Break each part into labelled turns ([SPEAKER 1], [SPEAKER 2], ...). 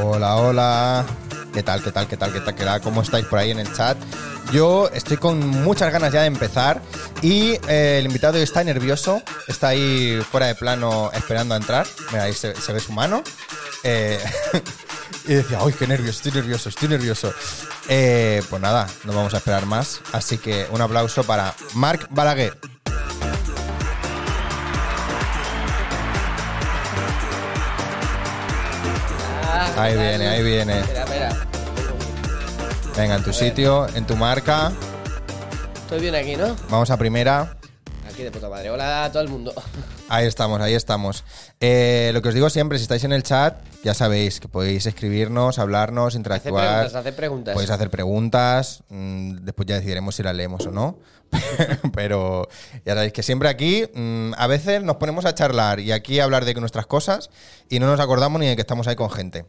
[SPEAKER 1] Hola, hola. ¿Qué tal, qué tal, qué tal, qué tal, qué tal? ¿Cómo estáis por ahí en el chat? Yo estoy con muchas ganas ya de empezar y eh, el invitado está nervioso, está ahí fuera de plano esperando a entrar. Mira, ahí se, se ve su mano. Eh, y decía, ¡ay, qué nervioso, estoy nervioso, estoy nervioso! Eh, pues nada, no vamos a esperar más. Así que un aplauso para Marc Balaguer.
[SPEAKER 2] Ah,
[SPEAKER 1] Ahí
[SPEAKER 2] dale.
[SPEAKER 1] viene, ahí viene.
[SPEAKER 2] Espera, espera.
[SPEAKER 1] Venga, en tu sitio, en tu marca.
[SPEAKER 2] Estoy bien aquí, ¿no?
[SPEAKER 1] Vamos a primera.
[SPEAKER 2] Aquí de puta madre. Hola a todo el mundo.
[SPEAKER 1] Ahí estamos, ahí estamos. Eh, lo que os digo siempre, si estáis en el chat, ya sabéis que podéis escribirnos, hablarnos,
[SPEAKER 2] Hacer
[SPEAKER 1] interactuar.
[SPEAKER 2] preguntas, hacer preguntas.
[SPEAKER 1] Podéis hacer preguntas, mm, después ya decidiremos si las leemos o no. Pero ya sabéis que siempre aquí mm, a veces nos ponemos a charlar y aquí a hablar de nuestras cosas y no nos acordamos ni de que estamos ahí con gente.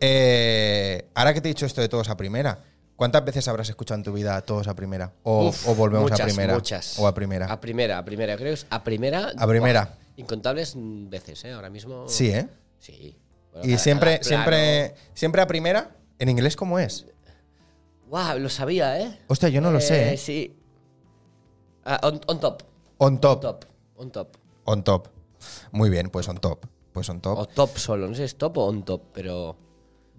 [SPEAKER 1] Eh, ahora que te he dicho esto de todos a primera, ¿cuántas veces habrás escuchado en tu vida a todos a primera? O,
[SPEAKER 2] Uf,
[SPEAKER 1] o volvemos a
[SPEAKER 2] muchas,
[SPEAKER 1] primera.
[SPEAKER 2] muchas.
[SPEAKER 1] O a primera.
[SPEAKER 2] A primera, a primera. Yo creo que es a primera.
[SPEAKER 1] A primera.
[SPEAKER 2] Buah, incontables mm, veces, ¿eh? Ahora mismo.
[SPEAKER 1] Sí, ¿eh?
[SPEAKER 2] Sí. Bueno,
[SPEAKER 1] Y
[SPEAKER 2] cada-
[SPEAKER 1] siempre,
[SPEAKER 2] cada
[SPEAKER 1] siempre, siempre a primera, en inglés, ¿cómo es?
[SPEAKER 2] plano. Guau, lo sabía, ¿eh?
[SPEAKER 1] Hostia, yo no lo
[SPEAKER 2] Eh,
[SPEAKER 1] sé, ¿eh?
[SPEAKER 2] Sí. Ah, on, on top.
[SPEAKER 1] On
[SPEAKER 2] On
[SPEAKER 1] top.
[SPEAKER 2] top. On top.
[SPEAKER 1] On top. Muy bien, pues on top. Pues on top.
[SPEAKER 2] O top solo. No sé si es top o on top, pero.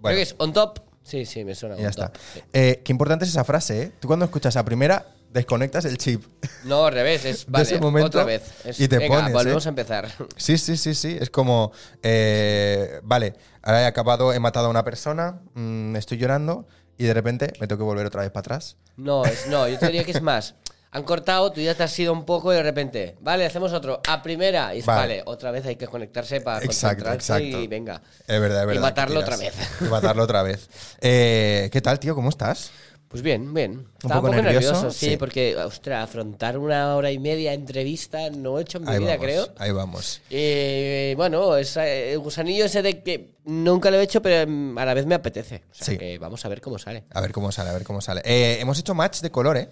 [SPEAKER 1] Bueno.
[SPEAKER 2] Creo que es on top. Sí, sí, me suena.
[SPEAKER 1] Y
[SPEAKER 2] on
[SPEAKER 1] ya está.
[SPEAKER 2] top, sí.
[SPEAKER 1] Eh, qué importante es esa frase, ¿eh? Tú cuando escuchas a primera, desconectas el chip.
[SPEAKER 2] No, al revés, es
[SPEAKER 1] De
[SPEAKER 2] vale,
[SPEAKER 1] ese momento,
[SPEAKER 2] otra vez. Es,
[SPEAKER 1] y te
[SPEAKER 2] venga,
[SPEAKER 1] pones,
[SPEAKER 2] volvemos
[SPEAKER 1] ¿eh?
[SPEAKER 2] a empezar.
[SPEAKER 1] Sí, sí, sí, sí. Es como, eh, vale, ahora he acabado, he matado a una persona, mm, estoy llorando y de repente me tengo que volver otra vez para atrás.
[SPEAKER 2] No, es, no, yo te diría que es más. Han cortado, tú ya te has ido un poco y de repente, vale, hacemos otro, a primera, y es,
[SPEAKER 1] Vale.
[SPEAKER 2] vale, otra vez hay que conectarse para
[SPEAKER 1] Exacto,
[SPEAKER 2] concentrarse
[SPEAKER 1] exacto.
[SPEAKER 2] y venga.
[SPEAKER 1] Es verdad, es
[SPEAKER 2] Y
[SPEAKER 1] verdad. que
[SPEAKER 2] matarlo
[SPEAKER 1] tiras.
[SPEAKER 2] otra vez.
[SPEAKER 1] Y matarlo otra vez. Eh, ¿Qué tal, tío? ¿Cómo estás?
[SPEAKER 2] Pues bien, bien. Estaba
[SPEAKER 1] poco nervioso,
[SPEAKER 2] sí,
[SPEAKER 1] sí.
[SPEAKER 2] porque, ostras, afrontar una hora y media de entrevista no he hecho en mi
[SPEAKER 1] ahí
[SPEAKER 2] vida,
[SPEAKER 1] vamos,
[SPEAKER 2] creo.
[SPEAKER 1] Ahí vamos.
[SPEAKER 2] Y bueno, esa- el gusanillo ese de que nunca lo he hecho, pero mm, a la vez me apetece. O sea,
[SPEAKER 1] Sí.
[SPEAKER 2] que vamos a ver cómo sale.
[SPEAKER 1] A ver cómo sale, a ver cómo sale. Eh, hemos hecho match de color, ¿eh?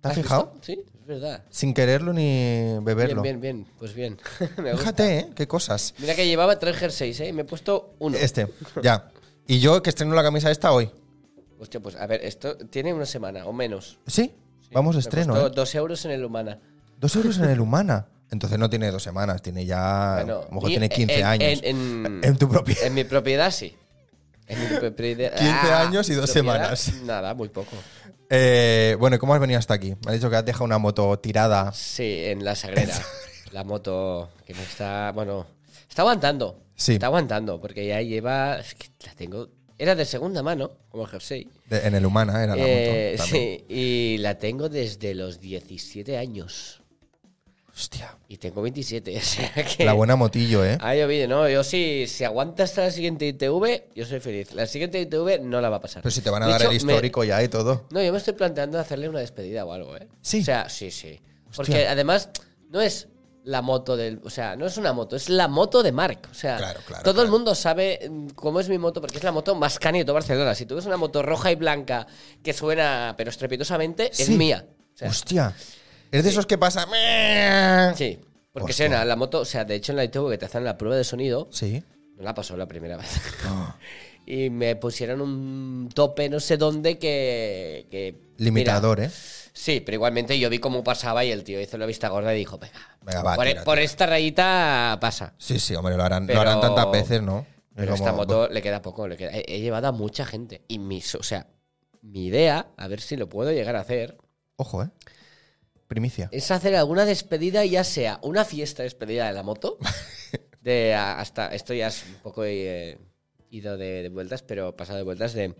[SPEAKER 1] ¿Te has fijado?
[SPEAKER 2] visto? Sí, es verdad.
[SPEAKER 1] Sin quererlo ni beberlo.
[SPEAKER 2] Bien, bien, bien. Pues bien. Me gusta.
[SPEAKER 1] Fíjate, ¿eh? Qué cosas.
[SPEAKER 2] Mira que llevaba tres jerseys, ¿eh? Y me he puesto uno.
[SPEAKER 1] Este, ya. Y yo que estreno la camisa esta hoy.
[SPEAKER 2] Hostia, pues a ver, esto tiene una semana o menos.
[SPEAKER 1] Sí, vamos
[SPEAKER 2] Me
[SPEAKER 1] estreno.
[SPEAKER 2] costó
[SPEAKER 1] ¿eh?
[SPEAKER 2] dos euros en el Humana.
[SPEAKER 1] Dos euros en el Humana. Entonces no tiene dos semanas, tiene ya.
[SPEAKER 2] Bueno,
[SPEAKER 1] a lo mejor
[SPEAKER 2] y
[SPEAKER 1] tiene 15
[SPEAKER 2] en-
[SPEAKER 1] años. En,
[SPEAKER 2] En, en- mm,
[SPEAKER 1] tu propia.
[SPEAKER 2] en mi propiedad, sí. En mi propiedad. Ah,
[SPEAKER 1] 15 años y dos
[SPEAKER 2] propiedad,
[SPEAKER 1] semanas.
[SPEAKER 2] Nada, muy poco.
[SPEAKER 1] Eh, bueno, ¿y ¿cómo has venido hasta aquí? Me has dicho que has dejado una moto tirada.
[SPEAKER 2] Sí, en la Sagrera. la moto que me está. Bueno, está aguantando.
[SPEAKER 1] Sí.
[SPEAKER 2] Está aguantando, porque ya lleva. Es que la tengo. Era de segunda mano, como jersey.
[SPEAKER 1] de- en el Humana era la
[SPEAKER 2] Eh,
[SPEAKER 1] moto. también.
[SPEAKER 2] sí, y la tengo desde los 17 años.
[SPEAKER 1] Hostia.
[SPEAKER 2] Y tengo 27, o sea que...
[SPEAKER 1] La buena motillo, ¿eh?
[SPEAKER 2] Ah, yo vi, no, yo sí, si aguanta hasta la siguiente ITV, yo soy feliz. La siguiente ITV no la va a pasar.
[SPEAKER 1] Pero si te van a
[SPEAKER 2] De
[SPEAKER 1] dar
[SPEAKER 2] hecho,
[SPEAKER 1] el
[SPEAKER 2] me-
[SPEAKER 1] histórico ya y todo.
[SPEAKER 2] No, yo me estoy planteando hacerle una despedida o algo, ¿eh?
[SPEAKER 1] Sí.
[SPEAKER 2] O sea, sí, sí. Porque
[SPEAKER 1] Hostia.
[SPEAKER 2] además no es la moto del... O sea, no es una moto, es la moto de Marc. O sea,
[SPEAKER 1] Claro, claro,
[SPEAKER 2] todo el
[SPEAKER 1] claro.
[SPEAKER 2] mundo sabe mm, cómo es mi moto porque es la moto más cani de todo Barcelona. Si tú ves una moto roja y blanca que suena pero estrepitosamente, es
[SPEAKER 1] Sí.
[SPEAKER 2] mía. O sea,
[SPEAKER 1] Hostia. Es de esos que pasa.
[SPEAKER 2] Sí, porque
[SPEAKER 1] Hostia.
[SPEAKER 2] suena la moto, o sea, de hecho en la ITV que te hacen la prueba de sonido,
[SPEAKER 1] Sí. Ah,
[SPEAKER 2] no la pasó la primera vez. y me pusieron un tope no sé dónde que... que
[SPEAKER 1] Limitador, ¿eh?
[SPEAKER 2] mira, sí, pero igualmente yo vi cómo pasaba y el tío hizo la vista gorda y dijo, venga,
[SPEAKER 1] Venga, va,
[SPEAKER 2] por, e-,
[SPEAKER 1] tira,
[SPEAKER 2] por esta rayita pasa.
[SPEAKER 1] Sí, sí, hombre, lo harán,
[SPEAKER 2] Pero-
[SPEAKER 1] lo harán tantas veces, ¿no? Es
[SPEAKER 2] Pero
[SPEAKER 1] como- pues
[SPEAKER 2] esta moto le queda poco, le queda- he, he llevado a mucha gente. Y mis, o sea, mi idea, a ver si lo puedo llegar a hacer,
[SPEAKER 1] Ojo, ¿eh? Primicia.
[SPEAKER 2] es hacer alguna despedida, ya sea una fiesta despedida de la moto. De a- hasta esto ya es un poco eh, ido de, de vueltas, pero pasado de vueltas de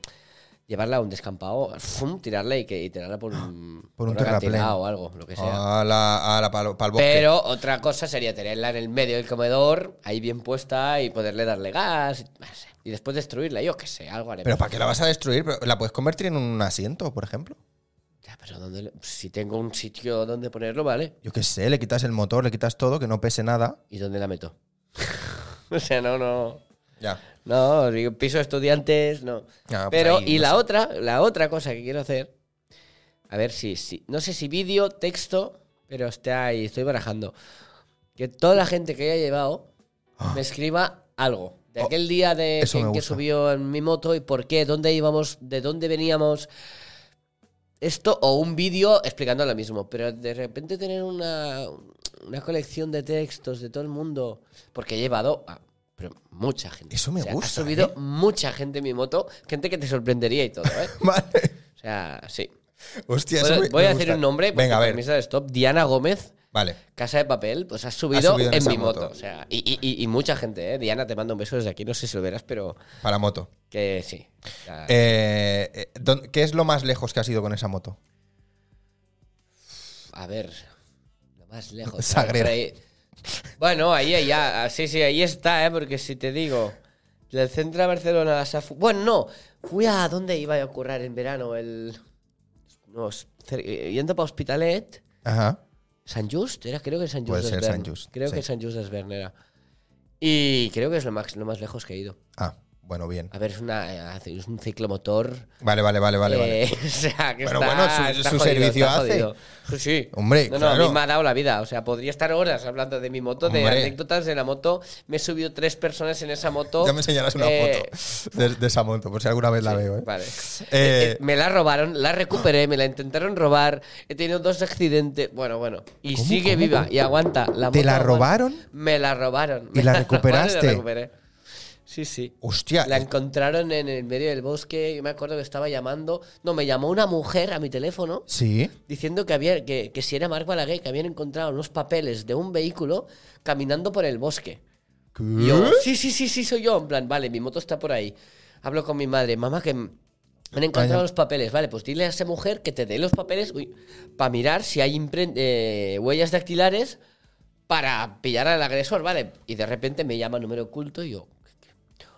[SPEAKER 2] llevarla a un descampado, ¡fum!, tirarla y que y tirarla por un,
[SPEAKER 1] Ah, Por un
[SPEAKER 2] acantilado
[SPEAKER 1] terraplén. Ah,
[SPEAKER 2] o algo, lo que sea.
[SPEAKER 1] A la, a la pal, pal bosque.
[SPEAKER 2] pero otra cosa sería tenerla en el medio del comedor, ahí bien puesta y poderle darle gas, y, no sé, y después destruirla, yo qué sé, algo haremos.
[SPEAKER 1] ¿Pero para qué la vas a destruir? Pero ¿La puedes convertir en un asiento, por ejemplo?
[SPEAKER 2] Ya, pero ¿dónde le- si tengo un sitio donde ponerlo, vale.
[SPEAKER 1] Yo qué sé, le quitas el motor, le quitas todo, que no pese nada.
[SPEAKER 2] ¿Y dónde la meto? o sea, no, no.
[SPEAKER 1] Ya.
[SPEAKER 2] No, digo, piso de estudiantes, no.
[SPEAKER 1] Ah, por
[SPEAKER 2] Pero,
[SPEAKER 1] ahí,
[SPEAKER 2] y
[SPEAKER 1] no
[SPEAKER 2] la
[SPEAKER 1] sé.
[SPEAKER 2] otra, la otra cosa que quiero hacer, a ver si, si no sé si vídeo, texto, pero está ahí, estoy barajando. Que toda la gente que haya llevado me escriba algo de De aquel día de
[SPEAKER 1] Ah. Oh, eso
[SPEAKER 2] que,
[SPEAKER 1] me
[SPEAKER 2] que
[SPEAKER 1] gusta.
[SPEAKER 2] subió en mi moto y por qué, dónde íbamos, de dónde veníamos. Esto o un vídeo explicando lo mismo, pero de repente tener una, una colección de textos de todo el mundo, porque he llevado a pero mucha gente.
[SPEAKER 1] Eso me
[SPEAKER 2] O sea,
[SPEAKER 1] gusta,
[SPEAKER 2] Ha subido
[SPEAKER 1] ¿eh?
[SPEAKER 2] mucha gente en mi moto, gente que te sorprendería y todo, ¿eh?
[SPEAKER 1] Vale.
[SPEAKER 2] O sea, sí.
[SPEAKER 1] Hostia,
[SPEAKER 2] Voy,
[SPEAKER 1] eso me-
[SPEAKER 2] voy a
[SPEAKER 1] me
[SPEAKER 2] hacer
[SPEAKER 1] gusta.
[SPEAKER 2] un nombre, porque
[SPEAKER 1] Venga, a ver.
[SPEAKER 2] permiso de stop. Diana Gómez,
[SPEAKER 1] Vale.
[SPEAKER 2] Casa de Papel, pues has subido,
[SPEAKER 1] subido en
[SPEAKER 2] en
[SPEAKER 1] esa
[SPEAKER 2] mi moto.
[SPEAKER 1] moto.
[SPEAKER 2] O sea, y, y- y- y mucha gente, ¿eh? Diana, te mando un beso desde aquí, no sé si lo verás, pero
[SPEAKER 1] Para moto.
[SPEAKER 2] que sí. O sea,
[SPEAKER 1] Eh, eh, don- ¿Qué es lo más lejos que has ido con esa moto?
[SPEAKER 2] a ver, lo más lejos.
[SPEAKER 1] Sagrera.
[SPEAKER 2] a ver, por ahí. Bueno, ahí, ahí, ah, sí, sí, ahí está, ¿eh? Porque si te digo, del centro de Barcelona a la Safu... Bueno, no, fui a dónde iba a currar en verano, el... No, cer- yendo para Hospitalet...
[SPEAKER 1] Ajá.
[SPEAKER 2] San Just, era, creo que San Just
[SPEAKER 1] Puede ser
[SPEAKER 2] d'Esvern.
[SPEAKER 1] Sant Just,
[SPEAKER 2] Creo
[SPEAKER 1] sí.
[SPEAKER 2] que San Just d'Esvern era. Y creo que es lo más, lo más lejos que he ido.
[SPEAKER 1] Ah, bueno, bien.
[SPEAKER 2] A ver, es, una, eh, es un ciclomotor.
[SPEAKER 1] Vale, vale, vale, vale. vale.
[SPEAKER 2] eh, o sea, que
[SPEAKER 1] Pero
[SPEAKER 2] está-
[SPEAKER 1] bueno, su-
[SPEAKER 2] está
[SPEAKER 1] su
[SPEAKER 2] jodido,
[SPEAKER 1] servicio
[SPEAKER 2] está
[SPEAKER 1] hace.
[SPEAKER 2] jodido. Sí, sí.
[SPEAKER 1] Hombre,
[SPEAKER 2] no, no, a
[SPEAKER 1] claro.
[SPEAKER 2] mí me ha dado la vida. O sea, podría estar horas hablando de mi moto, de
[SPEAKER 1] Hombre.
[SPEAKER 2] anécdotas de la moto. Me subió tres personas en esa moto.
[SPEAKER 1] Ya me enseñarás una
[SPEAKER 2] Eh,
[SPEAKER 1] foto de, de esa moto, por si alguna vez la
[SPEAKER 2] Sí,
[SPEAKER 1] veo. ¿eh?
[SPEAKER 2] Vale.
[SPEAKER 1] Eh,
[SPEAKER 2] Eh, me la robaron, la recuperé, me la intentaron robar. He tenido dos accidentes. Bueno, bueno. Y
[SPEAKER 1] ¿Cómo,
[SPEAKER 2] sigue
[SPEAKER 1] cómo,
[SPEAKER 2] viva
[SPEAKER 1] cómo?
[SPEAKER 2] y aguanta. La
[SPEAKER 1] ¿Te
[SPEAKER 2] moto
[SPEAKER 1] la
[SPEAKER 2] aguanta.
[SPEAKER 1] robaron?
[SPEAKER 2] Me la robaron.
[SPEAKER 1] ¿Y
[SPEAKER 2] Me
[SPEAKER 1] la
[SPEAKER 2] robaron y
[SPEAKER 1] recuperaste?
[SPEAKER 2] recuperé. Sí, sí.
[SPEAKER 1] Hostia,
[SPEAKER 2] La
[SPEAKER 1] eh,
[SPEAKER 2] encontraron en el medio del bosque. Yo me acuerdo que estaba llamando. No, me llamó una mujer a mi teléfono
[SPEAKER 1] sí.
[SPEAKER 2] diciendo que había que, que si era Marc Balaguer, que habían encontrado unos papeles de un vehículo caminando por el bosque. Y yo,
[SPEAKER 1] ¿Qué?
[SPEAKER 2] sí, sí, sí, sí, soy yo. En plan, vale, mi moto está por ahí. Hablo con mi madre, mamá, que m- me han encontrado
[SPEAKER 1] Vaya.
[SPEAKER 2] los papeles. Vale, pues dile a esa mujer que te dé los papeles para mirar si hay impren- eh, huellas dactilares para pillar al agresor, ¿vale? Y de repente me llama número oculto y yo,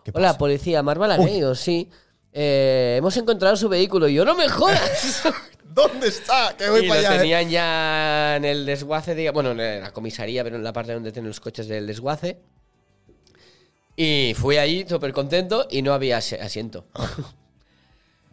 [SPEAKER 1] ¿Qué
[SPEAKER 2] hola,
[SPEAKER 1] pasa?
[SPEAKER 2] policía, Marc Balaguer, Y yo, sí. "Eh, hemos encontrado su vehículo. Y yo, no me jodas.
[SPEAKER 1] ¿Dónde está? Que voy
[SPEAKER 2] y
[SPEAKER 1] para
[SPEAKER 2] lo
[SPEAKER 1] allá. ¿eh?
[SPEAKER 2] tenían ya en el desguace, diga- bueno, en la comisaría, pero en la parte donde tienen los coches del desguace. Y fui ahí súper contento y no había asi- asiento.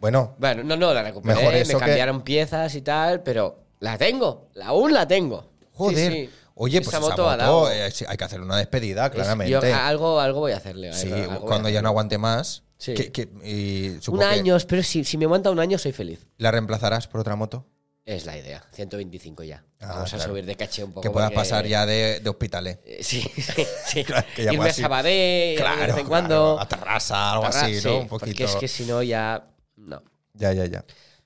[SPEAKER 1] Bueno,
[SPEAKER 2] Bueno, no, no, la recuperé,
[SPEAKER 1] Mejor eso
[SPEAKER 2] me
[SPEAKER 1] que-
[SPEAKER 2] cambiaún piezas y tal, pero la tengo, la- aún la tengo. Sí,
[SPEAKER 1] joder.
[SPEAKER 2] sí.
[SPEAKER 1] Oye, pues esa moto,
[SPEAKER 2] ha dado-
[SPEAKER 1] eh, sí, hay que hacerle una despedida,
[SPEAKER 2] es-
[SPEAKER 1] claramente.
[SPEAKER 2] yo algo, algo voy a hacerle.
[SPEAKER 1] sí,
[SPEAKER 2] algo- algo voy a
[SPEAKER 1] cuando ya no
[SPEAKER 2] hacerle.
[SPEAKER 1] aguante más.
[SPEAKER 2] Sí.
[SPEAKER 1] que- que- y
[SPEAKER 2] Un
[SPEAKER 1] supongo que
[SPEAKER 2] año, espero, si, si me aguanta un año soy feliz.
[SPEAKER 1] la reemplazarás por otra moto.
[SPEAKER 2] Es la idea, 125 ya.
[SPEAKER 1] Ah,
[SPEAKER 2] Vamos a
[SPEAKER 1] claro.
[SPEAKER 2] subir de caché un poco.
[SPEAKER 1] Que puedas
[SPEAKER 2] porque-
[SPEAKER 1] pasar ya de, de hospitales.
[SPEAKER 2] Eh, Sí, sí, sí.
[SPEAKER 1] Claro, que ya
[SPEAKER 2] Irme
[SPEAKER 1] puedas
[SPEAKER 2] a
[SPEAKER 1] ir.
[SPEAKER 2] Sabadell eh,
[SPEAKER 1] Claro,
[SPEAKER 2] de vez en
[SPEAKER 1] claro,
[SPEAKER 2] cuando.
[SPEAKER 1] A terraza, algo
[SPEAKER 2] Tarra-
[SPEAKER 1] así,
[SPEAKER 2] sí,
[SPEAKER 1] ¿no? Un
[SPEAKER 2] Porque
[SPEAKER 1] poquito.
[SPEAKER 2] es que si no ya. No.
[SPEAKER 1] Ya, ya, ya.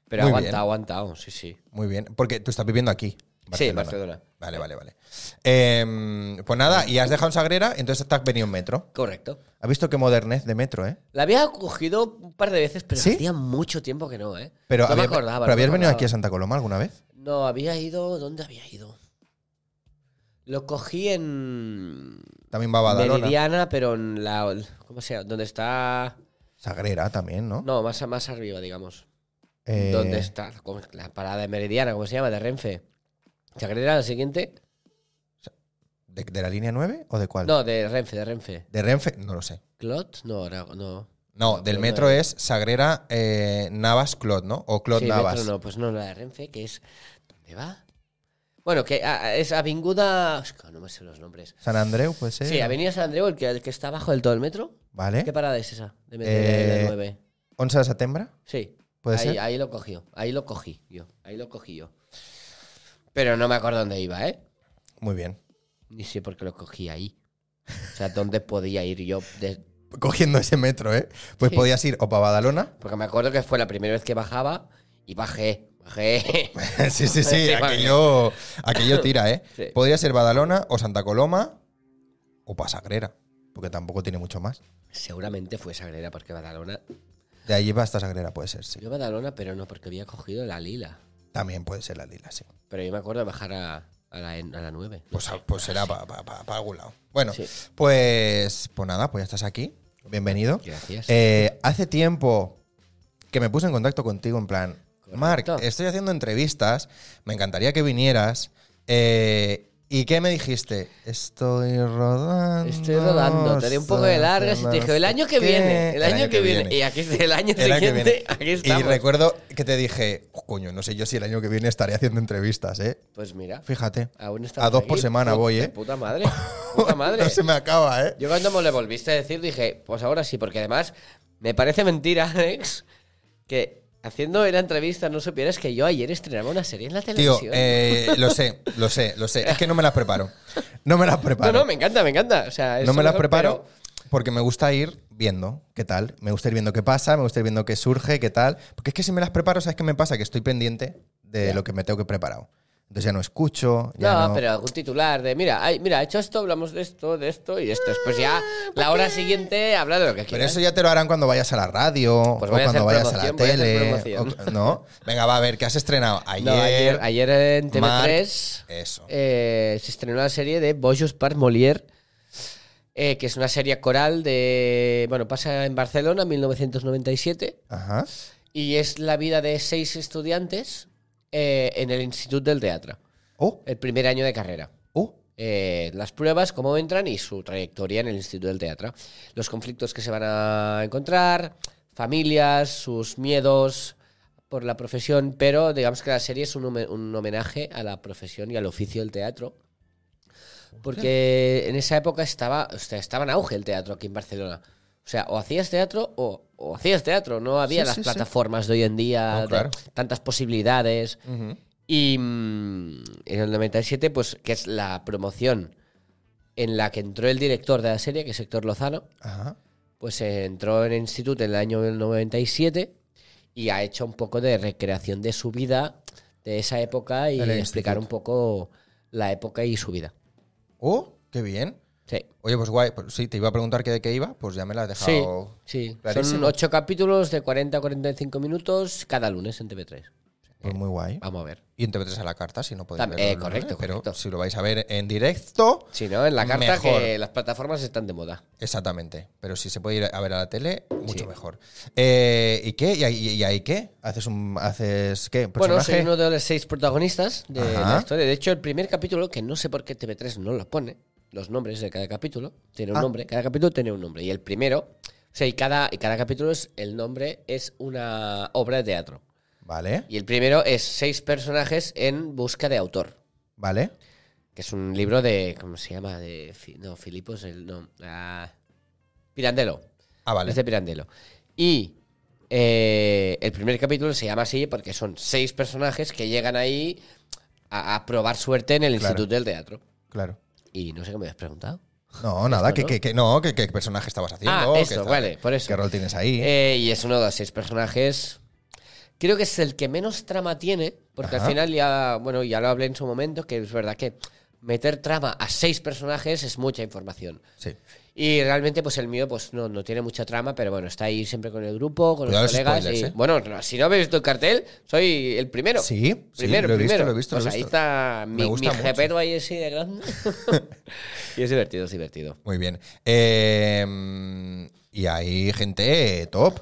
[SPEAKER 2] Pero
[SPEAKER 1] Muy
[SPEAKER 2] aguanta,
[SPEAKER 1] bien.
[SPEAKER 2] aguantado, sí, sí.
[SPEAKER 1] Muy bien, porque tú estás viviendo aquí.
[SPEAKER 2] Sí, en Barcelona.
[SPEAKER 1] Vale, vale, vale. Eh, pues nada, y has dejado en Sagrera, entonces te has venido en metro.
[SPEAKER 2] Correcto.
[SPEAKER 1] Has visto qué modernez de metro, ¿eh?
[SPEAKER 2] La había cogido un par de veces, pero
[SPEAKER 1] ¿Sí?
[SPEAKER 2] hacía mucho tiempo que no, ¿eh?
[SPEAKER 1] Pero,
[SPEAKER 2] no
[SPEAKER 1] había-
[SPEAKER 2] me acordaba.
[SPEAKER 1] pero
[SPEAKER 2] no me
[SPEAKER 1] habías venido
[SPEAKER 2] acordaba.
[SPEAKER 1] aquí a Santa Coloma alguna vez.
[SPEAKER 2] No, había ido. ¿Dónde había ido? Lo cogí en.
[SPEAKER 1] También va a Badalona.
[SPEAKER 2] Meridiana, pero en la. ¿Cómo sea? ¿Dónde está.?
[SPEAKER 1] Sagrera también, ¿no?
[SPEAKER 2] No, más, más arriba, digamos.
[SPEAKER 1] Eh,
[SPEAKER 2] ¿Dónde está? ¿Cómo es? La parada de Meridiana, ¿cómo se llama? De Renfe. ¿Sagrera la siguiente?
[SPEAKER 1] ¿De, de la línea 9 o de cuál?
[SPEAKER 2] No, de Renfe, de Renfe.
[SPEAKER 1] ¿De Renfe? No lo sé.
[SPEAKER 2] ¿Clot? No, era- no.
[SPEAKER 1] No,
[SPEAKER 2] No,
[SPEAKER 1] del
[SPEAKER 2] pero
[SPEAKER 1] metro
[SPEAKER 2] no.
[SPEAKER 1] es Sagrera eh, Navas Clot, ¿no? O Clot
[SPEAKER 2] Sí,
[SPEAKER 1] Navas.
[SPEAKER 2] metro no, pues no, la de Renfe, que es. ¿Dónde va? Bueno, que ah, es Avinguda. es que No me sé los nombres.
[SPEAKER 1] San Andreu, puede ser.
[SPEAKER 2] Sí, Avenida San Andreu, el que, el que está abajo del todo el metro.
[SPEAKER 1] Vale.
[SPEAKER 2] ¿Qué parada es esa? De metro
[SPEAKER 1] Eh,
[SPEAKER 2] de 9.
[SPEAKER 1] 11 de septiembre.
[SPEAKER 2] Sí.
[SPEAKER 1] ¿puede
[SPEAKER 2] ahí,
[SPEAKER 1] ser?
[SPEAKER 2] ahí lo cogió. Ahí lo cogí yo. Ahí lo cogí yo. Pero no me acuerdo dónde iba, ¿eh?
[SPEAKER 1] Muy bien.
[SPEAKER 2] Ni sé por qué lo cogí ahí. O sea, ¿dónde podía ir yo? de-
[SPEAKER 1] Cogiendo ese metro, ¿eh? Pues
[SPEAKER 2] Sí.
[SPEAKER 1] podías ir o para Badalona.
[SPEAKER 2] Porque me acuerdo que fue la primera vez que bajaba y bajé. Bajé.
[SPEAKER 1] sí, sí, sí.
[SPEAKER 2] Sí,
[SPEAKER 1] aquello, aquello tira, ¿eh?
[SPEAKER 2] Sí.
[SPEAKER 1] Podría ser Badalona o Santa Coloma o pa' Sagrera, porque tampoco tiene mucho más.
[SPEAKER 2] Seguramente fue Sagrera porque Badalona.
[SPEAKER 1] De allí va hasta Sagrera, puede ser, sí.
[SPEAKER 2] Yo Badalona, pero no, porque había cogido la lila.
[SPEAKER 1] También puede ser la lila, sí.
[SPEAKER 2] Pero yo me acuerdo de bajar a, a la, en- a la 9.
[SPEAKER 1] Pues, pues será para algún lado. Bueno,
[SPEAKER 2] Sí.
[SPEAKER 1] pues, pues nada, pues ya estás aquí. Bienvenido.
[SPEAKER 2] Gracias.
[SPEAKER 1] Eh, hace tiempo que me puse en contacto contigo en plan, Marc,
[SPEAKER 2] Correcto.
[SPEAKER 1] estoy haciendo entrevistas, me encantaría que vinieras. eh, ¿Y qué me dijiste? Estoy rodando.
[SPEAKER 2] Estoy rodando, te di un poco de largas y te dije, el año que viene, el, año, que viene. Y aquí está el año
[SPEAKER 1] El año que
[SPEAKER 2] siguiente,
[SPEAKER 1] viene.
[SPEAKER 2] aquí
[SPEAKER 1] Y
[SPEAKER 2] estamos.
[SPEAKER 1] recuerdo que te dije, "Oh, coño, no sé yo si el año que viene estaré haciendo entrevistas, ¿eh?
[SPEAKER 2] Pues mira,
[SPEAKER 1] Fíjate.
[SPEAKER 2] aún estamos
[SPEAKER 1] A dos por
[SPEAKER 2] aquí.
[SPEAKER 1] semana
[SPEAKER 2] Pu-
[SPEAKER 1] voy,
[SPEAKER 2] de
[SPEAKER 1] ¿eh?
[SPEAKER 2] Puta madre, puta madre.
[SPEAKER 1] no se me acaba, ¿eh?
[SPEAKER 2] Yo cuando me lo volviste a decir dije, pues ahora sí, porque además me parece mentira, Alex, que haciendo la entrevista no supieras que yo ayer estrenaba una serie en la
[SPEAKER 1] Tío,
[SPEAKER 2] televisión.
[SPEAKER 1] eh, lo sé, lo sé, lo sé. Es que no me las preparo. No me las preparo.
[SPEAKER 2] no, no, me encanta, me encanta. O sea, es
[SPEAKER 1] No me las
[SPEAKER 2] mejor,
[SPEAKER 1] preparo
[SPEAKER 2] pero-
[SPEAKER 1] porque me gusta ir viendo qué tal. Me gusta ir viendo qué pasa, me gusta ir viendo qué surge, qué tal. Porque es que si me las preparo, ¿sabes qué me pasa? Que estoy pendiente de
[SPEAKER 2] Ya.
[SPEAKER 1] lo que me tengo que preparar. Entonces ya no escucho, ya no...
[SPEAKER 2] no, pero algún titular de, mira, ay, mira, he hecho esto, hablamos de esto, de esto y de esto. Después ya la hora siguiente habla de lo que
[SPEAKER 1] Ah, Pero
[SPEAKER 2] quieras.
[SPEAKER 1] eso ya te lo harán cuando vayas a la radio
[SPEAKER 2] Pues
[SPEAKER 1] o
[SPEAKER 2] voy a
[SPEAKER 1] cuando
[SPEAKER 2] hacer
[SPEAKER 1] vayas a la
[SPEAKER 2] promoción, voy a hacer
[SPEAKER 1] tele.
[SPEAKER 2] promoción.
[SPEAKER 1] o- ¿No? Venga, va a ver, ¿qué has estrenado? Ayer.
[SPEAKER 2] No, ayer, ayer en
[SPEAKER 1] Marc,
[SPEAKER 2] TV3
[SPEAKER 1] Eso.
[SPEAKER 2] eh, se estrenó la serie de Bojos par Molière, eh, que es una serie coral de. Bueno, pasa en Barcelona, 1997,
[SPEAKER 1] Ajá.
[SPEAKER 2] y es la vida de seis estudiantes eh, en el Instituto del Teatro,
[SPEAKER 1] Oh,
[SPEAKER 2] el primer año de carrera.
[SPEAKER 1] oh.
[SPEAKER 2] Eh, las pruebas, cómo entran y su trayectoria en el Instituto del Teatro. Los conflictos que se van a encontrar, familias, sus miedos por la profesión, pero digamos que la serie es un, home- un homenaje a la profesión y al oficio del teatro. Porque en esa época estaba, o sea, estaba en auge el teatro aquí en Barcelona. O sea, o hacías teatro o, o hacías teatro. No había
[SPEAKER 1] Sí,
[SPEAKER 2] las
[SPEAKER 1] sí, sí.
[SPEAKER 2] plataformas de hoy en día,
[SPEAKER 1] No,
[SPEAKER 2] de
[SPEAKER 1] claro.
[SPEAKER 2] tantas posibilidades.
[SPEAKER 1] Ujú.
[SPEAKER 2] Y mm, en el 97, pues, que es la promoción en la que entró el director de la serie, que es Héctor Lozano,
[SPEAKER 1] Ajá.
[SPEAKER 2] pues eh, entró en el instituto en el año 97 y ha hecho un poco de recreación de su vida de esa época y
[SPEAKER 1] El
[SPEAKER 2] explicar
[SPEAKER 1] instituto.
[SPEAKER 2] un poco la época y su vida.
[SPEAKER 1] Oh, qué bien.
[SPEAKER 2] Sí.
[SPEAKER 1] Oye, pues guay. Pues sí, te iba a preguntar que de qué iba, pues ya me la has
[SPEAKER 2] Sí,
[SPEAKER 1] dejado.
[SPEAKER 2] sí. Son
[SPEAKER 1] clarísimo.
[SPEAKER 2] ocho capítulos de 40 a 45 minutos cada lunes en TV3.
[SPEAKER 1] Pues muy guay.
[SPEAKER 2] Vamos a ver.
[SPEAKER 1] Y en TV3 a la carta, si no podéis
[SPEAKER 2] Tam-
[SPEAKER 1] verlo.
[SPEAKER 2] eh,
[SPEAKER 1] ¿no?
[SPEAKER 2] correcto,
[SPEAKER 1] Pero
[SPEAKER 2] correcto.
[SPEAKER 1] si lo vais a ver en directo,
[SPEAKER 2] Si no, en la carta
[SPEAKER 1] Mejor.
[SPEAKER 2] que las plataformas están de moda.
[SPEAKER 1] exactamente. Pero si se puede ir a ver a la tele, mucho
[SPEAKER 2] Sí.
[SPEAKER 1] mejor. Eh, ¿Y qué? ¿Y ahí, y ahí qué? ¿Haces un haces qué?
[SPEAKER 2] Bueno,
[SPEAKER 1] ¿Personaje?
[SPEAKER 2] soy uno de los seis protagonistas de
[SPEAKER 1] Ajá.
[SPEAKER 2] la historia. De hecho, el primer capítulo, que no sé por qué TV3 no lo pone, los nombres de cada capítulo, tiene un
[SPEAKER 1] Ah.
[SPEAKER 2] nombre, cada capítulo tiene un nombre. Y el primero, o sea, y cada, y cada capítulo es, el nombre es una obra de teatro.
[SPEAKER 1] Vale,
[SPEAKER 2] Y el primero es seis personajes en busca de autor,
[SPEAKER 1] vale.
[SPEAKER 2] que es un libro de, ¿cómo se llama? De, Fi- no, Filipos, el, no, ah, Pirandello.
[SPEAKER 1] Ah, vale.
[SPEAKER 2] Es de Pirandello. Y eh, el primer capítulo se llama así porque son seis personajes que llegan ahí a, a probar suerte en el
[SPEAKER 1] Claro.
[SPEAKER 2] Instituto del Teatro.
[SPEAKER 1] Claro.
[SPEAKER 2] Y no sé qué me habías preguntado.
[SPEAKER 1] No, nada,
[SPEAKER 2] "Ah, Esto,
[SPEAKER 1] que,
[SPEAKER 2] ¿no?
[SPEAKER 1] que, que- no, que, que personaje estabas haciendo.
[SPEAKER 2] ah,
[SPEAKER 1] que
[SPEAKER 2] eso,
[SPEAKER 1] está-
[SPEAKER 2] vale, por eso.
[SPEAKER 1] ¿Qué rol tienes ahí?
[SPEAKER 2] Eh, y es uno de los seis personajes. Creo que es el que menos trama tiene, porque
[SPEAKER 1] Ajá.
[SPEAKER 2] al final ya, bueno, ya lo hablé en su momento, que es verdad que meter trama a seis personajes es mucha información.
[SPEAKER 1] sí.
[SPEAKER 2] Y realmente, pues el mío, pues no, no tiene mucha trama, pero bueno, está ahí siempre con el grupo, con
[SPEAKER 1] Cuidado
[SPEAKER 2] los
[SPEAKER 1] los
[SPEAKER 2] colegas.
[SPEAKER 1] spoilers,
[SPEAKER 2] y-
[SPEAKER 1] ¿eh?
[SPEAKER 2] Bueno, no, si no habéis visto el cartel, soy el primero.
[SPEAKER 1] Sí, sí,
[SPEAKER 2] primero,
[SPEAKER 1] lo he visto,
[SPEAKER 2] primero.
[SPEAKER 1] lo he visto, lo
[SPEAKER 2] Pues
[SPEAKER 1] he
[SPEAKER 2] ahí
[SPEAKER 1] visto.
[SPEAKER 2] está
[SPEAKER 1] Me
[SPEAKER 2] mi, mi
[SPEAKER 1] gusta mucho.
[SPEAKER 2] jepeto ahí así de grande. y es divertido, es divertido.
[SPEAKER 1] Muy bien. Eh, y hay gente top.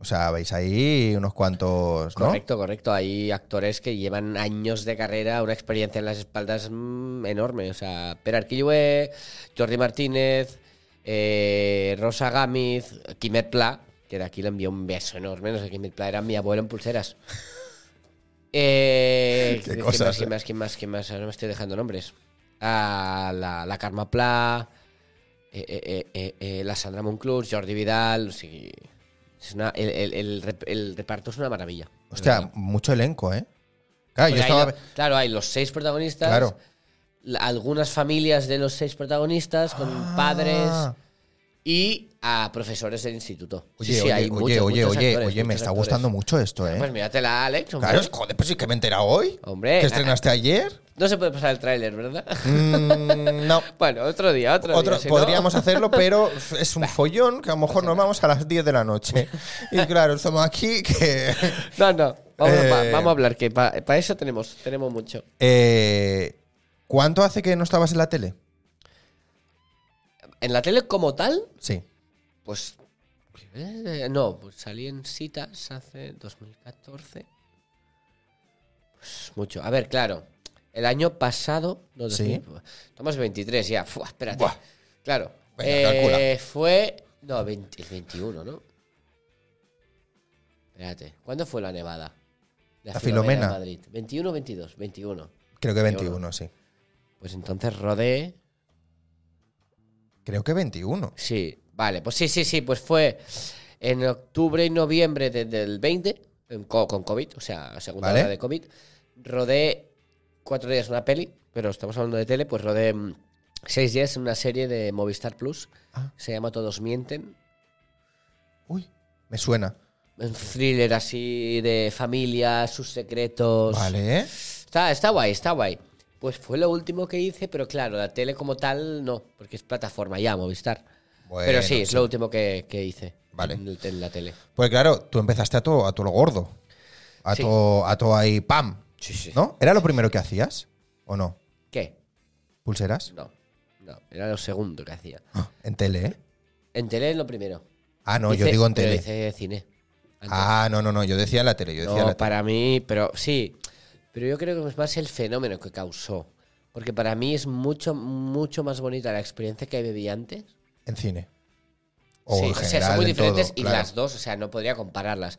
[SPEAKER 1] O sea, veis ahí unos cuantos, ¿no?
[SPEAKER 2] Correcto, correcto. Hay actores que llevan años de carrera, una experiencia en las espaldas mm, enorme. O sea, Per Arquillue, Jordi Martínez, eh, Rosa Gámez, Quimet Pla, que de aquí le envió un beso enorme. No sé, Quimet Pla era mi abuelo en pulseras. Eh,
[SPEAKER 1] Qué
[SPEAKER 2] ¿quién
[SPEAKER 1] cosas,
[SPEAKER 2] más,
[SPEAKER 1] eh.
[SPEAKER 2] ¿Quién más? ¿Quién más? ¿Quién más? Ahora me estoy dejando nombres. Ah, la, la Karma Pla, eh, eh, eh, eh, eh, la Sandra Monclus, Jordi Vidal. o sigui, es una- el, el- el rep- el reparto es una maravilla.
[SPEAKER 1] Hostia, mucho elenco, ¿eh? Claro, yo
[SPEAKER 2] Porque hay
[SPEAKER 1] estaba.
[SPEAKER 2] Pues lo- claro, hay los seis protagonistas.
[SPEAKER 1] Claro.
[SPEAKER 2] la- Algunas familias de los seis protagonistas con
[SPEAKER 1] Ah.
[SPEAKER 2] padres y a profesores del instituto.
[SPEAKER 1] Oye,
[SPEAKER 2] Sí, sí,
[SPEAKER 1] oye,
[SPEAKER 2] hay
[SPEAKER 1] oye,
[SPEAKER 2] muchos,
[SPEAKER 1] oye,
[SPEAKER 2] muchos
[SPEAKER 1] oye,
[SPEAKER 2] actores,
[SPEAKER 1] oye, me
[SPEAKER 2] muchos
[SPEAKER 1] está
[SPEAKER 2] actores.
[SPEAKER 1] gustando mucho esto, ¿eh?
[SPEAKER 2] Pues míratela, Alex. hombre.
[SPEAKER 1] claro, joder, pues sí que me he enterado hoy.
[SPEAKER 2] Hombre,
[SPEAKER 1] ¿Que estrenaste ayer?
[SPEAKER 2] No se puede pasar el tráiler, ¿verdad?
[SPEAKER 1] Mm, no.
[SPEAKER 2] bueno, otro día, otro,
[SPEAKER 1] Otro,
[SPEAKER 2] día. si no-
[SPEAKER 1] podríamos hacerlo, pero es un follón que a lo mejor nos vamos a las 10 de la noche. Y claro, estamos aquí que...
[SPEAKER 2] No, no. Vamos, va-
[SPEAKER 1] Eh.
[SPEAKER 2] vamos a hablar, que para eso tenemos, tenemos mucho.
[SPEAKER 1] Eh, ¿Cuánto hace que no estabas en la tele?
[SPEAKER 2] En la tele como tal,
[SPEAKER 1] Sí.
[SPEAKER 2] pues... eh, no, pues salí en citas hace 2014. Pues mucho. A ver, claro. El año pasado, no,
[SPEAKER 1] Sí.
[SPEAKER 2] 2000, estamos en 23 ya, Fua, espérate.
[SPEAKER 1] Buah.
[SPEAKER 2] Claro.
[SPEAKER 1] Venga,
[SPEAKER 2] Eh, fue, no, 20 el 21, ¿no? Espérate, ¿cuándo fue la nevada?
[SPEAKER 1] La Filomena.
[SPEAKER 2] en Madrid. 21, 22, 21.
[SPEAKER 1] Creo que
[SPEAKER 2] 21.
[SPEAKER 1] 21, sí.
[SPEAKER 2] Pues entonces rodé.
[SPEAKER 1] Creo que 21.
[SPEAKER 2] Sí, vale, pues sí, sí, sí, pues fue en octubre y noviembre de- del 20, en co- con COVID, o sea, segunda
[SPEAKER 1] Vale.
[SPEAKER 2] hora de COVID. Rodé cuatro días una peli, pero estamos hablando de tele, pues rodé mm, seis días en una serie de Movistar Plus.
[SPEAKER 1] Ah.
[SPEAKER 2] Se llama Todos Mienten.
[SPEAKER 1] Uy, me suena.
[SPEAKER 2] Un thriller así de familia, sus secretos.
[SPEAKER 1] Vale.
[SPEAKER 2] Está, está guay, está guay. Pues fue lo último que hice, pero claro, la tele como tal no, porque es plataforma ya, Movistar. pero
[SPEAKER 1] Bueno,
[SPEAKER 2] sí, es lo último que, que hice
[SPEAKER 1] Vale.
[SPEAKER 2] en, el- en la tele.
[SPEAKER 1] Pues claro, tú empezaste a todo a todo lo gordo. A
[SPEAKER 2] Sí.
[SPEAKER 1] todo a todo ahí, ¡pam!
[SPEAKER 2] Sí, sí.
[SPEAKER 1] ¿No? ¿Era lo primero que hacías? ¿O no?
[SPEAKER 2] ¿Qué?
[SPEAKER 1] ¿Pulseras?
[SPEAKER 2] No, no, era lo segundo que hacía.
[SPEAKER 1] Ah, En tele, ¿eh?
[SPEAKER 2] En tele es lo primero.
[SPEAKER 1] Ah, no, yo
[SPEAKER 2] Hice-
[SPEAKER 1] digo en
[SPEAKER 2] pero
[SPEAKER 1] tele.
[SPEAKER 2] hice cine. Antes.
[SPEAKER 1] ah, no, no, no, yo decía en la tele, yo decía en la
[SPEAKER 2] no,
[SPEAKER 1] tele.
[SPEAKER 2] para mí, pero sí. Pero yo creo que es más el fenómeno que causó. Porque para mí es mucho, mucho más bonita la experiencia que viví antes.
[SPEAKER 1] En cine. O
[SPEAKER 2] sí,
[SPEAKER 1] en
[SPEAKER 2] o
[SPEAKER 1] general,
[SPEAKER 2] sea, son muy
[SPEAKER 1] en todo,
[SPEAKER 2] diferentes y
[SPEAKER 1] claro.
[SPEAKER 2] las dos, o sea, no podría compararlas.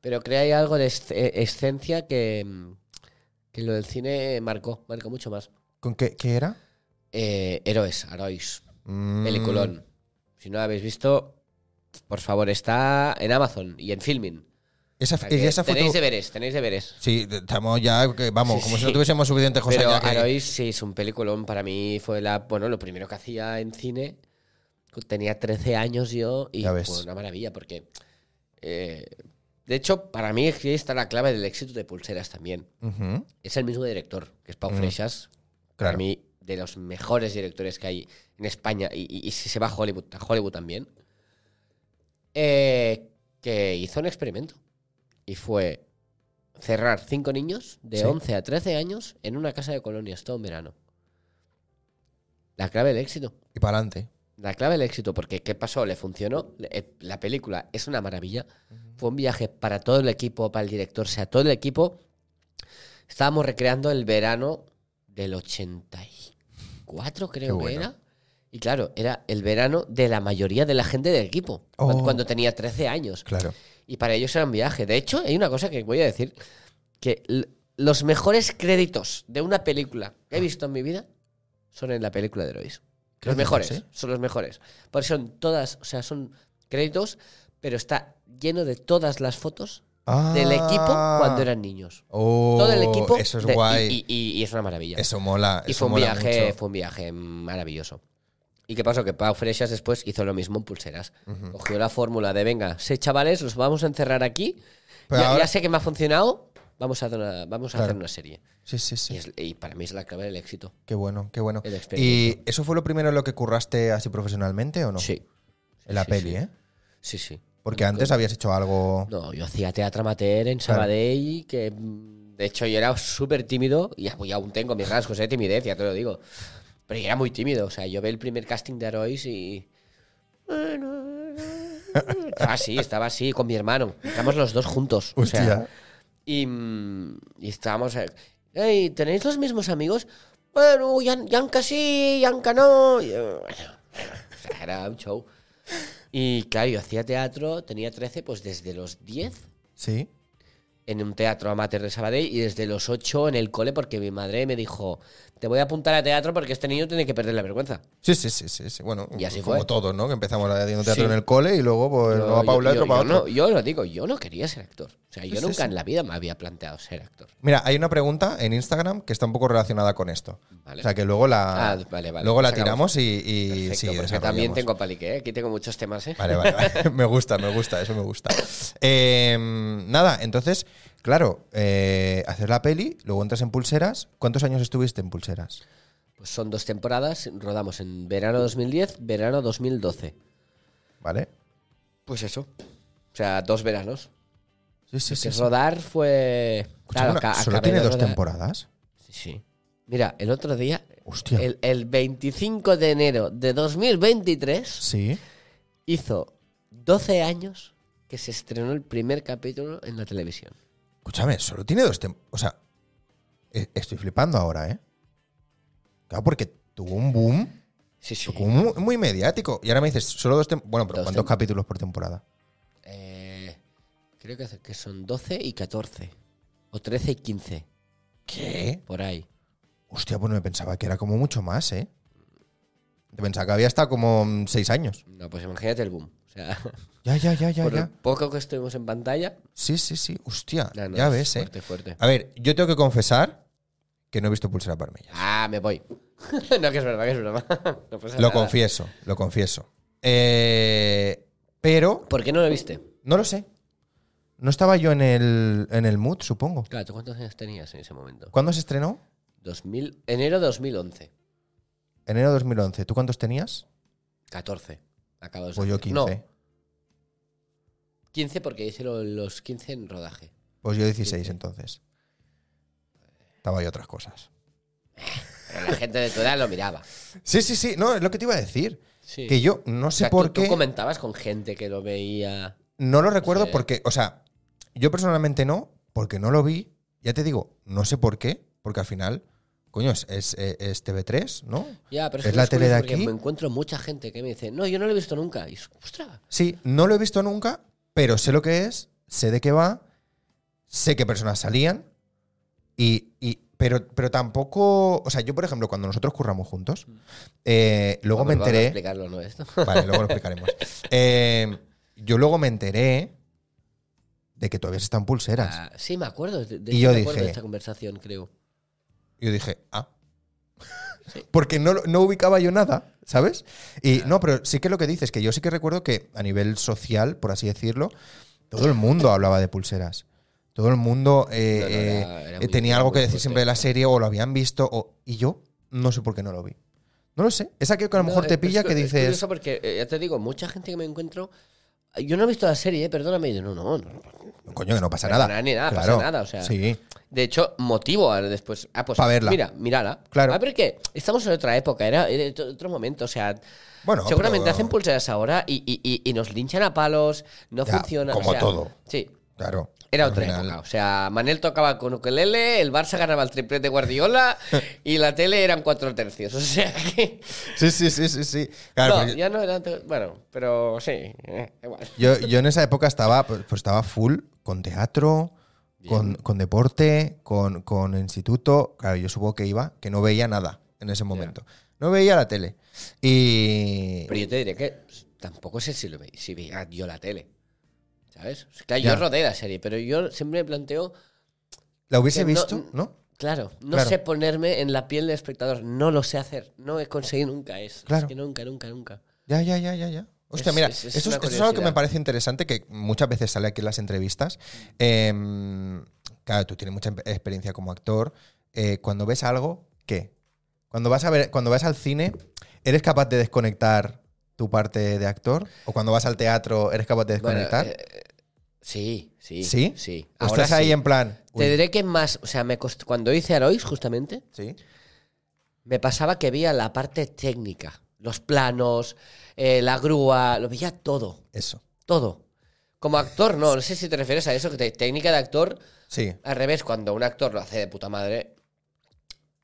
[SPEAKER 2] Pero creo que hay algo de esc- eh, escencia que, mm, que lo del cine marcó, marcó mucho más.
[SPEAKER 1] ¿Con qué, qué era?
[SPEAKER 2] Eh, Héroes, Arois,
[SPEAKER 1] Mm,
[SPEAKER 2] peliculón. Si no la habéis visto, por favor, está en Amazon y en Filmin.
[SPEAKER 1] Esa,
[SPEAKER 2] O sea
[SPEAKER 1] y
[SPEAKER 2] que
[SPEAKER 1] esa
[SPEAKER 2] tenéis
[SPEAKER 1] foto.
[SPEAKER 2] deberes, tenéis deberes.
[SPEAKER 1] Sí, estamos ya, que- vamos,
[SPEAKER 2] Sí,
[SPEAKER 1] como si
[SPEAKER 2] sí.
[SPEAKER 1] no tuviésemos suficientes cosas
[SPEAKER 2] Pero
[SPEAKER 1] ya que-
[SPEAKER 2] Arois sí es un peliculón. Para mí fue la, bueno, lo primero que hacía en cine. Tenía 13 años yo y
[SPEAKER 1] Ya ves.
[SPEAKER 2] fue una maravilla porque. eh, de hecho, para mí aquí está la clave del éxito de Pulseras también.
[SPEAKER 1] Ujú,
[SPEAKER 2] Es el mismo director, que es Pau
[SPEAKER 1] Mm,
[SPEAKER 2] Freixas. Para
[SPEAKER 1] claro.
[SPEAKER 2] mí, de los mejores directores que hay en España y, y- y si se va a Hollywood, a Hollywood también. eh, que hizo un experimento y fue cerrar cinco niños de
[SPEAKER 1] Sí.
[SPEAKER 2] 11 a 13 años en una casa de colonias todo un verano. La clave del éxito.
[SPEAKER 1] Y para adelante.
[SPEAKER 2] La clave del éxito, porque ¿qué pasó? Le funcionó. Le- eh, La película es una maravilla. Fue un viaje para todo el equipo, para el director, o sea, todo el equipo. Estábamos recreando el verano del 84, creo
[SPEAKER 1] bueno.
[SPEAKER 2] que era. Y claro, era el verano de la mayoría de la gente del equipo, cu-
[SPEAKER 1] Oh.
[SPEAKER 2] cuando tenía 13 años.
[SPEAKER 1] Claro.
[SPEAKER 2] Y para ellos era un viaje. De hecho, hay una cosa que voy a decir, que l- los mejores créditos de una película que he
[SPEAKER 1] Ah.
[SPEAKER 2] visto en mi vida son en la película de Herois. Los
[SPEAKER 1] Créditos,
[SPEAKER 2] mejores,
[SPEAKER 1] ¿eh?
[SPEAKER 2] son los mejores. Porque son todas, o sea, son créditos, pero está lleno de todas las fotos del equipo
[SPEAKER 1] Ah.
[SPEAKER 2] cuando eran niños.
[SPEAKER 1] Oh,
[SPEAKER 2] Todo el equipo.
[SPEAKER 1] Eso es
[SPEAKER 2] de- y-
[SPEAKER 1] guay.
[SPEAKER 2] Y, y- y es una maravilla.
[SPEAKER 1] eso mola.
[SPEAKER 2] y
[SPEAKER 1] eso
[SPEAKER 2] fue un,
[SPEAKER 1] mola
[SPEAKER 2] viaje,
[SPEAKER 1] mucho.
[SPEAKER 2] fue un viaje maravilloso. ¿Y qué pasó? Que Pau Freixas después hizo lo mismo en Pulseras. Cogió la fórmula de, venga, seis chavales, los vamos a encerrar aquí.
[SPEAKER 1] Pero
[SPEAKER 2] Ya, ya
[SPEAKER 1] ahora-
[SPEAKER 2] sé que me ha funcionado, vamos a, hacer una- vamos a
[SPEAKER 1] Claro.
[SPEAKER 2] hacer una serie.
[SPEAKER 1] Sí, sí,
[SPEAKER 2] Y,
[SPEAKER 1] sí.
[SPEAKER 2] es- y para mí es la clave del éxito.
[SPEAKER 1] Qué bueno, qué bueno.
[SPEAKER 2] El experimento.
[SPEAKER 1] ¿Y eso fue lo primero en lo que curraste así profesionalmente o no?
[SPEAKER 2] Sí,
[SPEAKER 1] En la
[SPEAKER 2] Sí,
[SPEAKER 1] peli,
[SPEAKER 2] sí.
[SPEAKER 1] ¿eh?
[SPEAKER 2] sí, sí.
[SPEAKER 1] Porque antes habías hecho algo.
[SPEAKER 2] No, yo hacía teatro amateur en
[SPEAKER 1] Claro.
[SPEAKER 2] Sabadell, que mm, de hecho yo era súper tímido y aún- y aún tengo mis rasgos de timidez, ya te lo digo. Pero yo era muy tímido, o sea, yo ve el primer casting de Arois y... Estaba así, estaba así con mi hermano. Estábamos los dos juntos. o sea,
[SPEAKER 1] Hostia.
[SPEAKER 2] y, mm, y estábamos... eh, "Ey, ¿Tenéis los mismos amigos? Bueno, Yan- Yanka sí, Yanka no. Y, eh, o sea, era un show. Y claro, yo hacía teatro, tenía 13, pues desde los 10
[SPEAKER 1] Sí.
[SPEAKER 2] en un teatro amateur de Sabadell y desde los 8 en el cole porque mi madre me dijo, te voy a apuntar a teatro porque este niño tiene que perder la vergüenza.
[SPEAKER 1] Sí, sí, sí, sí, sí. Bueno,
[SPEAKER 2] Y así
[SPEAKER 1] como
[SPEAKER 2] fue.
[SPEAKER 1] todos, ¿no? Que empezamos haciendo teatro
[SPEAKER 2] Sí.
[SPEAKER 1] en el cole y luego pues
[SPEAKER 2] Yo-
[SPEAKER 1] uno va para un lado y
[SPEAKER 2] yo-
[SPEAKER 1] otro para
[SPEAKER 2] yo
[SPEAKER 1] otro.
[SPEAKER 2] no- yo lo digo, yo no quería ser actor. O sea, yo
[SPEAKER 1] Sí, sí,
[SPEAKER 2] nunca
[SPEAKER 1] sí.
[SPEAKER 2] en la vida me había planteado ser actor.
[SPEAKER 1] Mira, hay una pregunta en Instagram que está un poco relacionada con esto.
[SPEAKER 2] Vale.
[SPEAKER 1] O sea que luego la,
[SPEAKER 2] Ah, vale, vale.
[SPEAKER 1] luego la
[SPEAKER 2] Sacamos.
[SPEAKER 1] tiramos y, y
[SPEAKER 2] Perfecto,
[SPEAKER 1] sí,
[SPEAKER 2] porque
[SPEAKER 1] desarrollamos.
[SPEAKER 2] también tengo palique, ¿eh? aquí tengo muchos temas. ¿eh?
[SPEAKER 1] Vale, vale, vale. Me gusta, me gusta, eso me gusta. Eh, nada, entonces, claro, eh, haces la peli, luego entras en pulseras. ¿Cuántos años estuviste en pulseras?
[SPEAKER 2] Pues son dos temporadas, rodamos en verano 2010, verano 2012.
[SPEAKER 1] ¿Vale?
[SPEAKER 2] Pues eso. O sea, dos veranos.
[SPEAKER 1] Sí, sí,
[SPEAKER 2] Que rodar fue...
[SPEAKER 1] Escucha, bueno,
[SPEAKER 2] aca-
[SPEAKER 1] ¿Solo
[SPEAKER 2] acabé
[SPEAKER 1] tiene
[SPEAKER 2] de
[SPEAKER 1] dos
[SPEAKER 2] rodar-
[SPEAKER 1] temporadas?
[SPEAKER 2] Sí, sí. Mira, el otro día,
[SPEAKER 1] Hostia.
[SPEAKER 2] el, el 25 de enero de 2023,
[SPEAKER 1] Sí.
[SPEAKER 2] hizo 12 años que se estrenó el primer capítulo en la televisión.
[SPEAKER 1] Escúchame, solo tiene dos temporadas. O sea, E- Estoy flipando ahora, ¿eh? Claro, porque tuvo un boom
[SPEAKER 2] Sí, sí.
[SPEAKER 1] tuvo un mu- muy, mediático. Y ahora me dices, solo dos temporadas. Bueno, pero
[SPEAKER 2] Dos
[SPEAKER 1] ¿cuántos
[SPEAKER 2] tem-
[SPEAKER 1] capítulos por temporada?
[SPEAKER 2] Eh, creo que, hace- que son 12 y 14. O 13 y 15.
[SPEAKER 1] ¿Qué?
[SPEAKER 2] Por ahí.
[SPEAKER 1] Hostia, pues me pensaba que era como mucho más, ¿eh? Yo pensaba que había hasta como mm, seis años.
[SPEAKER 2] No, pues imagínate el boom. O sea,
[SPEAKER 1] Ya, ya, ya, ya,
[SPEAKER 2] por
[SPEAKER 1] ya.
[SPEAKER 2] el poco que estuvimos en pantalla.
[SPEAKER 1] Sí, sí, sí. Hostia,
[SPEAKER 2] no, no,
[SPEAKER 1] ya
[SPEAKER 2] es
[SPEAKER 1] ves, ¿eh?
[SPEAKER 2] Fuerte, fuerte.
[SPEAKER 1] A ver, yo tengo que confesar que no he visto Pulsera Parmella.
[SPEAKER 2] Ah, me voy. no, que es verdad, que es verdad. No pasa
[SPEAKER 1] Lo
[SPEAKER 2] nada.
[SPEAKER 1] confieso, lo confieso. Eh, pero,
[SPEAKER 2] ¿Por qué no lo viste?
[SPEAKER 1] no lo sé. No estaba yo en el, en el mood, supongo.
[SPEAKER 2] Claro, ¿tú cuántos años tenías en ese momento?
[SPEAKER 1] ¿Cuándo se estrenó?
[SPEAKER 2] 2000, enero 2011.
[SPEAKER 1] Enero de 2011. ¿Tú cuántos tenías?
[SPEAKER 2] 14. Acabo de
[SPEAKER 1] Pues yo 15.
[SPEAKER 2] No, 15 porque hice lo- los 15 en rodaje.
[SPEAKER 1] Pues yo 16
[SPEAKER 2] 15.
[SPEAKER 1] entonces. Estaba yo otras cosas.
[SPEAKER 2] Pero la gente de tu edad lo miraba.
[SPEAKER 1] Sí, sí, sí. No, es lo que te iba a decir.
[SPEAKER 2] Sí.
[SPEAKER 1] Que yo no
[SPEAKER 2] O
[SPEAKER 1] sé
[SPEAKER 2] sea, tú-
[SPEAKER 1] por
[SPEAKER 2] tú
[SPEAKER 1] qué.
[SPEAKER 2] comentabas con gente que lo veía.
[SPEAKER 1] No lo recuerdo
[SPEAKER 2] sé.
[SPEAKER 1] porque, o sea, yo personalmente no, porque no lo vi. Ya te digo, no sé por qué, porque al final, coño, es, es, eh, es TV3, ¿no?
[SPEAKER 2] Ya, pero
[SPEAKER 1] ¿Es
[SPEAKER 2] que
[SPEAKER 1] la
[SPEAKER 2] es
[SPEAKER 1] tele de
[SPEAKER 2] curioso porque
[SPEAKER 1] aquí?
[SPEAKER 2] Me encuentro mucha gente que me dice, no, yo no lo he visto nunca. Y es, ostras,
[SPEAKER 1] Sí, no lo he visto nunca, pero sé lo que es, sé de qué va, sé qué personas salían, y, y- pero, pero tampoco. O sea, yo, por ejemplo, cuando nosotros curramos juntos,
[SPEAKER 2] Mm.
[SPEAKER 1] eh, luego me
[SPEAKER 2] vamos, vamos a
[SPEAKER 1] enteré.
[SPEAKER 2] explicarlo, ¿no? Esto.
[SPEAKER 1] Vale, luego lo explicaremos. Eh, yo luego me enteré de que todavía se están pulseras.
[SPEAKER 2] Ah, sí, me acuerdo. De, de
[SPEAKER 1] Y
[SPEAKER 2] hecho,
[SPEAKER 1] yo
[SPEAKER 2] me acuerdo
[SPEAKER 1] dije-
[SPEAKER 2] de esta conversación, creo.
[SPEAKER 1] Y yo dije, ah.
[SPEAKER 2] Sí.
[SPEAKER 1] Porque no, lo- no ubicaba yo nada, ¿sabes? Y no, pero sí que lo que dices, que yo sí que recuerdo que a nivel social, por así decirlo, todo el mundo hablaba de pulseras. Todo el mundo eh,
[SPEAKER 2] No, no,
[SPEAKER 1] eh,
[SPEAKER 2] era- era
[SPEAKER 1] eh,
[SPEAKER 2] muy-
[SPEAKER 1] tenía
[SPEAKER 2] era
[SPEAKER 1] algo
[SPEAKER 2] muy
[SPEAKER 1] que decir
[SPEAKER 2] fuerte
[SPEAKER 1] siempre de la
[SPEAKER 2] esto.
[SPEAKER 1] serie o lo habían visto o, y yo no sé por qué no lo vi. No lo sé. Es aquello que a lo mejor te pilla que
[SPEAKER 2] Es
[SPEAKER 1] dices...
[SPEAKER 2] curioso porque, eh, ya te digo, mucha gente que me encuentro. Yo no he visto la serie, eh, perdóname. Y yo, no, no, no.
[SPEAKER 1] Coño, que no pasa
[SPEAKER 2] Perdona,
[SPEAKER 1] nada.
[SPEAKER 2] ni nada, pasa
[SPEAKER 1] Claro.
[SPEAKER 2] nada, o sea.
[SPEAKER 1] Sí.
[SPEAKER 2] De hecho, motivo a- después. Ah, pues.
[SPEAKER 1] Pa' verla.
[SPEAKER 2] Mira, mírala.
[SPEAKER 1] Claro.
[SPEAKER 2] A ver qué. Estamos en otra época, era, era otro- otro momento, o sea.
[SPEAKER 1] Bueno,
[SPEAKER 2] seguramente
[SPEAKER 1] pero-
[SPEAKER 2] hacen pulseras ahora y, y- y- y nos linchan a palos, no
[SPEAKER 1] Ya,
[SPEAKER 2] funciona. o
[SPEAKER 1] como
[SPEAKER 2] sea,
[SPEAKER 1] todo.
[SPEAKER 2] Sí.
[SPEAKER 1] Claro.
[SPEAKER 2] Era
[SPEAKER 1] Al
[SPEAKER 2] otra
[SPEAKER 1] final-
[SPEAKER 2] época. O sea, Manel tocaba con ukelele, el Barça ganaba el triplete de Guardiola y la tele eran cuatro tercios. O sea que.
[SPEAKER 1] Sí, sí, sí, sí, sí. Claro,
[SPEAKER 2] no,
[SPEAKER 1] porque-
[SPEAKER 2] ya no era. Bueno, pero sí, eh, igual.
[SPEAKER 1] Yo, yo en esa época estaba, pues, pues estaba full con teatro, con, con deporte, con, con instituto. Claro, yo supongo que iba, que no veía nada en ese momento. No veía la tele. Y.
[SPEAKER 2] Pero yo te diré que pues, tampoco sé si, lo ve, si veía yo la tele. ¿Sabes? O sea, Claro,
[SPEAKER 1] Ya.
[SPEAKER 2] yo rodeé la serie, pero yo siempre me planteo.
[SPEAKER 1] ¿La hubiese
[SPEAKER 2] que no-
[SPEAKER 1] visto? ¿No?
[SPEAKER 2] Claro, no
[SPEAKER 1] Claro.
[SPEAKER 2] sé ponerme en la piel del espectador. No lo sé hacer. No he conseguido nunca eso.
[SPEAKER 1] Claro.
[SPEAKER 2] Es que nunca, nunca, nunca.
[SPEAKER 1] Ya, ya, ya, ya, ya. Hostia,
[SPEAKER 2] Es-
[SPEAKER 1] mira,
[SPEAKER 2] es- es
[SPEAKER 1] esto, es,
[SPEAKER 2] una
[SPEAKER 1] esto es algo que me
[SPEAKER 2] curiosidad.
[SPEAKER 1] parece interesante, que muchas veces sale aquí en las entrevistas. Eh, claro, tú tienes mucha em- experiencia como actor. Eh, cuando ves algo, ¿qué? Cuando vas a ver, cuando vas al cine, ¿eres capaz de desconectar tu parte de actor? ¿O cuando vas al teatro, eres capaz de
[SPEAKER 2] Bueno,
[SPEAKER 1] desconectar?
[SPEAKER 2] eh, eh, sí, sí.
[SPEAKER 1] ¿Sí?
[SPEAKER 2] Sí.
[SPEAKER 1] ¿O
[SPEAKER 2] Ahora
[SPEAKER 1] estás ahí
[SPEAKER 2] sí.
[SPEAKER 1] en plan. uy,
[SPEAKER 2] Te diré que más. O sea, me costó- cuando hice Alois, justamente,
[SPEAKER 1] Sí.
[SPEAKER 2] me pasaba que veía la parte técnica. Los planos, eh, la grúa, lo veía todo.
[SPEAKER 1] Eso.
[SPEAKER 2] Todo. Como actor, no, no sé si te refieres a eso, que te- técnica de actor,
[SPEAKER 1] Sí.
[SPEAKER 2] al revés, cuando un actor lo hace de puta madre,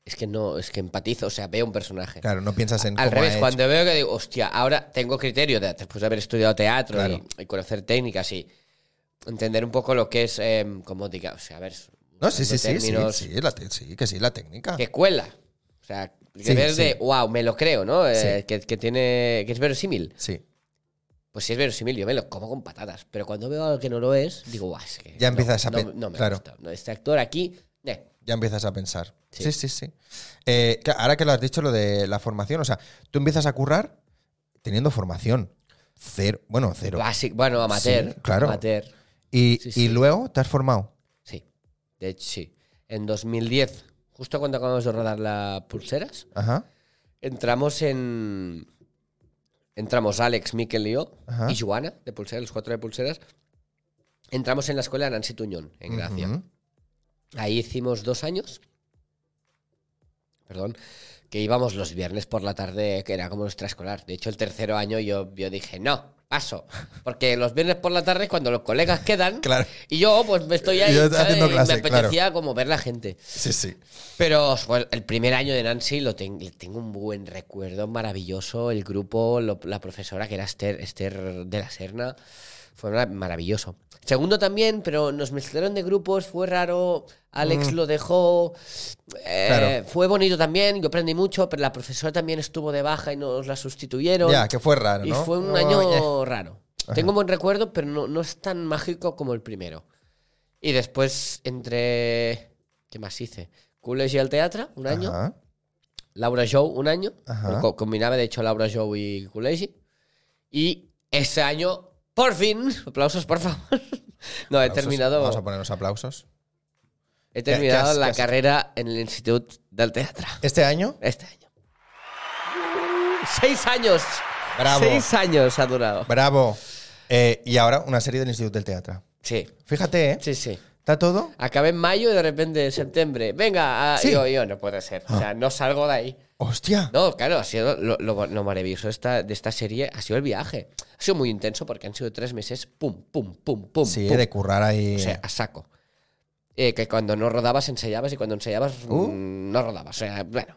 [SPEAKER 2] es que no, es que empatizo, o sea, veo un personaje.
[SPEAKER 1] Claro, no piensas en. cómo
[SPEAKER 2] al
[SPEAKER 1] ha
[SPEAKER 2] revés,
[SPEAKER 1] hecho.
[SPEAKER 2] cuando veo que digo, hostia, ahora tengo criterio de, después de haber estudiado teatro y-
[SPEAKER 1] Claro.
[SPEAKER 2] y, conocer técnicas y entender un poco lo que es, em, como diga, o sea, a ver,
[SPEAKER 1] No, sí, sí,
[SPEAKER 2] usando
[SPEAKER 1] sí, sí,
[SPEAKER 2] términos
[SPEAKER 1] sí, la te- sí, que sí, la técnica.
[SPEAKER 2] que cuela. O sea, que
[SPEAKER 1] Sí,
[SPEAKER 2] ves
[SPEAKER 1] sí.
[SPEAKER 2] de, wow, me lo creo, ¿no? Eh,
[SPEAKER 1] Sí.
[SPEAKER 2] que, que tiene, que es verosímil.
[SPEAKER 1] Sí.
[SPEAKER 2] Pues si es verosímil, yo me lo como con patatas. Pero cuando veo algo que no lo es, digo, guau, es que.
[SPEAKER 1] Ya
[SPEAKER 2] no,
[SPEAKER 1] empiezas a
[SPEAKER 2] no,
[SPEAKER 1] pe-
[SPEAKER 2] no me
[SPEAKER 1] claro.
[SPEAKER 2] gusta. No, este actor aquí. eh.
[SPEAKER 1] ya empiezas a pensar. Sí,
[SPEAKER 2] Sí.
[SPEAKER 1] sí, sí. Eh, cla- ahora que lo has dicho, lo de la formación, o sea, tú empiezas a currar teniendo formación. Cero, bueno, cero.
[SPEAKER 2] Basic, bueno, amateur.
[SPEAKER 1] Sí, claro.
[SPEAKER 2] Amateur.
[SPEAKER 1] Y,
[SPEAKER 2] sí,
[SPEAKER 1] y
[SPEAKER 2] sí.
[SPEAKER 1] luego te has formado.
[SPEAKER 2] Sí. De hecho, sí. En 2010, justo cuando acabamos de rodar las pulseras,
[SPEAKER 1] Ajá.
[SPEAKER 2] entramos en. Entramos Alex, Miquel y yo,
[SPEAKER 1] Ajá.
[SPEAKER 2] y Joana, de pulseras, los cuatro de pulseras. Entramos en la escuela Nancy Tuñón, en Gracia.
[SPEAKER 1] Ujú.
[SPEAKER 2] Ahí hicimos dos años. Perdón. Que íbamos los viernes por la tarde, que era como nuestra escolar. De hecho, el tercer año yo, yo dije, no, paso. Porque los viernes por la tarde es cuando los colegas quedan.
[SPEAKER 1] Claro.
[SPEAKER 2] Y yo, pues me estoy ahí.
[SPEAKER 1] Y yo
[SPEAKER 2] ¿sabes?
[SPEAKER 1] haciendo
[SPEAKER 2] Y
[SPEAKER 1] clase,
[SPEAKER 2] me apetecía como ver la gente.
[SPEAKER 1] Sí, sí.
[SPEAKER 2] Pero pues, el primer año de Nancy lo ten- le tengo un buen recuerdo, maravilloso. El grupo, lo- la profesora que era Esther, Esther de la Serna, fue mara- maravilloso. Segundo también, pero nos mezclaron de grupos, fue raro. Alex lo dejó. eh,
[SPEAKER 1] Mm. Claro.
[SPEAKER 2] Fue bonito también, yo aprendí mucho, pero la profesora también estuvo de baja y nos la sustituyeron.
[SPEAKER 1] Ya, que fue raro,
[SPEAKER 2] Y
[SPEAKER 1] ¿no?
[SPEAKER 2] fue un
[SPEAKER 1] No, eh.
[SPEAKER 2] año raro. Tengo buen recuerdo, pero no, no es tan mágico como el primero. Y después, entre. ¿Qué más hice? Coolidge y el teatro, un año.
[SPEAKER 1] Ajá.
[SPEAKER 2] Laura Show, un año.
[SPEAKER 1] Ajá.
[SPEAKER 2] Co- combinaba, de hecho, Laura Show y Coolidge. Y ese año, por fin, aplausos, por favor. No, he
[SPEAKER 1] Aplausos.
[SPEAKER 2] terminado,
[SPEAKER 1] Vamos a poner los aplausos.
[SPEAKER 2] he
[SPEAKER 1] ¿Qué- qué
[SPEAKER 2] terminado
[SPEAKER 1] has- qué
[SPEAKER 2] la
[SPEAKER 1] has-
[SPEAKER 2] carrera en el Instituto del Teatro.
[SPEAKER 1] Este año,
[SPEAKER 2] Este año. ¡Seis años!
[SPEAKER 1] Bravo.
[SPEAKER 2] ¡Seis años ha durado!
[SPEAKER 1] bravo. Eh, y ahora una serie del Instituto del Teatro.
[SPEAKER 2] Sí,
[SPEAKER 1] Fíjate, ¿eh?
[SPEAKER 2] sí, sí.
[SPEAKER 1] Está todo.
[SPEAKER 2] Acabé en mayo y de repente en septiembre. Venga, ah,
[SPEAKER 1] Sí. Ah.
[SPEAKER 2] yo, yo no puede ser. O sea, no salgo de ahí.
[SPEAKER 1] ¡Hostia!
[SPEAKER 2] No, claro, ha sido lo, lo- lo maravilloso de esta, de esta serie ha sido el viaje. Ha sido muy intenso porque han sido tres meses, pum, pum, pum, pum.
[SPEAKER 1] sí,
[SPEAKER 2] pum.
[SPEAKER 1] de currar ahí.
[SPEAKER 2] O sea, a saco. Eh, que cuando no rodabas ensayabas y cuando ensayabas
[SPEAKER 1] Uh.
[SPEAKER 2] mm, no rodabas. O sea, bueno.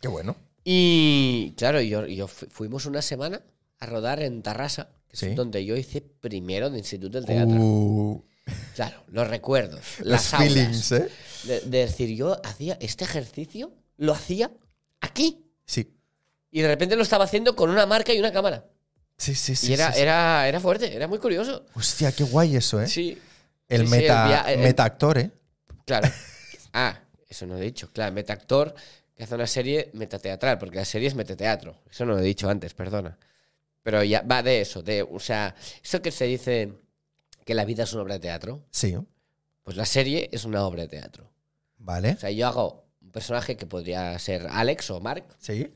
[SPEAKER 1] Qué bueno.
[SPEAKER 2] Y claro, yo, yo fu- fuimos una semana a rodar en Tarrasa, que
[SPEAKER 1] Sí.
[SPEAKER 2] es donde yo hice primero de Instituto del Teatro.
[SPEAKER 1] Uh,
[SPEAKER 2] Claro, los recuerdos,
[SPEAKER 1] los
[SPEAKER 2] las aulas.
[SPEAKER 1] feelings, ¿eh?
[SPEAKER 2] De, de decir, yo hacía este ejercicio, lo hacía aquí.
[SPEAKER 1] Sí.
[SPEAKER 2] Y de repente lo estaba haciendo con una marca y una cámara.
[SPEAKER 1] Sí, sí, sí.
[SPEAKER 2] y era,
[SPEAKER 1] sí, sí.
[SPEAKER 2] Era, era fuerte, era muy curioso.
[SPEAKER 1] Hostia, qué guay eso, ¿eh?
[SPEAKER 2] Sí,
[SPEAKER 1] el
[SPEAKER 2] sí, sí, el
[SPEAKER 1] meta,
[SPEAKER 2] via- el-
[SPEAKER 1] meta actor, ¿eh?
[SPEAKER 2] claro. ah, eso no lo he dicho. Claro, metaactor que hace una serie metateatral, porque la serie es metateatro. Eso no lo he dicho antes, perdona. Pero ya va de eso, de, o sea, eso que se dice que la vida es una obra de teatro,
[SPEAKER 1] Sí.
[SPEAKER 2] pues la serie es una obra de teatro.
[SPEAKER 1] Vale.
[SPEAKER 2] O sea, yo hago un personaje que podría ser Alex o Mark,
[SPEAKER 1] Sí.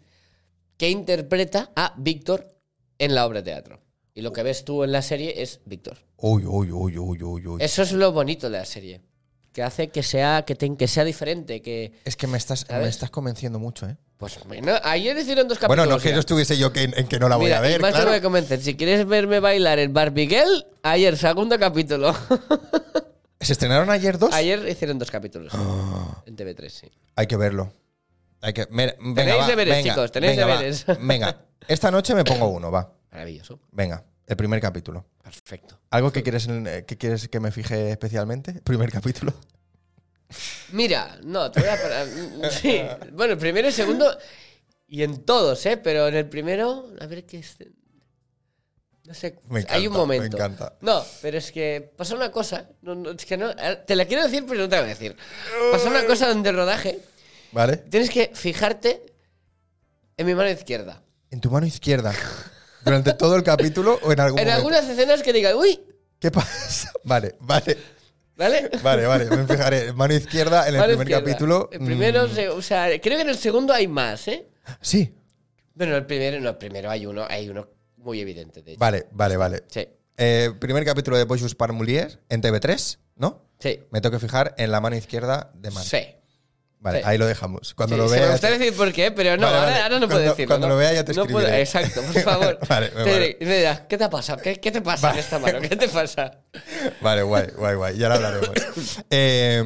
[SPEAKER 2] que interpreta a Víctor en la obra de teatro. Y lo que ves tú en la serie es Víctor.
[SPEAKER 1] Uy, uy, uy, uy, uy, uy. Es,
[SPEAKER 2] Eso es lo bonito de la serie. Que hace que sea, que te- que sea diferente, que...
[SPEAKER 1] que me estás, me
[SPEAKER 2] ¿Sabes?
[SPEAKER 1] estás convenciendo mucho, ¿eh?
[SPEAKER 2] Pues bueno, ayer hicieron dos capítulos.
[SPEAKER 1] Bueno, no que
[SPEAKER 2] mira.
[SPEAKER 1] yo estuviese yo que, en que no la voy
[SPEAKER 2] Mira,
[SPEAKER 1] a
[SPEAKER 2] y
[SPEAKER 1] ver,
[SPEAKER 2] más te
[SPEAKER 1] claro.
[SPEAKER 2] voy a convencer. Si quieres verme bailar en Bar Miguel, ayer, segundo capítulo.
[SPEAKER 1] ¿Se estrenaron ayer dos?
[SPEAKER 2] ayer hicieron dos capítulos.
[SPEAKER 1] Ah.
[SPEAKER 2] en TV3, sí.
[SPEAKER 1] Hay que verlo. Hay que, mira, venga,
[SPEAKER 2] Tenéis
[SPEAKER 1] va,
[SPEAKER 2] deberes,
[SPEAKER 1] venga,
[SPEAKER 2] chicos, tenéis
[SPEAKER 1] venga, va,
[SPEAKER 2] deberes.
[SPEAKER 1] venga, esta noche me pongo uno, va.
[SPEAKER 2] Maravilloso.
[SPEAKER 1] Venga, el primer capítulo.
[SPEAKER 2] Perfecto.
[SPEAKER 1] ¿Algo que quieres, eh, que quieres que me fije especialmente? Primer capítulo.
[SPEAKER 2] Mira, no, te voy a parar. Sí. Bueno, el primero y segundo. Y en todos, ¿eh? Pero en el primero, a ver qué es. No sé.
[SPEAKER 1] Me encanta,
[SPEAKER 2] hay un momento.
[SPEAKER 1] me encanta.
[SPEAKER 2] No, pero es que pasa una cosa. no, no, es que no, eh, te la quiero decir, pero no te la voy a decir. Pasa una cosa donde el rodaje.
[SPEAKER 1] ¿Vale?
[SPEAKER 2] Tienes que fijarte en mi mano izquierda.
[SPEAKER 1] En tu mano izquierda. Durante todo el capítulo o en algún
[SPEAKER 2] En
[SPEAKER 1] momento.
[SPEAKER 2] algunas escenas que diga, uy,
[SPEAKER 1] ¿Qué pasa? Vale, vale.
[SPEAKER 2] ¿vale?
[SPEAKER 1] Vale, vale. Me fijaré. Mano izquierda en el
[SPEAKER 2] Mano
[SPEAKER 1] primer
[SPEAKER 2] izquierda.
[SPEAKER 1] capítulo.
[SPEAKER 2] El primero,
[SPEAKER 1] mm,
[SPEAKER 2] se- o sea, creo que en el segundo hay más, ¿eh?
[SPEAKER 1] Sí.
[SPEAKER 2] Bueno, el primero, no, el primero hay uno, hay uno muy evidente, de hecho.
[SPEAKER 1] Vale, vale, vale.
[SPEAKER 2] Sí,
[SPEAKER 1] Eh, primer capítulo de Boyus Parmulier en TV3, ¿no?
[SPEAKER 2] sí.
[SPEAKER 1] Me tengo que fijar en la mano izquierda de Mar.
[SPEAKER 2] Sí.
[SPEAKER 1] Vale,
[SPEAKER 2] sí.
[SPEAKER 1] ahí lo dejamos. Cuando
[SPEAKER 2] Sí,
[SPEAKER 1] lo
[SPEAKER 2] se me
[SPEAKER 1] vea.
[SPEAKER 2] gustaría decir por qué, pero no,
[SPEAKER 1] Vale,
[SPEAKER 2] ahora,
[SPEAKER 1] vale.
[SPEAKER 2] ahora no puedo
[SPEAKER 1] Cuando-
[SPEAKER 2] decirlo.
[SPEAKER 1] cuando
[SPEAKER 2] ¿no?
[SPEAKER 1] lo vea ya te
[SPEAKER 2] No puedo-
[SPEAKER 1] escribiré.
[SPEAKER 2] exacto, por favor.
[SPEAKER 1] Vale,
[SPEAKER 2] Te
[SPEAKER 1] vale.
[SPEAKER 2] diré- me dirás, ¿qué te ha pasado? ¿Qué, qué te pasa en esta mano? ¿Qué te pasa?
[SPEAKER 1] Vale, guay, guay, guay. Ya lo hablaremos. Eh,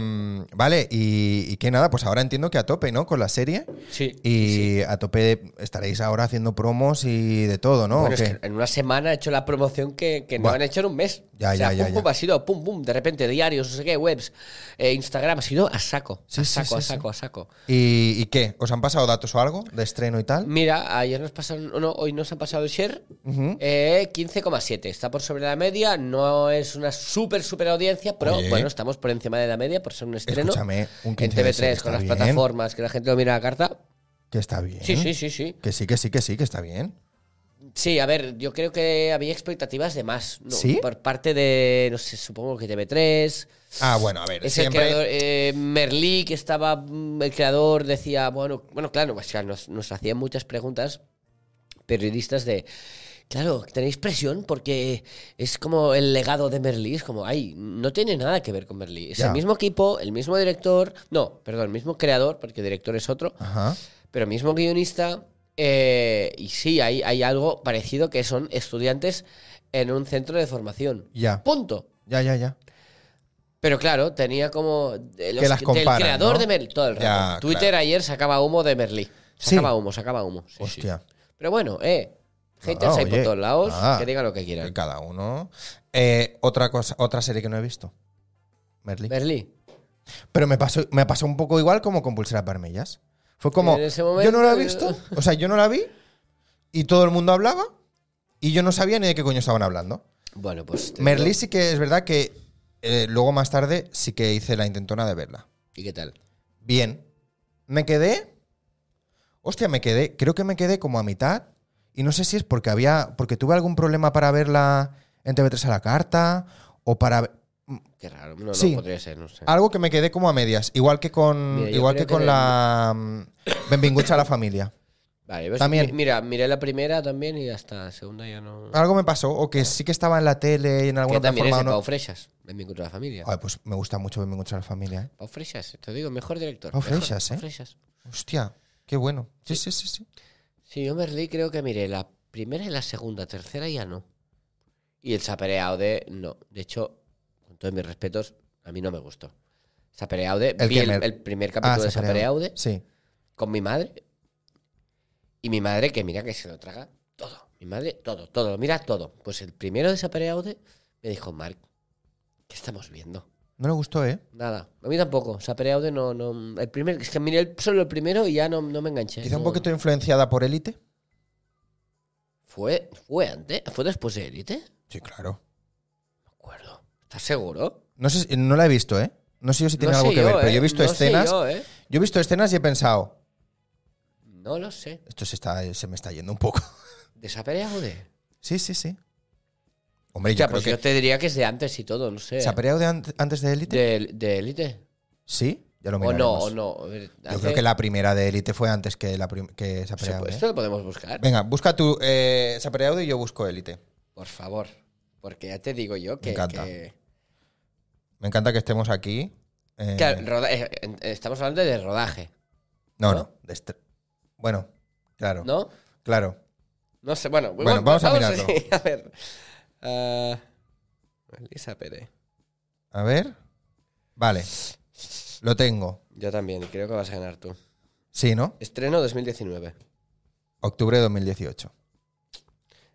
[SPEAKER 1] vale, y, y que nada, pues ahora entiendo que a tope, ¿no? Con la serie.
[SPEAKER 2] Sí.
[SPEAKER 1] Y a tope estaréis ahora haciendo promos y de todo, ¿no?
[SPEAKER 2] Bueno,
[SPEAKER 1] ¿O
[SPEAKER 2] es
[SPEAKER 1] qué?
[SPEAKER 2] que en una semana he hecho la promoción que, que no
[SPEAKER 1] Buah.
[SPEAKER 2] han hecho en un mes.
[SPEAKER 1] Ya,
[SPEAKER 2] o sea,
[SPEAKER 1] ya, ya,
[SPEAKER 2] pum,
[SPEAKER 1] ya.
[SPEAKER 2] pum, ha sido pum, pum, de repente diarios, no sé qué, webs, eh, Instagram, ha sido a saco,
[SPEAKER 1] Sí,
[SPEAKER 2] a
[SPEAKER 1] sí,
[SPEAKER 2] saco,
[SPEAKER 1] sí,
[SPEAKER 2] a
[SPEAKER 1] sí.
[SPEAKER 2] saco, a saco.
[SPEAKER 1] ¿Y, y qué? ¿Os han pasado datos o algo de estreno y tal?
[SPEAKER 2] Mira, ayer nos pasaron, o no, hoy nos han pasado el share,
[SPEAKER 1] Ujú.
[SPEAKER 2] eh, 15,7, está por sobre la media, no es una súper, súper audiencia, pero
[SPEAKER 1] Oye.
[SPEAKER 2] bueno, estamos por encima de la media por ser un estreno.
[SPEAKER 1] Escúchame, un
[SPEAKER 2] en
[SPEAKER 1] 15 de serie
[SPEAKER 2] TV3,
[SPEAKER 1] está
[SPEAKER 2] con las
[SPEAKER 1] bien.
[SPEAKER 2] plataformas, que la gente lo mira a la carta.
[SPEAKER 1] Que está bien.
[SPEAKER 2] Sí, sí, sí, sí.
[SPEAKER 1] Que sí, que sí, que sí, que está bien.
[SPEAKER 2] Sí, a ver, yo creo que había expectativas de más. ¿no?
[SPEAKER 1] ¿Sí?
[SPEAKER 2] Por parte de, no sé, supongo que TV3.
[SPEAKER 1] Ah, bueno, a ver,
[SPEAKER 2] Es el creador,
[SPEAKER 1] siempre.
[SPEAKER 2] eh, Merlí, que estaba, mm, el creador, decía, bueno, bueno, claro, o sea, nos, nos hacían muchas preguntas periodistas de, claro, tenéis presión porque es como el legado de Merlí, es como, ay, no tiene nada que ver con Merlí. Es
[SPEAKER 1] Ya.
[SPEAKER 2] el mismo equipo, el mismo director, no, perdón, el mismo creador, porque el director es otro,
[SPEAKER 1] Ajá.
[SPEAKER 2] pero mismo guionista, Eh, y sí, hay, hay algo parecido que son estudiantes en un centro de formación.
[SPEAKER 1] Ya.
[SPEAKER 2] Punto.
[SPEAKER 1] Ya, ya, ya.
[SPEAKER 2] Pero claro, tenía como. de los-
[SPEAKER 1] Que las comparan,
[SPEAKER 2] Del creador
[SPEAKER 1] ¿no?
[SPEAKER 2] de Merlí. Todo el rato.
[SPEAKER 1] Ya,
[SPEAKER 2] Twitter
[SPEAKER 1] claro.
[SPEAKER 2] ayer sacaba humo de Merlí.
[SPEAKER 1] Sí.
[SPEAKER 2] Sacaba humo, sacaba humo. Sí, sí.
[SPEAKER 1] Hostia.
[SPEAKER 2] Pero bueno, eh. Haters
[SPEAKER 1] Ah,
[SPEAKER 2] hay por
[SPEAKER 1] oye.
[SPEAKER 2] todos lados.
[SPEAKER 1] Ah.
[SPEAKER 2] que digan lo que quieran.
[SPEAKER 1] Cada uno. Eh, otra cosa, otra serie que no he visto. Merlí.
[SPEAKER 2] Merlí.
[SPEAKER 1] Pero me pasó, me pasó un poco igual como con pulseras vermellas. Fue como,
[SPEAKER 2] En ese
[SPEAKER 1] yo no la he
[SPEAKER 2] momento, eh.
[SPEAKER 1] visto, o sea, yo no la vi y todo el mundo hablaba y yo no sabía ni de qué coño estaban hablando.
[SPEAKER 2] Bueno, pues. te
[SPEAKER 1] Merlí
[SPEAKER 2] digo-
[SPEAKER 1] sí que es verdad que eh, luego más tarde sí que hice la intentona de verla.
[SPEAKER 2] ¿Y qué tal?
[SPEAKER 1] Bien. Me quedé. Hostia, me quedé. Creo que me quedé como a mitad. Y no sé si es porque había. Porque tuve algún problema para verla en TV3 a la carta. O para.
[SPEAKER 2] Qué raro. No,
[SPEAKER 1] Sí. Ah,
[SPEAKER 2] no podría ser, no sé.
[SPEAKER 1] Algo que me quedé como a medias. Igual que con.
[SPEAKER 2] Mira, yo
[SPEAKER 1] igual que
[SPEAKER 2] creo que
[SPEAKER 1] con
[SPEAKER 2] del-
[SPEAKER 1] la. mm, Benvinguts a la familia.
[SPEAKER 2] Vale, ¿ves?
[SPEAKER 1] También. Ah,
[SPEAKER 2] Mi- Mira, miré la primera también y hasta la segunda ya no.
[SPEAKER 1] Algo me pasó. O que sí que estaba en la tele y en
[SPEAKER 2] que
[SPEAKER 1] alguna
[SPEAKER 2] también es
[SPEAKER 1] plataforma.
[SPEAKER 2] de Pau
[SPEAKER 1] No.
[SPEAKER 2] Freixas. En mi cultura de la familia.
[SPEAKER 1] Ay, pues me gusta mucho Benvinguts a la familia. ¿eh?
[SPEAKER 2] Pau Freixas, te digo, mejor director.
[SPEAKER 1] Pau
[SPEAKER 2] mejor,
[SPEAKER 1] Freixas,
[SPEAKER 2] Pau
[SPEAKER 1] ¿eh?
[SPEAKER 2] Freixas.
[SPEAKER 1] Hostia, qué bueno. Sí, sí, sí, sí.
[SPEAKER 2] Sí, yo Merlí creo que miré la primera y la segunda, tercera ya no. Y el sapereado de no. De hecho, con todos mis respetos, a mí no me gustó. Sapereado de.
[SPEAKER 1] ¿El
[SPEAKER 2] vi
[SPEAKER 1] qué,
[SPEAKER 2] el,
[SPEAKER 1] Mer?
[SPEAKER 2] el primer
[SPEAKER 1] Ah,
[SPEAKER 2] capítulo de sapereado de
[SPEAKER 1] Sí.
[SPEAKER 2] con mi madre. Y mi madre, que mira que se lo traga todo. Mi madre, todo, todo, lo mira todo. Pues el primero de sapereado de me dijo, Mark, ¿qué estamos viendo?
[SPEAKER 1] No le gustó, ¿eh?
[SPEAKER 2] Nada, a mí tampoco. Sapereado de no, no. El primer, es que miré el- solo el primero y ya no, no me enganché.
[SPEAKER 1] Quizá un
[SPEAKER 2] No.
[SPEAKER 1] poquito influenciada por élite.
[SPEAKER 2] ¿Fue, ¿Fue antes? ¿Fue después de Elite? No
[SPEAKER 1] Sí, claro.
[SPEAKER 2] acuerdo. ¿Estás seguro?
[SPEAKER 1] No, sé si- no la he visto, ¿eh? No sé yo si tiene
[SPEAKER 2] No
[SPEAKER 1] algo
[SPEAKER 2] sé
[SPEAKER 1] que
[SPEAKER 2] yo,
[SPEAKER 1] ver, pero
[SPEAKER 2] ¿eh?
[SPEAKER 1] yo he visto
[SPEAKER 2] No sé
[SPEAKER 1] escenas. Yo.
[SPEAKER 2] yo, ¿eh?
[SPEAKER 1] he visto escenas y he pensado,
[SPEAKER 2] No lo sé.
[SPEAKER 1] esto se, está, se me está yendo un poco.
[SPEAKER 2] ¿Desapareado de?
[SPEAKER 1] Sí, sí, sí. Hombre,
[SPEAKER 2] O sea,
[SPEAKER 1] yo
[SPEAKER 2] pues
[SPEAKER 1] Eh, creo
[SPEAKER 2] yo te diría que es de antes y todo, no sé.
[SPEAKER 1] que. ¿Se ha peleado de ant- antes de élite?
[SPEAKER 2] ¿De, de Elite?
[SPEAKER 1] Sí, ya lo
[SPEAKER 2] O no,
[SPEAKER 1] miraremos.
[SPEAKER 2] o no. A ver,
[SPEAKER 1] Yo
[SPEAKER 2] hace-
[SPEAKER 1] creo que la primera de élite fue antes que, la prim- que se ha
[SPEAKER 2] Se-
[SPEAKER 1] peleado,
[SPEAKER 2] pues
[SPEAKER 1] ¿eh?
[SPEAKER 2] Esto lo podemos buscar,
[SPEAKER 1] Venga, busca tú eh, se ha peleado y yo busco élite.
[SPEAKER 2] por favor. Porque ya te digo yo que...
[SPEAKER 1] encanta.
[SPEAKER 2] que-
[SPEAKER 1] Me encanta que estemos aquí. eh,
[SPEAKER 2] Claro, roda- eh, eh, estamos hablando de rodaje,
[SPEAKER 1] no,
[SPEAKER 2] ¿no?
[SPEAKER 1] no. de estre- Bueno, claro.
[SPEAKER 2] ¿no?
[SPEAKER 1] Claro.
[SPEAKER 2] No sé, bueno.
[SPEAKER 1] Bueno, vamos a mirarlo.
[SPEAKER 2] sí, a ver. Ah, Elisa Pérez.
[SPEAKER 1] A ver. Vale. Lo tengo.
[SPEAKER 2] Yo también, creo que vas a ganar tú.
[SPEAKER 1] Sí, ¿no?
[SPEAKER 2] Estreno 2019.
[SPEAKER 1] Octubre de 2018.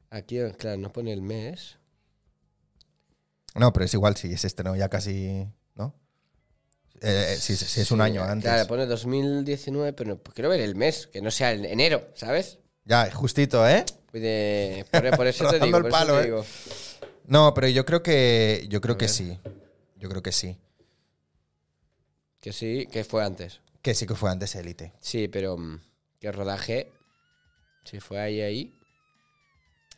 [SPEAKER 2] Aquí, claro, no pone el mes.
[SPEAKER 1] No, pero es igual si es este, ¿no? Ya casi, ¿no? Eh, eh, si, si es un
[SPEAKER 2] Sí,
[SPEAKER 1] año antes.
[SPEAKER 2] Claro, pues pone 2019, pero no- quiero ver el mes, que no sea en enero, ¿sabes?
[SPEAKER 1] Ya, justito, ¿eh?
[SPEAKER 2] Voy de- por, por eso te
[SPEAKER 1] Rodando
[SPEAKER 2] digo.
[SPEAKER 1] el
[SPEAKER 2] por eso
[SPEAKER 1] palo,
[SPEAKER 2] te
[SPEAKER 1] ¿eh?
[SPEAKER 2] digo.
[SPEAKER 1] No, pero yo creo que yo creo
[SPEAKER 2] A
[SPEAKER 1] que
[SPEAKER 2] ver.
[SPEAKER 1] sí. Yo creo que sí.
[SPEAKER 2] Que sí, que fue antes.
[SPEAKER 1] Que sí que fue antes Élite.
[SPEAKER 2] Sí, pero mm, que rodaje. Si fue ahí, ahí.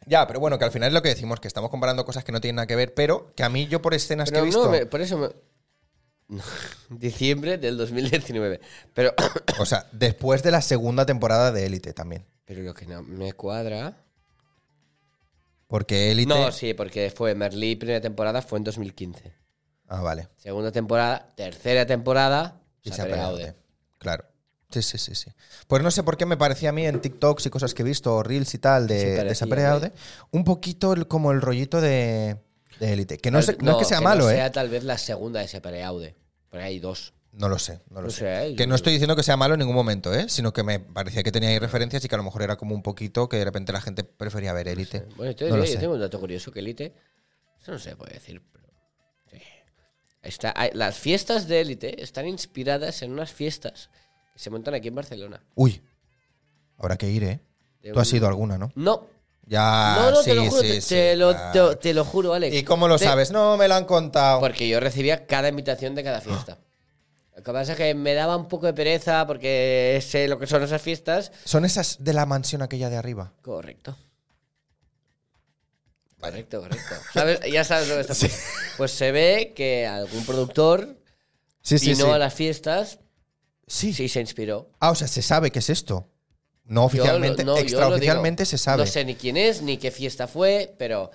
[SPEAKER 1] Ya, pero bueno, que al final es lo que decimos, que estamos comparando cosas que no tienen nada que ver, pero que a mí yo por escenas que
[SPEAKER 2] Pero
[SPEAKER 1] he visto,
[SPEAKER 2] no, me- por eso. me- Diciembre del 2019. Pero,
[SPEAKER 1] o sea, después de la segunda temporada de Élite también,
[SPEAKER 2] pero lo que no me cuadra.
[SPEAKER 1] porque Élite
[SPEAKER 2] No, sí, porque fue Merlí, primera temporada fue en 2015.
[SPEAKER 1] Ah, vale.
[SPEAKER 2] Segunda temporada, tercera temporada.
[SPEAKER 1] Y se ha
[SPEAKER 2] Saper
[SPEAKER 1] pegado,
[SPEAKER 2] Aude.
[SPEAKER 1] ¿eh? Claro. Sí, sí, sí, sí. Pues no sé por qué me parecía a mí en TikToks y cosas que he visto, o Reels y tal,
[SPEAKER 2] Sí,
[SPEAKER 1] de, de
[SPEAKER 2] parecía,
[SPEAKER 1] Sapere
[SPEAKER 2] ¿eh?
[SPEAKER 1] Aude, un poquito el- como el rollito de de Elite. Que no,
[SPEAKER 2] Tal-
[SPEAKER 1] sé- no es que sea malo,
[SPEAKER 2] no
[SPEAKER 1] ¿eh?
[SPEAKER 2] sea tal vez la segunda de Separeaude. Por ahí hay dos.
[SPEAKER 1] No lo sé, no lo
[SPEAKER 2] No
[SPEAKER 1] sé.
[SPEAKER 2] sé, ¿eh?
[SPEAKER 1] Que no estoy diciendo que sea malo en ningún momento, ¿eh? Sino que me parecía que tenía ahí referencias y que a lo mejor era como un poquito que de repente la gente prefería ver Elite.
[SPEAKER 2] Bueno, entonces,
[SPEAKER 1] No lo
[SPEAKER 2] yo
[SPEAKER 1] sé.
[SPEAKER 2] tengo un dato curioso que Elite. Eso no se puede decir, pero. sí. Está, hay- las fiestas de Elite están inspiradas en unas fiestas que se montan aquí en Barcelona.
[SPEAKER 1] Uy, habrá que ir, ¿eh?
[SPEAKER 2] De
[SPEAKER 1] Tú has
[SPEAKER 2] un-
[SPEAKER 1] ido a alguna, ¿no?
[SPEAKER 2] No.
[SPEAKER 1] Ya,
[SPEAKER 2] no, no,
[SPEAKER 1] sí,
[SPEAKER 2] te lo juro,
[SPEAKER 1] sí,
[SPEAKER 2] te,
[SPEAKER 1] sí,
[SPEAKER 2] te lo,
[SPEAKER 1] claro.
[SPEAKER 2] te, te lo juro, Alex.
[SPEAKER 1] ¿Y cómo lo
[SPEAKER 2] Te-
[SPEAKER 1] sabes? No, me lo han contado.
[SPEAKER 2] Porque yo recibía cada invitación de cada fiesta. Lo que pasa es que me daba un poco de pereza porque sé lo que son esas fiestas.
[SPEAKER 1] Son esas de la mansión aquella de arriba.
[SPEAKER 2] Correcto.
[SPEAKER 1] Vale.
[SPEAKER 2] Correcto, correcto. ¿Sabes? Ya sabes lo que está pues, pues se ve que algún productor
[SPEAKER 1] Sí, sí,
[SPEAKER 2] vino
[SPEAKER 1] sí.
[SPEAKER 2] a las fiestas
[SPEAKER 1] Sí.
[SPEAKER 2] y sí se inspiró.
[SPEAKER 1] Ah, o sea, se sabe que es esto. No
[SPEAKER 2] Yo lo-
[SPEAKER 1] oficialmente,
[SPEAKER 2] no, yo lo digo.
[SPEAKER 1] extraoficialmente se sabe.
[SPEAKER 2] No sé ni quién es, ni qué fiesta fue, pero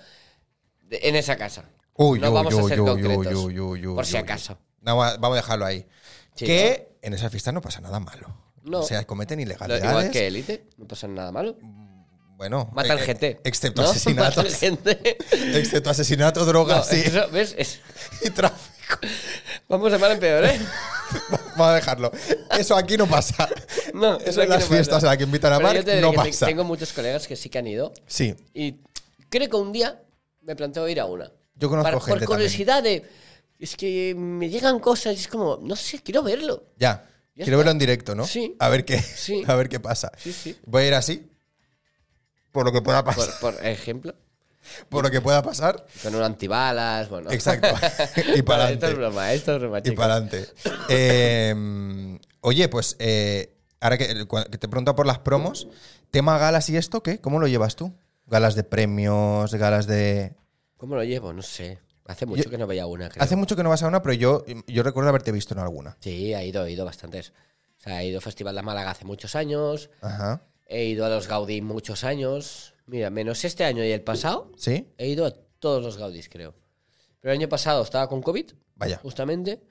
[SPEAKER 2] de- en esa casa.
[SPEAKER 1] Uy,
[SPEAKER 2] no
[SPEAKER 1] uy,
[SPEAKER 2] vamos a
[SPEAKER 1] uy,
[SPEAKER 2] ser
[SPEAKER 1] uy,
[SPEAKER 2] concretos.
[SPEAKER 1] uy, uy, uy,
[SPEAKER 2] por si
[SPEAKER 1] uy.
[SPEAKER 2] acaso.
[SPEAKER 1] Nada más, Vamos a dejarlo ahí.
[SPEAKER 2] Sí,
[SPEAKER 1] que en esas fiestas no pasa nada malo.
[SPEAKER 2] No.
[SPEAKER 1] O sea, cometen
[SPEAKER 2] Lo-
[SPEAKER 1] ilegalidades.
[SPEAKER 2] igual que Elite, no pasa nada malo.
[SPEAKER 1] Bueno.
[SPEAKER 2] Matan
[SPEAKER 1] eh,
[SPEAKER 2] gente.
[SPEAKER 1] Excepto
[SPEAKER 2] ¿no? Matan
[SPEAKER 1] asesinatos.
[SPEAKER 2] gente.
[SPEAKER 1] excepto asesinato,
[SPEAKER 2] No,
[SPEAKER 1] drogas y-
[SPEAKER 2] eso, ¿ves? Es-
[SPEAKER 1] y tráfico.
[SPEAKER 2] vamos de mal en peor, ¿eh?
[SPEAKER 1] Vamos a dejarlo. Eso aquí no pasa.
[SPEAKER 2] No,
[SPEAKER 1] Eso
[SPEAKER 2] eso
[SPEAKER 1] en
[SPEAKER 2] aquí
[SPEAKER 1] las
[SPEAKER 2] no pasa.
[SPEAKER 1] fiestas a las que invitan a
[SPEAKER 2] Pero
[SPEAKER 1] Mark
[SPEAKER 2] yo te diré
[SPEAKER 1] no
[SPEAKER 2] que te-
[SPEAKER 1] pasa.
[SPEAKER 2] Tengo muchos colegas que sí que han ido
[SPEAKER 1] Sí.
[SPEAKER 2] y creo que un día me planteo ir a una.
[SPEAKER 1] Yo conozco
[SPEAKER 2] Para-
[SPEAKER 1] gente
[SPEAKER 2] Por curiosidad de... Es que me llegan cosas y es como, no sé, quiero verlo.
[SPEAKER 1] Ya.
[SPEAKER 2] Ya
[SPEAKER 1] Quiero
[SPEAKER 2] está.
[SPEAKER 1] verlo en directo, ¿no?
[SPEAKER 2] Sí.
[SPEAKER 1] A ver qué,
[SPEAKER 2] Sí.
[SPEAKER 1] a ver qué pasa.
[SPEAKER 2] Sí, sí.
[SPEAKER 1] Voy a ir así. Por lo que pueda pasar.
[SPEAKER 2] Por, por ejemplo,
[SPEAKER 1] Por, lo que pueda pasar.
[SPEAKER 2] con un antibalas, bueno.
[SPEAKER 1] Exacto. y para
[SPEAKER 2] Vale, Esto
[SPEAKER 1] adelante.
[SPEAKER 2] es broma, esto es broma,
[SPEAKER 1] Y
[SPEAKER 2] chicos.
[SPEAKER 1] para adelante. Eh, oye, pues eh, ahora que, cua- que te pregunto por las promos, tema galas y esto, ¿qué? ¿Cómo lo llevas tú? Galas de premios, galas de.
[SPEAKER 2] ¿Cómo lo llevo? No sé. Hace mucho
[SPEAKER 1] Yo-
[SPEAKER 2] que no veía una, creo.
[SPEAKER 1] Hace mucho que no vas a una, pero yo, yo recuerdo haberte visto en alguna.
[SPEAKER 2] Sí, he ido, he ido bastantes. O sea, he ido a Festival de Málaga hace muchos años,
[SPEAKER 1] Ajá.
[SPEAKER 2] he ido a los Gaudí muchos años. Mira, menos este año y el pasado,
[SPEAKER 1] ¿Sí?
[SPEAKER 2] he ido a todos los Gaudís, creo. Pero el año pasado estaba con COVID,
[SPEAKER 1] Vaya.
[SPEAKER 2] justamente,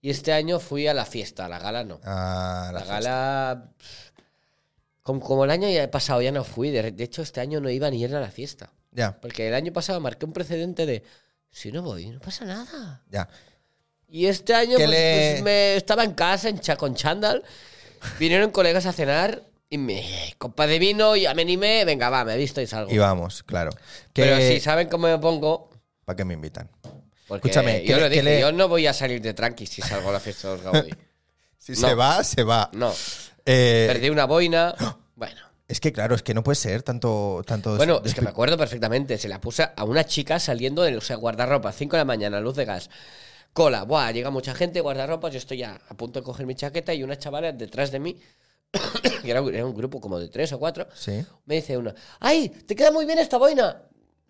[SPEAKER 2] y este año fui a la fiesta, a la gala no.
[SPEAKER 1] Ah,
[SPEAKER 2] la
[SPEAKER 1] la fiesta.
[SPEAKER 2] gala... pff, Como, como el año ya pasado ya no fui, de, de hecho este año no iba ni era a la fiesta.
[SPEAKER 1] Ya,
[SPEAKER 2] Porque el año pasado marqué un precedente de, si no voy, no pasa nada.
[SPEAKER 1] ya.
[SPEAKER 2] Y este año
[SPEAKER 1] Que
[SPEAKER 2] pues,
[SPEAKER 1] le-
[SPEAKER 2] pues, me estaba en casa en cha, con chándal. Vinieron colegas a cenar y me copa de vino y ya me animé. Venga, va, me he visto y salgo.
[SPEAKER 1] Y vamos, claro. Que,
[SPEAKER 2] Pero si saben cómo me pongo.
[SPEAKER 1] ¿Para qué me invitan?
[SPEAKER 2] Porque
[SPEAKER 1] Escúchame,
[SPEAKER 2] yo
[SPEAKER 1] que-
[SPEAKER 2] lo
[SPEAKER 1] que
[SPEAKER 2] dije,
[SPEAKER 1] le-
[SPEAKER 2] yo no voy a salir de tranqui si salgo a la fiesta de los Gaudí.
[SPEAKER 1] Si
[SPEAKER 2] No.
[SPEAKER 1] se va, se va.
[SPEAKER 2] No.
[SPEAKER 1] Eh,
[SPEAKER 2] Perdí una boina. Bueno.
[SPEAKER 1] es que claro, es que no puede ser tanto... tanto
[SPEAKER 2] Bueno, es que me acuerdo perfectamente. Se la puse a una chica saliendo del o sea, guardarropa, 5 de la mañana, luz de gas. Cola, buah, llega mucha gente, guardarropa, yo estoy ya a punto de coger mi chaqueta y una chavala detrás de mí, que era, un- era un grupo como de tres o cuatro,
[SPEAKER 1] Sí.
[SPEAKER 2] me dice una, ¡ay, te queda muy bien esta boina!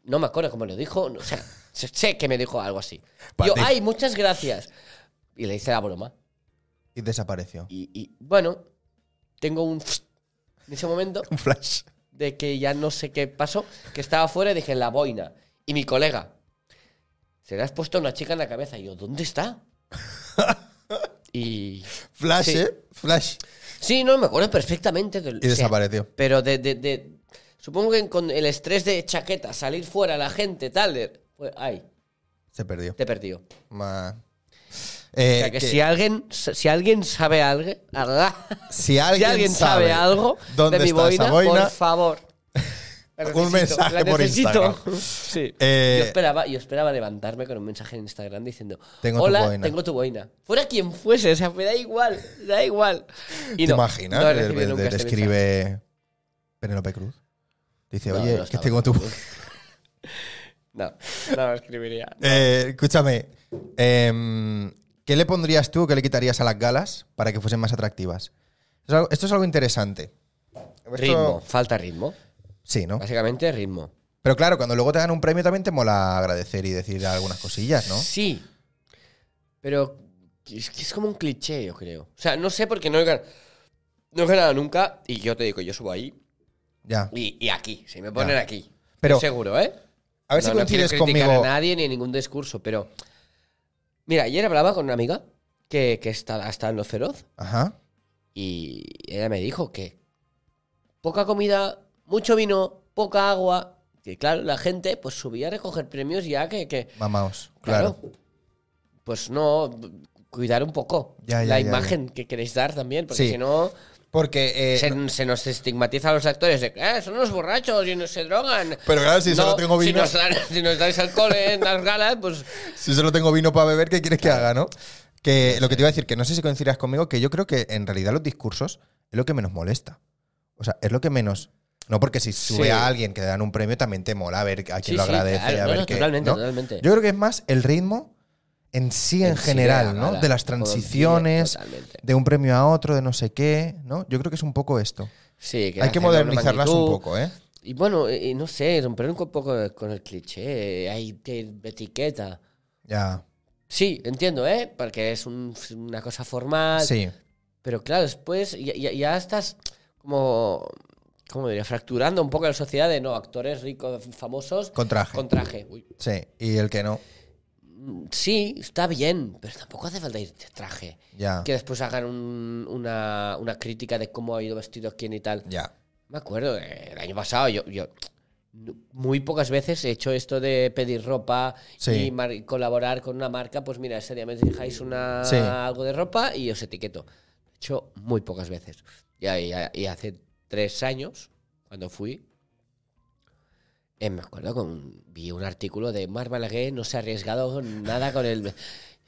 [SPEAKER 2] No me acuerdo cómo lo dijo, no, o sea, sé, sé que me dijo algo así. Yo,
[SPEAKER 1] Pate.
[SPEAKER 2] ¡ay, muchas gracias! Y le hice la broma.
[SPEAKER 1] Y desapareció.
[SPEAKER 2] Y, y, bueno, tengo un... En ese momento
[SPEAKER 1] Un flash.
[SPEAKER 2] de que ya no sé qué pasó, que estaba fuera y dije, la boina. Y mi colega, se le has puesto una chica en la cabeza. Y yo, ¿dónde está? y...
[SPEAKER 1] Flash,
[SPEAKER 2] Sí.
[SPEAKER 1] ¿eh? Flash.
[SPEAKER 2] Sí, no, me acuerdo perfectamente. del-
[SPEAKER 1] Y
[SPEAKER 2] o sea,
[SPEAKER 1] desapareció.
[SPEAKER 2] Pero de, de- de- Supongo que con el estrés de chaqueta, salir fuera, la gente, tal... de- Pues, ay,
[SPEAKER 1] Se perdió.
[SPEAKER 2] te perdió.
[SPEAKER 1] Ma-
[SPEAKER 2] O
[SPEAKER 1] Eh,
[SPEAKER 2] sea, que,
[SPEAKER 1] que
[SPEAKER 2] si alguien, si alguien sabe algo...
[SPEAKER 1] si alguien,
[SPEAKER 2] si alguien sabe, algo
[SPEAKER 1] dónde
[SPEAKER 2] de mi
[SPEAKER 1] está esa
[SPEAKER 2] boina,
[SPEAKER 1] boina,
[SPEAKER 2] por favor. La
[SPEAKER 1] Un
[SPEAKER 2] necesito,
[SPEAKER 1] mensaje
[SPEAKER 2] la
[SPEAKER 1] por
[SPEAKER 2] necesito.
[SPEAKER 1] Instagram.
[SPEAKER 2] Sí.
[SPEAKER 1] Eh,
[SPEAKER 2] yo, esperaba, yo esperaba levantarme con un mensaje en Instagram diciendo:
[SPEAKER 1] Tengo tu
[SPEAKER 2] Hola,
[SPEAKER 1] boina".
[SPEAKER 2] tengo tu boina. Fuera quien fuese, o sea, me da igual, me da igual.
[SPEAKER 1] ¿te
[SPEAKER 2] Y no,
[SPEAKER 1] imaginas?
[SPEAKER 2] no he
[SPEAKER 1] Te-
[SPEAKER 2] recibido
[SPEAKER 1] te-
[SPEAKER 2] nunca
[SPEAKER 1] te
[SPEAKER 2] este mensaje.
[SPEAKER 1] escribe Penélope Cruz. Dice,
[SPEAKER 2] No,
[SPEAKER 1] oye,
[SPEAKER 2] no
[SPEAKER 1] que
[SPEAKER 2] estaba.
[SPEAKER 1] tengo tu...
[SPEAKER 2] No, no lo escribiría.
[SPEAKER 1] Eh, escúchame, em, ¿qué le pondrías tú o qué le quitarías a las galas para que fuesen más atractivas? Es algo- Esto es algo interesante. Esto-
[SPEAKER 2] Ritmo, falta ritmo.
[SPEAKER 1] Sí, ¿no?
[SPEAKER 2] Básicamente, ritmo.
[SPEAKER 1] Pero claro, cuando luego te dan un premio también te mola agradecer y decir algunas cosillas, ¿no?
[SPEAKER 2] Sí. Pero es que es como un cliché, yo creo. O sea, no sé porque no he ganado, no he ganado nunca. Y yo te digo, yo subo ahí
[SPEAKER 1] Ya.
[SPEAKER 2] y, y aquí. Si me ponen
[SPEAKER 1] Ya.
[SPEAKER 2] aquí.
[SPEAKER 1] Pero-
[SPEAKER 2] Pero, seguro, ¿eh?
[SPEAKER 1] A ver si
[SPEAKER 2] No- no quiero
[SPEAKER 1] coincides
[SPEAKER 2] criticar
[SPEAKER 1] conmigo.
[SPEAKER 2] a nadie ni ningún discurso, pero. Mira, ayer hablaba con una amiga que, que está, está en Los Feroz
[SPEAKER 1] Ajá.
[SPEAKER 2] y ella me dijo que poca comida, mucho vino, poca agua. Que claro, la gente pues subía a recoger premios ya que- que,
[SPEAKER 1] Mamaos. Claro.
[SPEAKER 2] Claro. Pues no, cuidar un poco
[SPEAKER 1] Ya, ya,
[SPEAKER 2] la
[SPEAKER 1] ya,
[SPEAKER 2] imagen que queréis dar también, porque
[SPEAKER 1] Sí.
[SPEAKER 2] si no,
[SPEAKER 1] Porque. eh,
[SPEAKER 2] se,
[SPEAKER 1] no-
[SPEAKER 2] se nos estigmatiza a los actores de que "Ah, son unos borrachos y no se drogan.
[SPEAKER 1] pero claro, si
[SPEAKER 2] No,
[SPEAKER 1] solo tengo
[SPEAKER 2] si
[SPEAKER 1] vino.
[SPEAKER 2] nos, dan- si nos dais alcohol en las galas, pues
[SPEAKER 1] Si solo tengo vino para beber, ¿qué quieres que haga, no? Que lo que te iba a decir, que no sé si coincidirás conmigo, que yo creo que en realidad los discursos es lo que menos molesta. O sea, es lo que menos. No porque si sube
[SPEAKER 2] Sí.
[SPEAKER 1] a alguien que le dan un premio también te mola a ver a quién
[SPEAKER 2] Sí,
[SPEAKER 1] lo
[SPEAKER 2] sí,
[SPEAKER 1] agradece.
[SPEAKER 2] claro.
[SPEAKER 1] a
[SPEAKER 2] No,
[SPEAKER 1] ver
[SPEAKER 2] no,
[SPEAKER 1] qué,
[SPEAKER 2] totalmente,
[SPEAKER 1] ¿no?
[SPEAKER 2] totalmente.
[SPEAKER 1] Yo creo que es más el ritmo en sí en,
[SPEAKER 2] en sí
[SPEAKER 1] general,
[SPEAKER 2] de la
[SPEAKER 1] ¿no?
[SPEAKER 2] gala,
[SPEAKER 1] De las
[SPEAKER 2] coincide
[SPEAKER 1] transiciones,
[SPEAKER 2] totalmente.
[SPEAKER 1] de un premio a otro, de no sé qué, ¿no? Yo creo que es un poco esto.
[SPEAKER 2] Sí,
[SPEAKER 1] Hay que
[SPEAKER 2] hacerlo en una
[SPEAKER 1] modernizarlas un
[SPEAKER 2] magnitud.
[SPEAKER 1] poco, ¿eh?
[SPEAKER 2] Y bueno, y no sé, romper un poco con el cliché, hay que etiqueta.
[SPEAKER 1] Ya.
[SPEAKER 2] Sí, entiendo, ¿eh? Porque es un- una cosa formal.
[SPEAKER 1] Sí.
[SPEAKER 2] Pero claro, después ya, ya- ya estás como, ¿cómo diría? Fracturando un poco la sociedad de no, actores ricos, famosos,
[SPEAKER 1] Con traje.
[SPEAKER 2] con traje. Uy,
[SPEAKER 1] Sí. Y el que no.
[SPEAKER 2] mm, sí, está bien, pero tampoco hace falta ir de traje.
[SPEAKER 1] Ya.
[SPEAKER 2] Que después hagan un- una, una crítica de cómo ha ido vestido quién y tal.
[SPEAKER 1] Ya.
[SPEAKER 2] Me acuerdo, eh, el año pasado yo, yo muy pocas veces he hecho esto de pedir ropa
[SPEAKER 1] Sí.
[SPEAKER 2] y mar- colaborar con una marca. Pues mira, seriamente dejáis una,
[SPEAKER 1] Sí.
[SPEAKER 2] algo de ropa y os etiqueto. He hecho muy pocas veces. Y, y- y hace tres años, cuando fui, eh, me acuerdo, con, vi un artículo de Mar Balaguer, no se ha arriesgado nada con el...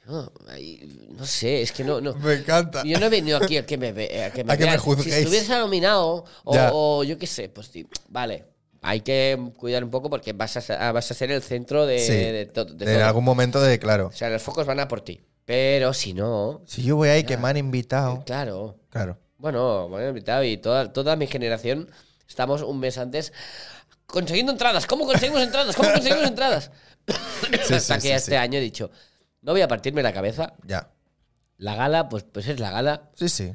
[SPEAKER 2] No, ahí- no sé, es que no... no.
[SPEAKER 1] Me encanta.
[SPEAKER 2] Yo no he venido aquí a que me, ve- a que me,
[SPEAKER 1] A que me
[SPEAKER 2] vean.
[SPEAKER 1] juzguéis.
[SPEAKER 2] Si estuviese nominado, o,
[SPEAKER 1] Ya.
[SPEAKER 2] o yo qué sé, pues sí, vale. Hay que cuidar un poco porque vas a, ser- ah, vas a ser el centro de,
[SPEAKER 1] Sí,
[SPEAKER 2] de to- de
[SPEAKER 1] en
[SPEAKER 2] todo.
[SPEAKER 1] algún momento de claro.
[SPEAKER 2] O sea, los focos van a por ti. Pero si no,
[SPEAKER 1] Si yo voy ahí que me han invitado.
[SPEAKER 2] claro.
[SPEAKER 1] Claro.
[SPEAKER 2] Bueno, me han invitado y toda, toda mi generación estamos un mes antes consiguiendo entradas. ¿Cómo conseguimos entradas? ¿Cómo conseguimos entradas?
[SPEAKER 1] sí,
[SPEAKER 2] Hasta
[SPEAKER 1] sí,
[SPEAKER 2] que
[SPEAKER 1] sí.
[SPEAKER 2] este año he dicho, no voy a partirme la cabeza.
[SPEAKER 1] Ya.
[SPEAKER 2] La gala, pues, pues es la gala.
[SPEAKER 1] Sí, sí.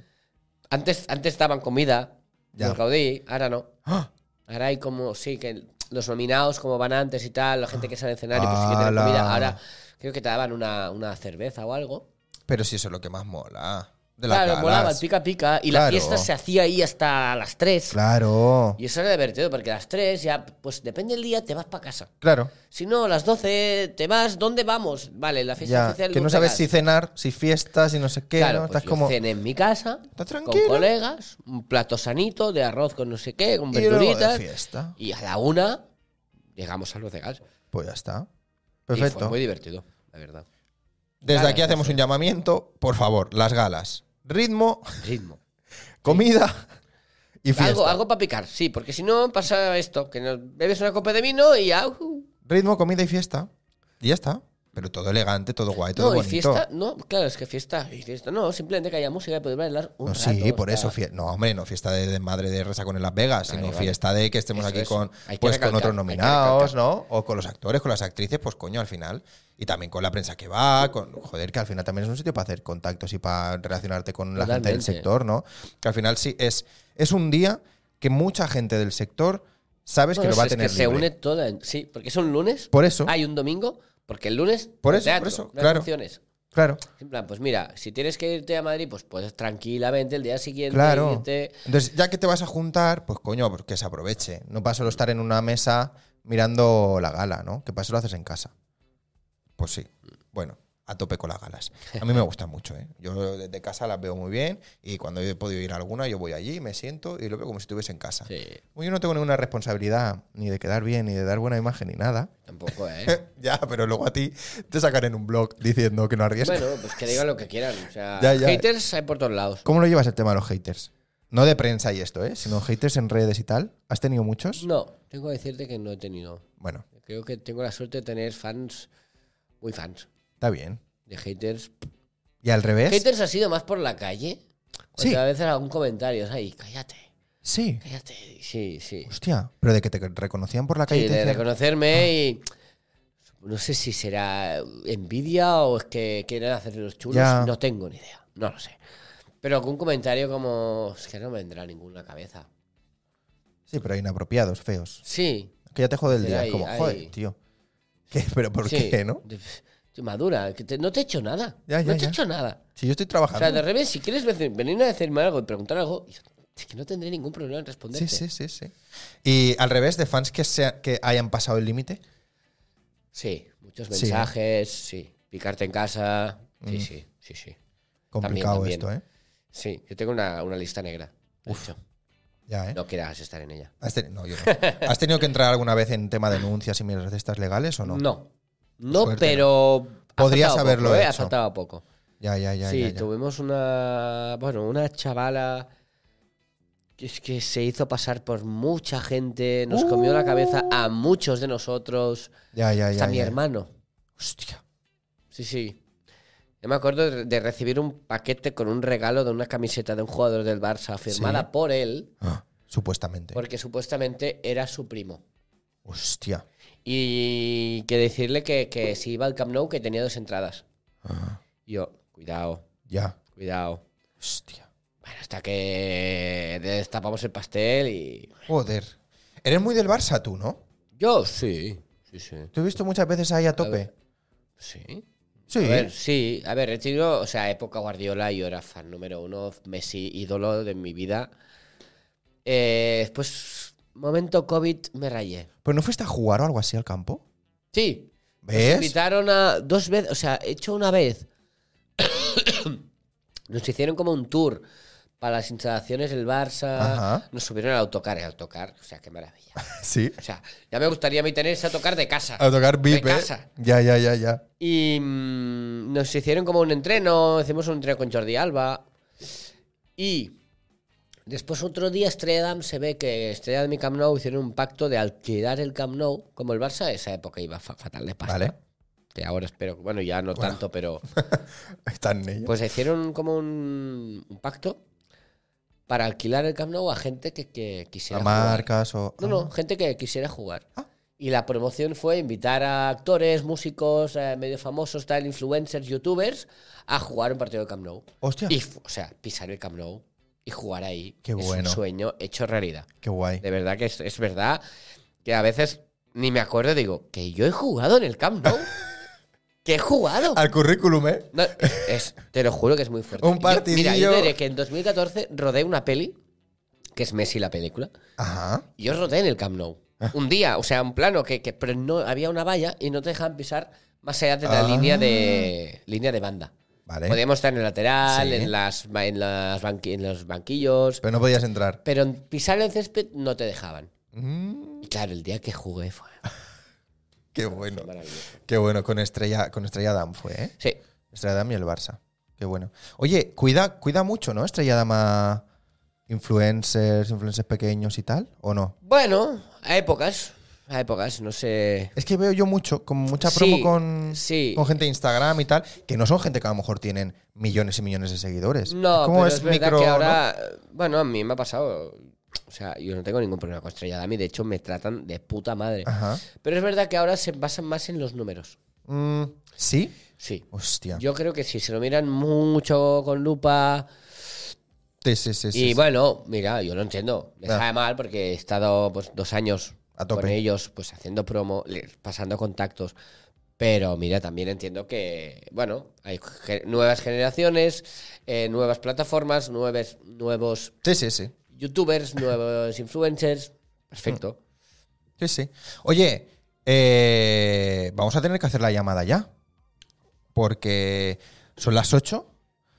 [SPEAKER 2] Antes, antes daban comida,
[SPEAKER 1] Ya.
[SPEAKER 2] los Gaudí, ahora no.
[SPEAKER 1] ¡Ah!
[SPEAKER 2] Ahora hay como, sí, que los nominados como van antes y tal, la gente que sale al escenario, pues sí que tienen
[SPEAKER 1] ¡Hala!
[SPEAKER 2] comida. Ahora creo que te daban una, una cerveza o algo.
[SPEAKER 1] Pero si eso es lo que más mola. De las
[SPEAKER 2] Claro,
[SPEAKER 1] galas.
[SPEAKER 2] molaba el pica pica y la
[SPEAKER 1] Claro.
[SPEAKER 2] fiesta se hacía ahí hasta las 3.
[SPEAKER 1] Claro.
[SPEAKER 2] Y eso era divertido porque a las 3 ya, pues depende del día, te vas para casa.
[SPEAKER 1] Claro.
[SPEAKER 2] Si no, a las 12 te vas, ¿dónde vamos? Vale, la fiesta
[SPEAKER 1] Ya.
[SPEAKER 2] oficial.
[SPEAKER 1] Que no
[SPEAKER 2] Las
[SPEAKER 1] sabes
[SPEAKER 2] Vegas.
[SPEAKER 1] si cenar, si fiestas, si no sé qué.
[SPEAKER 2] Claro,
[SPEAKER 1] ¿no?
[SPEAKER 2] pues
[SPEAKER 1] Estás
[SPEAKER 2] yo
[SPEAKER 1] como.
[SPEAKER 2] cené en mi casa,
[SPEAKER 1] Estás
[SPEAKER 2] con
[SPEAKER 1] tranquilo.
[SPEAKER 2] colegas, un plato sanito de arroz con no sé qué, con
[SPEAKER 1] Y luego de
[SPEAKER 2] verduritas.
[SPEAKER 1] fiesta.
[SPEAKER 2] Y a la una llegamos a Los de Gas.
[SPEAKER 1] Pues ya está.
[SPEAKER 2] Y fue
[SPEAKER 1] Perfecto.
[SPEAKER 2] muy pues, divertido, la verdad.
[SPEAKER 1] Desde
[SPEAKER 2] Galas,
[SPEAKER 1] aquí hacemos un llamamiento. Por favor, las galas. Ritmo,
[SPEAKER 2] Ritmo.
[SPEAKER 1] comida y fiesta.
[SPEAKER 2] Algo, algo para picar, sí, porque si no pasa esto, que nos bebes una copa de vino y ya. uh, ujú.
[SPEAKER 1] Ritmo, comida y fiesta. Y ya está. Pero todo elegante, todo guay, todo
[SPEAKER 2] no,
[SPEAKER 1] bonito.
[SPEAKER 2] y fiesta, no, claro, es que fiesta y fiesta. No, simplemente que haya música y poder bailar un
[SPEAKER 1] No,
[SPEAKER 2] rato.
[SPEAKER 1] sí, por
[SPEAKER 2] o sea,
[SPEAKER 1] eso. fie- No, hombre, no fiesta de, de madre de Resacón en Las Vegas,
[SPEAKER 2] Vale,
[SPEAKER 1] sino
[SPEAKER 2] vale.
[SPEAKER 1] fiesta de que estemos
[SPEAKER 2] Eso
[SPEAKER 1] aquí
[SPEAKER 2] es.
[SPEAKER 1] con,
[SPEAKER 2] Hay que
[SPEAKER 1] pues, con
[SPEAKER 2] recalcar,
[SPEAKER 1] otros
[SPEAKER 2] hay que
[SPEAKER 1] nominados,
[SPEAKER 2] recalcar.
[SPEAKER 1] ¿no? O con los actores, con las actrices, pues coño, al final. Y también con la prensa que va, con, joder, que al final también es un sitio para hacer contactos y para relacionarte con la gente del
[SPEAKER 2] Totalmente.
[SPEAKER 1] sector, ¿no? Que al final sí, es, es un día que mucha gente del sector sabes que
[SPEAKER 2] bueno,
[SPEAKER 1] lo va a
[SPEAKER 2] es
[SPEAKER 1] tener
[SPEAKER 2] que se
[SPEAKER 1] libre.
[SPEAKER 2] une toda. en- sí, porque es un lunes.
[SPEAKER 1] Por eso,
[SPEAKER 2] Hay un domingo, porque el lunes.
[SPEAKER 1] Por
[SPEAKER 2] no hay
[SPEAKER 1] eso, por
[SPEAKER 2] teatro,
[SPEAKER 1] eso,
[SPEAKER 2] no hay
[SPEAKER 1] claro.
[SPEAKER 2] funciones.
[SPEAKER 1] claro,
[SPEAKER 2] En plan, pues mira, si tienes que irte a Madrid, pues puedes tranquilamente el día siguiente
[SPEAKER 1] claro.
[SPEAKER 2] irte.
[SPEAKER 1] Entonces, ya que te vas a juntar, pues coño, pues que se aproveche. No para solo estar en una mesa mirando la gala, ¿no? Que para eso lo haces en casa. Pues sí. Bueno, a tope con las galas. A mí me gustan mucho, ¿eh? Yo desde casa las veo muy bien y cuando he podido ir a alguna, yo voy allí, me siento y lo veo como si estuviese en casa.
[SPEAKER 2] Sí,
[SPEAKER 1] Uy, Yo no tengo ninguna responsabilidad ni de quedar bien, ni de dar buena imagen, ni nada.
[SPEAKER 2] tampoco, ¿eh?
[SPEAKER 1] ya, pero luego a ti te sacan en un blog diciendo que no arriesgas.
[SPEAKER 2] bueno, pues que digan lo que quieran. O sea,
[SPEAKER 1] Ya, ya.
[SPEAKER 2] haters hay por todos lados.
[SPEAKER 1] ¿Cómo lo llevas el tema de los haters? No de prensa y esto, ¿eh? Sino haters en redes y tal. ¿Has tenido muchos?
[SPEAKER 2] No, tengo que decirte que no he tenido.
[SPEAKER 1] Bueno,
[SPEAKER 2] Creo que tengo la suerte de tener fans, muy fans,
[SPEAKER 1] está bien.
[SPEAKER 2] de haters.
[SPEAKER 1] ¿Y al revés?
[SPEAKER 2] Haters ha sido más por la calle. O
[SPEAKER 1] Sí.
[SPEAKER 2] sea, a veces algún comentario, es ahí, cállate,
[SPEAKER 1] Sí.
[SPEAKER 2] cállate. Sí, sí.
[SPEAKER 1] Hostia, pero de que te reconocían por la calle.
[SPEAKER 2] Sí,
[SPEAKER 1] y te
[SPEAKER 2] de
[SPEAKER 1] decían- Ah.
[SPEAKER 2] reconocerme y. No sé si será envidia o es que quieren hacer los chulos.
[SPEAKER 1] Ya.
[SPEAKER 2] No tengo ni idea. No lo sé. Pero algún comentario como. Es que no me vendrá ninguna cabeza.
[SPEAKER 1] Sí, pero inapropiados, feos.
[SPEAKER 2] Sí.
[SPEAKER 1] Que ya te jode el
[SPEAKER 2] Sí,
[SPEAKER 1] día.
[SPEAKER 2] hay-
[SPEAKER 1] es como,
[SPEAKER 2] hay-
[SPEAKER 1] joder, tío. ¿Qué? ¿Pero por
[SPEAKER 2] sí.
[SPEAKER 1] qué, no?
[SPEAKER 2] De- de Madura, que te- no te he hecho nada.
[SPEAKER 1] Ya, ya,
[SPEAKER 2] no te he
[SPEAKER 1] ya.
[SPEAKER 2] hecho nada.
[SPEAKER 1] Si yo estoy
[SPEAKER 2] O
[SPEAKER 1] trabajando.
[SPEAKER 2] sea, de revés, si quieres venir venir a decirme algo y preguntar algo, es que no tendré ningún problema en responderte.
[SPEAKER 1] sí, sí, sí, sí. ¿Y al revés de fans que, sea, que hayan pasado el límite?
[SPEAKER 2] Sí, muchos
[SPEAKER 1] Sí. ¿eh?
[SPEAKER 2] mensajes, sí. Picarte en casa. Sí,
[SPEAKER 1] Mm.
[SPEAKER 2] sí, sí, sí.
[SPEAKER 1] Complicado
[SPEAKER 2] también.
[SPEAKER 1] esto, ¿eh?
[SPEAKER 2] Sí, yo tengo una, una lista negra. de hecho.
[SPEAKER 1] Ya, ¿eh?
[SPEAKER 2] No quieras estar en ella.
[SPEAKER 1] ¿Has, teni- no, yo no. ¿Has tenido que entrar alguna vez en tema de denuncias y mierdas de estas legales o no?
[SPEAKER 2] No. No,
[SPEAKER 1] Suerte,
[SPEAKER 2] pero. ha
[SPEAKER 1] Podrías
[SPEAKER 2] faltado
[SPEAKER 1] haberlo
[SPEAKER 2] poco, ¿eh? Ha
[SPEAKER 1] hecho.
[SPEAKER 2] faltado poco.
[SPEAKER 1] Ya, ya, ya.
[SPEAKER 2] sí,
[SPEAKER 1] ya, ya.
[SPEAKER 2] tuvimos una. Bueno, una chavala. Que es que se hizo pasar por mucha gente. Nos comió la cabeza a muchos de nosotros.
[SPEAKER 1] Uh. Ya, ya,
[SPEAKER 2] Hasta
[SPEAKER 1] ya,
[SPEAKER 2] mi
[SPEAKER 1] ya.
[SPEAKER 2] hermano.
[SPEAKER 1] Hostia.
[SPEAKER 2] Sí, sí. Yo me acuerdo de- de recibir un paquete con un regalo de una camiseta de un jugador del Barça firmada
[SPEAKER 1] Sí.
[SPEAKER 2] por él,
[SPEAKER 1] Ah, supuestamente.
[SPEAKER 2] porque supuestamente era su primo.
[SPEAKER 1] Hostia.
[SPEAKER 2] Y que decirle que, que si iba al Camp Nou, que tenía dos entradas.
[SPEAKER 1] Ah,
[SPEAKER 2] Y yo, cuidado,
[SPEAKER 1] ya.
[SPEAKER 2] cuidado.
[SPEAKER 1] Hostia.
[SPEAKER 2] Bueno, hasta que destapamos el pastel y.
[SPEAKER 1] Joder. Eres muy del Barça tú, ¿no?
[SPEAKER 2] Yo sí, sí, sí.
[SPEAKER 1] Te he visto muchas veces ahí a tope.
[SPEAKER 2] Sí.
[SPEAKER 1] Sí.
[SPEAKER 2] A ver, sí, a ver, he tenido, o sea, época Guardiola, yo era fan número uno, Messi, ídolo de mi vida. Eh, después, momento COVID, me rayé.
[SPEAKER 1] ¿Pero no fuiste a jugar o algo así al campo?
[SPEAKER 2] Sí, nos
[SPEAKER 1] ¿Ves?
[SPEAKER 2] invitaron a dos veces, o sea, he hecho una vez. Nos hicieron como un tour para las instalaciones del Barça.
[SPEAKER 1] Ajá.
[SPEAKER 2] Nos subieron al autocar, el autocar, o sea, qué maravilla.
[SPEAKER 1] Sí.
[SPEAKER 2] O sea, ya me gustaría a mí tener ese autocar de casa.
[SPEAKER 1] A tocar
[SPEAKER 2] de
[SPEAKER 1] VIP, ¿eh?
[SPEAKER 2] casa.
[SPEAKER 1] Ya, ya, ya, ya.
[SPEAKER 2] Y mm, nos hicieron como un entreno, hicimos un entreno con Jordi Alba. Y después otro día Estrella Damm se ve que Estrella Damm y Camp Nou hicieron un pacto de alquilar el Camp Nou, como el Barça esa época iba fa- fatal de pasta.
[SPEAKER 1] Vale.
[SPEAKER 2] Que ahora espero, que- bueno, ya no tanto, pero
[SPEAKER 1] Están en ello.
[SPEAKER 2] pues hicieron como un, un pacto para alquilar el Camp Nou a gente que, que
[SPEAKER 1] Las
[SPEAKER 2] quisiera jugar.
[SPEAKER 1] marcas o.
[SPEAKER 2] No, no, gente que quisiera jugar.
[SPEAKER 1] Ah.
[SPEAKER 2] Y la promoción fue invitar a actores, músicos, eh, medio famosos, tal, influencers, youtubers, a jugar un partido de Camp Nou.
[SPEAKER 1] Hostia.
[SPEAKER 2] Y, fu- o sea, pisar el Camp Nou y jugar ahí.
[SPEAKER 1] Qué
[SPEAKER 2] es
[SPEAKER 1] bueno.
[SPEAKER 2] un sueño hecho realidad.
[SPEAKER 1] Qué guay.
[SPEAKER 2] De verdad que es, es verdad que a veces ni me acuerdo, digo, que yo he jugado en el Camp Nou. que he jugado.
[SPEAKER 1] Al currículum, ¿eh?
[SPEAKER 2] No, es- es- te lo juro que es muy fuerte.
[SPEAKER 1] Un
[SPEAKER 2] Yo- mira, yo
[SPEAKER 1] partidillo.
[SPEAKER 2] diré que en 2014 rodé una peli, que es Messi la película.
[SPEAKER 1] Ajá.
[SPEAKER 2] Y Yo rodé en el Camp Nou.
[SPEAKER 1] Ah.
[SPEAKER 2] Un día, o sea, un plano que, que- pero no había una valla y no te dejaban pisar más allá de la
[SPEAKER 1] Ah.
[SPEAKER 2] línea de línea de banda.
[SPEAKER 1] Vale.
[SPEAKER 2] Podíamos estar en el lateral,
[SPEAKER 1] Sí.
[SPEAKER 2] en las ba- en las banqui- en los banquillos,
[SPEAKER 1] Pero no podías entrar.
[SPEAKER 2] pero en pisar el césped no te dejaban.
[SPEAKER 1] Mm,
[SPEAKER 2] Y claro, el día que jugué fue
[SPEAKER 1] qué bueno.
[SPEAKER 2] maravilloso.
[SPEAKER 1] Qué bueno. Con Estrella, con Estrella Damm fue, ¿eh?
[SPEAKER 2] Sí.
[SPEAKER 1] Estrella Damm y el Barça. Qué bueno. Oye, cuida, cuida mucho, ¿no? Estrella Damm a influencers, influencers pequeños y tal, ¿o no?
[SPEAKER 2] Bueno, a épocas, a épocas, no sé.
[SPEAKER 1] Es que veo yo mucho, con mucha promo
[SPEAKER 2] Sí,
[SPEAKER 1] con,
[SPEAKER 2] sí.
[SPEAKER 1] con gente de Instagram y tal, que no son gente que a lo mejor tienen millones y millones de seguidores.
[SPEAKER 2] No,
[SPEAKER 1] como
[SPEAKER 2] pero es, verdad que ahora, bueno, a mí me ha pasado, o sea, yo no tengo ningún problema con Estrella Dami, de hecho me tratan de puta madre.
[SPEAKER 1] ¿no? Ajá.
[SPEAKER 2] Pero es verdad que ahora se basan más en los números.
[SPEAKER 1] Mm, ¿Sí?
[SPEAKER 2] Sí.
[SPEAKER 1] Hostia.
[SPEAKER 2] Yo creo que sí, se lo miran mucho con lupa.
[SPEAKER 1] sí, sí, sí, sí,
[SPEAKER 2] y
[SPEAKER 1] sí.
[SPEAKER 2] bueno, mira, yo lo entiendo. Les
[SPEAKER 1] Ya.
[SPEAKER 2] sabe mal porque he estado pues, dos años
[SPEAKER 1] A tope.
[SPEAKER 2] con ellos, pues haciendo promo, le- pasando contactos. Pero mira, también entiendo que, bueno, hay ge- nuevas generaciones, eh, nuevas plataformas, nueves- nuevos
[SPEAKER 1] Sí, sí, sí.
[SPEAKER 2] youtubers, nuevos influencers. Perfecto.
[SPEAKER 1] Sí, sí. Oye, eh, vamos a tener que hacer la llamada ya. Porque son las 8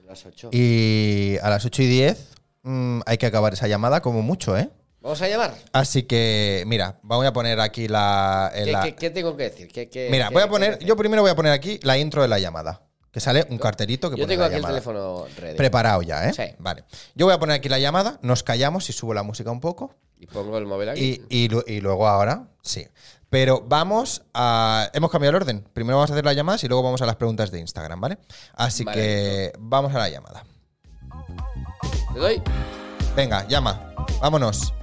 [SPEAKER 2] Las ocho.
[SPEAKER 1] Hmm. y a las 8 y 10 mm, hay que acabar esa llamada como mucho, ¿eh?
[SPEAKER 2] Vamos a llamar.
[SPEAKER 1] Así que, mira, vamos a poner aquí la... eh,
[SPEAKER 2] ¿Qué,
[SPEAKER 1] la-
[SPEAKER 2] qué- qué tengo que decir? ¿Qué- qué-
[SPEAKER 1] mira,
[SPEAKER 2] qué-
[SPEAKER 1] voy a
[SPEAKER 2] qué
[SPEAKER 1] poner...
[SPEAKER 2] hacer?
[SPEAKER 1] Yo primero voy a poner aquí la intro de la llamada. Que sale un carterito que
[SPEAKER 2] Yo
[SPEAKER 1] pone
[SPEAKER 2] tengo
[SPEAKER 1] la
[SPEAKER 2] aquí el
[SPEAKER 1] llamada.
[SPEAKER 2] teléfono ready.
[SPEAKER 1] Preparado ya, ¿eh?
[SPEAKER 2] Sí.
[SPEAKER 1] Vale. Yo voy a poner aquí la llamada, nos callamos y subo la música un poco.
[SPEAKER 2] y pongo el móvil aquí.
[SPEAKER 1] Y, y lu- y luego ahora, sí. Pero vamos a. Hemos cambiado el orden. Primero vamos a hacer las llamadas y luego vamos a las preguntas de Instagram, ¿vale? Así
[SPEAKER 2] Vale,
[SPEAKER 1] que vamos a la llamada.
[SPEAKER 2] ¿Le doy? Eh,
[SPEAKER 1] Venga, llama. Vámonos.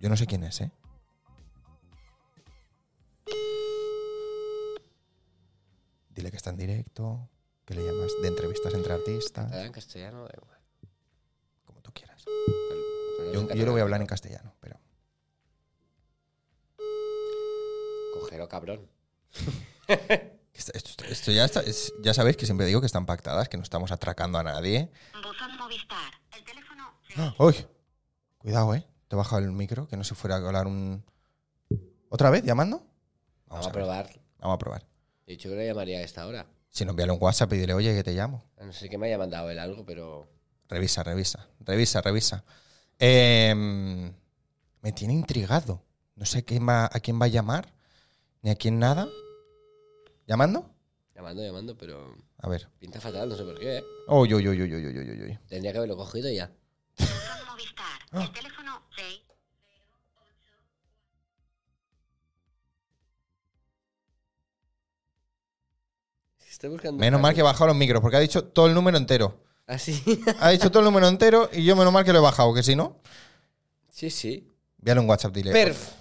[SPEAKER 1] Yo no sé quién es, ¿eh? Dile que está en directo, que le llamas de entrevistas entre
[SPEAKER 2] Le
[SPEAKER 1] artistas,
[SPEAKER 2] doy en castellano, da igual.
[SPEAKER 1] como tú quieras.
[SPEAKER 2] Le doy en
[SPEAKER 1] Yo, yo
[SPEAKER 2] catalán.
[SPEAKER 1] lo voy a hablar en castellano, pero.
[SPEAKER 2] Cogero, cabrón.
[SPEAKER 1] Esto, esto- esto ya, está- es- ya sabéis que siempre digo que están pactadas, que no estamos atracando a nadie. ¡Ah!
[SPEAKER 3] Buzón Movistar. El teléfono.
[SPEAKER 1] ¡Uy! Cuidado, ¿eh? Te he bajado el micro, que no se fuera a colar un... ¿Otra vez llamando?
[SPEAKER 2] Vamos, a
[SPEAKER 1] ver,
[SPEAKER 2] probar.
[SPEAKER 1] Vamos a probar.
[SPEAKER 2] De hecho, yo le llamaría a esta hora.
[SPEAKER 1] Si no, envíale un WhatsApp y dile, oye, que te llamo.
[SPEAKER 2] A No sé qué me haya mandado él algo, pero.
[SPEAKER 1] Revisa, revisa, revisa, revisa. Em, me tiene intrigado. No sé quién va- a quién va a llamar, ni a quién nada. ¿Llamando?
[SPEAKER 2] Llamando, llamando, pero.
[SPEAKER 1] A ver.
[SPEAKER 2] Pinta fatal, no sé por qué, ¿eh?
[SPEAKER 1] Uy, uy, uy, uy, uy, uy, uy, uy.
[SPEAKER 2] Tendría que haberlo cogido ya.
[SPEAKER 3] Buzón Movistar. El teléfono 6.
[SPEAKER 2] Estoy buscando.
[SPEAKER 1] Menos mal que he bajado los micros, porque ha dicho todo el número entero.
[SPEAKER 2] Así.
[SPEAKER 1] Ha dicho todo el número entero y yo menos mal que lo he bajado, que si no,
[SPEAKER 2] sí, sí.
[SPEAKER 1] envíale un WhatsApp, dile.
[SPEAKER 2] Perf.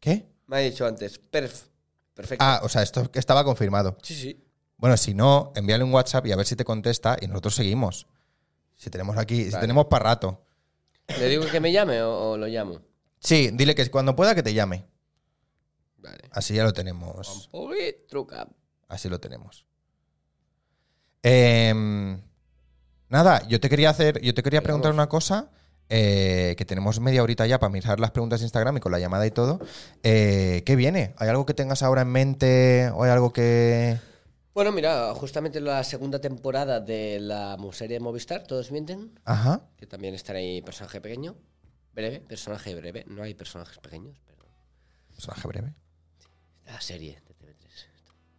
[SPEAKER 1] ¿Qué?
[SPEAKER 2] Me ha dicho antes. Perf. Perfecto.
[SPEAKER 1] Ah, o sea, esto estaba confirmado.
[SPEAKER 2] Sí, sí.
[SPEAKER 1] Bueno, si no, envíale un WhatsApp y a ver si te contesta y nosotros seguimos. Si tenemos aquí, si
[SPEAKER 2] Vale.
[SPEAKER 1] tenemos para rato.
[SPEAKER 2] ¿Le digo que me llame o, o lo llamo?
[SPEAKER 1] Sí, dile que cuando pueda que te llame.
[SPEAKER 2] Vale.
[SPEAKER 1] Así ya lo tenemos.
[SPEAKER 2] Un poquit truca.
[SPEAKER 1] Así lo tenemos. Em, nada, yo te quería hacer, yo te quería
[SPEAKER 2] Pero
[SPEAKER 1] preguntar una cosa. eh, que tenemos media horita ya para mirar las preguntas de Instagram y con la llamada y todo. Eh, ¿Qué viene? ¿Hay algo que tengas ahora en mente? ¿O hay algo que.?
[SPEAKER 2] Bueno, mira, justamente la segunda temporada de la serie de Movistar, Todos Mienten,
[SPEAKER 1] Ajá.
[SPEAKER 2] que también estará ahí personaje pequeño. Breve, personaje breve. No hay personajes pequeños, pero.
[SPEAKER 1] Personaje breve.
[SPEAKER 2] La serie de TV3.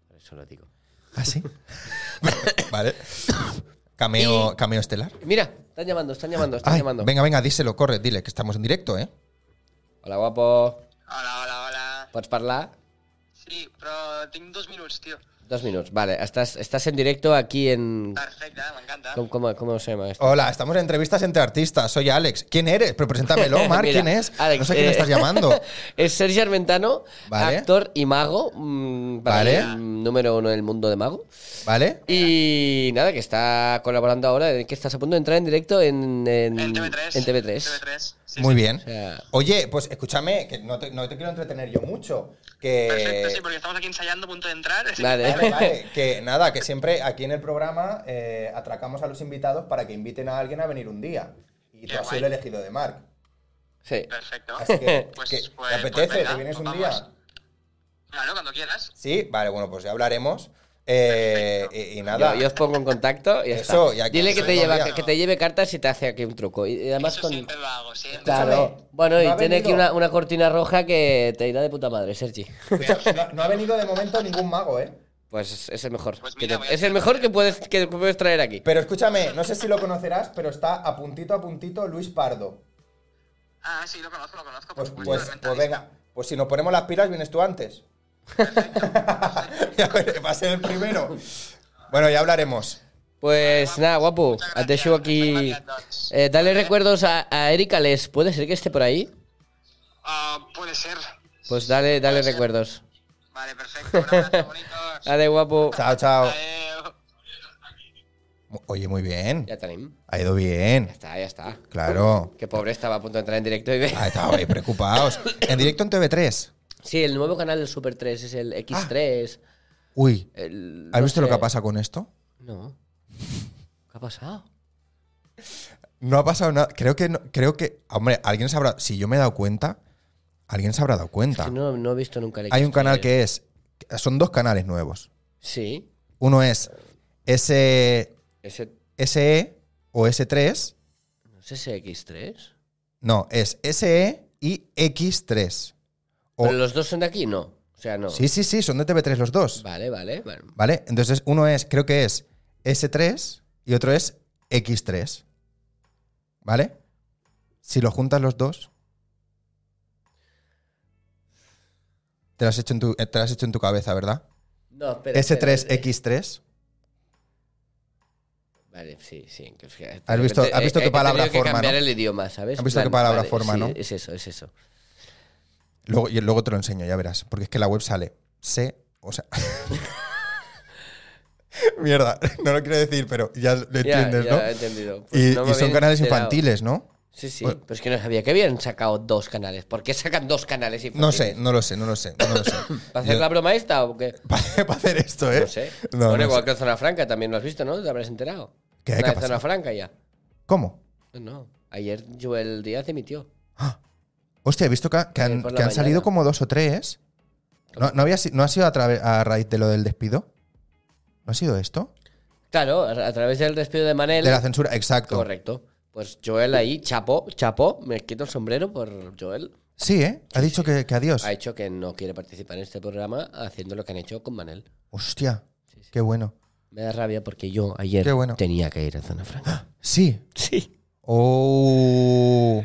[SPEAKER 2] Por eso lo digo.
[SPEAKER 1] ¿Ah, sí? vale. Cameo, cameo estelar.
[SPEAKER 2] Mira, están llamando, están llamando, están
[SPEAKER 1] Ay,
[SPEAKER 2] llamando.
[SPEAKER 1] Venga, venga, díselo, corre, dile que estamos en directo, ¿eh?
[SPEAKER 2] Hola, guapo.
[SPEAKER 4] Hola, hola, hola.
[SPEAKER 2] Pots parlar?
[SPEAKER 4] Sí, però tinc dos minuts, tio.
[SPEAKER 2] Dos minutos, vale. Estás, estás en directo aquí en...
[SPEAKER 1] Ah.
[SPEAKER 4] Perfecte, eh, m'encanta.
[SPEAKER 2] ¿Cómo, cómo, cómo se llama esto?
[SPEAKER 1] Hola, estamos en entrevistas entre artistas. Soy Alex. ¿Quién eres? Pero preséntamelo, Mar,
[SPEAKER 2] Mira,
[SPEAKER 1] ¿quién es?
[SPEAKER 2] Alex,
[SPEAKER 1] no sé quién
[SPEAKER 2] eh,
[SPEAKER 1] estás llamando.
[SPEAKER 2] Es Sergio Armentano,
[SPEAKER 1] Vale.
[SPEAKER 2] actor y mago. mm, para
[SPEAKER 1] Vale.
[SPEAKER 2] mí, mm, número uno en el mundo de mago.
[SPEAKER 1] ¿Vale?
[SPEAKER 2] Y nada, que está colaborando ahora, eh, que estás a punto de entrar en directo en, en,
[SPEAKER 4] En TV3.
[SPEAKER 2] en TV3.
[SPEAKER 4] TV3. Sí,
[SPEAKER 1] Muy
[SPEAKER 4] sí.
[SPEAKER 1] bien.
[SPEAKER 2] O sea,
[SPEAKER 1] Oye, pues escúchame, que no te, no te quiero entretener yo mucho.
[SPEAKER 4] Perfecto, sí,
[SPEAKER 1] Que.
[SPEAKER 4] porque estamos aquí ensayando a punto de entrar. así
[SPEAKER 2] Vale.
[SPEAKER 1] Vale, vale, que nada, que siempre aquí en el programa eh, atracamos a los invitados para que inviten a alguien a venir un día. Y tú
[SPEAKER 4] Qué
[SPEAKER 1] has sido
[SPEAKER 4] guay.
[SPEAKER 1] el elegido de Marc.
[SPEAKER 2] sí.
[SPEAKER 4] que- Perfecto.
[SPEAKER 1] Así que,
[SPEAKER 4] Pues-
[SPEAKER 1] que,
[SPEAKER 4] pues-
[SPEAKER 1] ¿te apetece?
[SPEAKER 4] pues venga,
[SPEAKER 1] ¿Te vienes un
[SPEAKER 4] pues
[SPEAKER 1] día?
[SPEAKER 4] vamos. Claro, cuando quieras.
[SPEAKER 1] Sí, vale, bueno, pues ya hablaremos. Eh, y, y nada.
[SPEAKER 2] Yo, yo os pongo en contacto y ya está.
[SPEAKER 1] Eso, ya que
[SPEAKER 2] Dile que
[SPEAKER 1] soy
[SPEAKER 2] te, lleva-
[SPEAKER 1] novia.
[SPEAKER 2] que te lleve cartas y te hace aquí un truco. Y, y además
[SPEAKER 4] Eso
[SPEAKER 2] con...
[SPEAKER 4] siempre lo hago, siempre.
[SPEAKER 2] Claro.
[SPEAKER 1] Escúchame,
[SPEAKER 2] Bueno,
[SPEAKER 1] ¿no
[SPEAKER 2] y
[SPEAKER 1] ha
[SPEAKER 2] tiene aquí
[SPEAKER 1] venido?
[SPEAKER 2] una, una cortina roja que te irá de puta madre, Sergi.
[SPEAKER 1] Escucha, no, no ha venido de momento ningún mago, ¿eh?
[SPEAKER 2] Pues es el mejor.
[SPEAKER 4] Pues
[SPEAKER 2] que
[SPEAKER 4] mira,
[SPEAKER 2] te-
[SPEAKER 4] voy a
[SPEAKER 2] es el mejor que puedes, que puedes traer aquí.
[SPEAKER 1] Pero escúchame, no sé si lo conocerás, pero está a puntito a puntito Luis Pardo.
[SPEAKER 4] Ah, sí, lo conozco, lo conozco. por
[SPEAKER 1] Pues,
[SPEAKER 4] supuesto,
[SPEAKER 1] pues,
[SPEAKER 4] el
[SPEAKER 1] pues
[SPEAKER 4] mentalista.
[SPEAKER 1] venga, pues si nos ponemos las pilas, vienes tú antes. Ya veré, Va a ser el primero. Bueno, ya hablaremos.
[SPEAKER 2] Pues nada, guapo.
[SPEAKER 4] Muchas
[SPEAKER 2] Te
[SPEAKER 4] gracias,
[SPEAKER 2] llevo
[SPEAKER 4] nos
[SPEAKER 2] aquí.
[SPEAKER 4] vemos varias
[SPEAKER 2] Eh, dale recuerdos a, a Erika Les. ¿Puede ser que esté por ahí?
[SPEAKER 4] Ah, puede ser.
[SPEAKER 2] Pues dale, dale recuerdos.
[SPEAKER 4] Vale, perfecto. Un abrazo, bonitos.
[SPEAKER 1] Ah.
[SPEAKER 2] Dale, guapo.
[SPEAKER 1] Chao, chao.
[SPEAKER 4] Adeu.
[SPEAKER 1] Mu- Oye, muy bien.
[SPEAKER 2] Ya tenim.
[SPEAKER 1] Ha ido
[SPEAKER 2] Ya
[SPEAKER 1] bien.
[SPEAKER 2] está, ya está.
[SPEAKER 1] Claro.
[SPEAKER 2] Qué pobre estaba a punto de entrar en directo y ve.
[SPEAKER 1] Ah, estábamos ahí preocupados. En directo en TV3.
[SPEAKER 2] Sí, el nuevo canal del Super 3 es el X3.
[SPEAKER 1] Uy,
[SPEAKER 2] el-
[SPEAKER 1] Ah. ¿has
[SPEAKER 2] no
[SPEAKER 1] visto lo
[SPEAKER 2] sé.
[SPEAKER 1] que ha pasado con esto?
[SPEAKER 2] No. ¿Qué ha pasado?
[SPEAKER 1] No ha pasado nada. Creo que, no- creo que, hombre, alguien se habrá, si yo me he dado cuenta, alguien se habrá dado cuenta.
[SPEAKER 2] Que no, no he visto nunca el
[SPEAKER 1] Ah. Hay un
[SPEAKER 2] X3.
[SPEAKER 1] canal que es, son dos canales nuevos.
[SPEAKER 2] Sí.
[SPEAKER 1] Uno es S,
[SPEAKER 2] Ese.
[SPEAKER 1] SE E o S3.
[SPEAKER 2] ¿No es ese X3?
[SPEAKER 1] No, es SE y X3. O-
[SPEAKER 2] Pero los dos son de aquí, no. O sea, no.
[SPEAKER 1] Sí, sí, sí, son de TV3 los dos.
[SPEAKER 2] Vale, vale, vale.
[SPEAKER 1] ¿Vale? Entonces uno es, creo que es S3 y otro es X3. ¿Vale? Si lo juntas los dos... Te lo has hecho en tu, eh, te lo has hecho en tu cabeza, ¿verdad?
[SPEAKER 2] No, espera, espera, espera.
[SPEAKER 1] S3X3.
[SPEAKER 2] Vale, sí, sí. que- que-
[SPEAKER 1] ¿Has visto- has visto
[SPEAKER 2] he-
[SPEAKER 1] qué
[SPEAKER 2] he tenido
[SPEAKER 1] palabra
[SPEAKER 2] que
[SPEAKER 1] forma,
[SPEAKER 2] cambiar
[SPEAKER 1] no?
[SPEAKER 2] el idioma, ¿sabes?
[SPEAKER 1] ¿Has visto
[SPEAKER 2] En
[SPEAKER 1] qué palabra forma,
[SPEAKER 2] sí,
[SPEAKER 1] no?
[SPEAKER 2] Es eso, es eso.
[SPEAKER 1] Luego, y luego te lo enseño, ya verás. Porque es que la web sale C, o sea. Mierda, no lo quiero decir, pero ya lo
[SPEAKER 2] Ya,
[SPEAKER 1] entiendes,
[SPEAKER 2] ya
[SPEAKER 1] ¿no?
[SPEAKER 2] he entendido. Pues
[SPEAKER 1] Y,
[SPEAKER 2] no me
[SPEAKER 1] y son
[SPEAKER 2] había
[SPEAKER 1] canales
[SPEAKER 2] enterado.
[SPEAKER 1] infantiles, ¿no?
[SPEAKER 2] Sí, sí.
[SPEAKER 1] Bueno.
[SPEAKER 2] Pero es que no sabía que habían sacado dos canales. ¿Por qué sacan dos canales infantiles?
[SPEAKER 1] No sé, no lo sé, no lo sé, no lo sé.
[SPEAKER 2] ¿Para hacer
[SPEAKER 1] Yo-
[SPEAKER 2] la broma esta o qué?
[SPEAKER 1] para, para hacer esto, ¿eh?
[SPEAKER 2] No sé.
[SPEAKER 1] No,
[SPEAKER 2] bueno,
[SPEAKER 1] no
[SPEAKER 2] igual
[SPEAKER 1] sé.
[SPEAKER 2] que Zona Franca también lo has visto, ¿no? Te habrás enterado.
[SPEAKER 1] ¿Qué?
[SPEAKER 2] La
[SPEAKER 1] ¿Qué
[SPEAKER 2] de
[SPEAKER 1] ha pasado?
[SPEAKER 2] Zona Franca ya.
[SPEAKER 1] ¿Cómo? ¡Ah!
[SPEAKER 2] No, No. Ayer Joel Díaz emitió.
[SPEAKER 1] Hostia, he visto que, que han,
[SPEAKER 2] Eh, por la
[SPEAKER 1] que han
[SPEAKER 2] mañana.
[SPEAKER 1] salido como dos o tres. ¿No, no, había, si- no ha sido a, trave- a raíz de lo del despido? ¿No ha sido esto?
[SPEAKER 2] Claro, a a través del despido de Manel.
[SPEAKER 1] De la censura, exacto.
[SPEAKER 2] Correcto. Pues Joel ahí, chapo, chapo, me quito el sombrero por Joel.
[SPEAKER 1] Sí, ¿eh? Ha dicho que, que adiós.
[SPEAKER 2] Ha hecho que no quiere participar en este programa haciendo lo que han hecho con Manel.
[SPEAKER 1] Hostia,
[SPEAKER 2] Sí, sí.
[SPEAKER 1] qué bueno.
[SPEAKER 2] Me da rabia porque yo ayer
[SPEAKER 1] Qué bueno.
[SPEAKER 2] tenía que ir a Zona Franca.
[SPEAKER 1] Sí.
[SPEAKER 2] Sí.
[SPEAKER 1] Oh.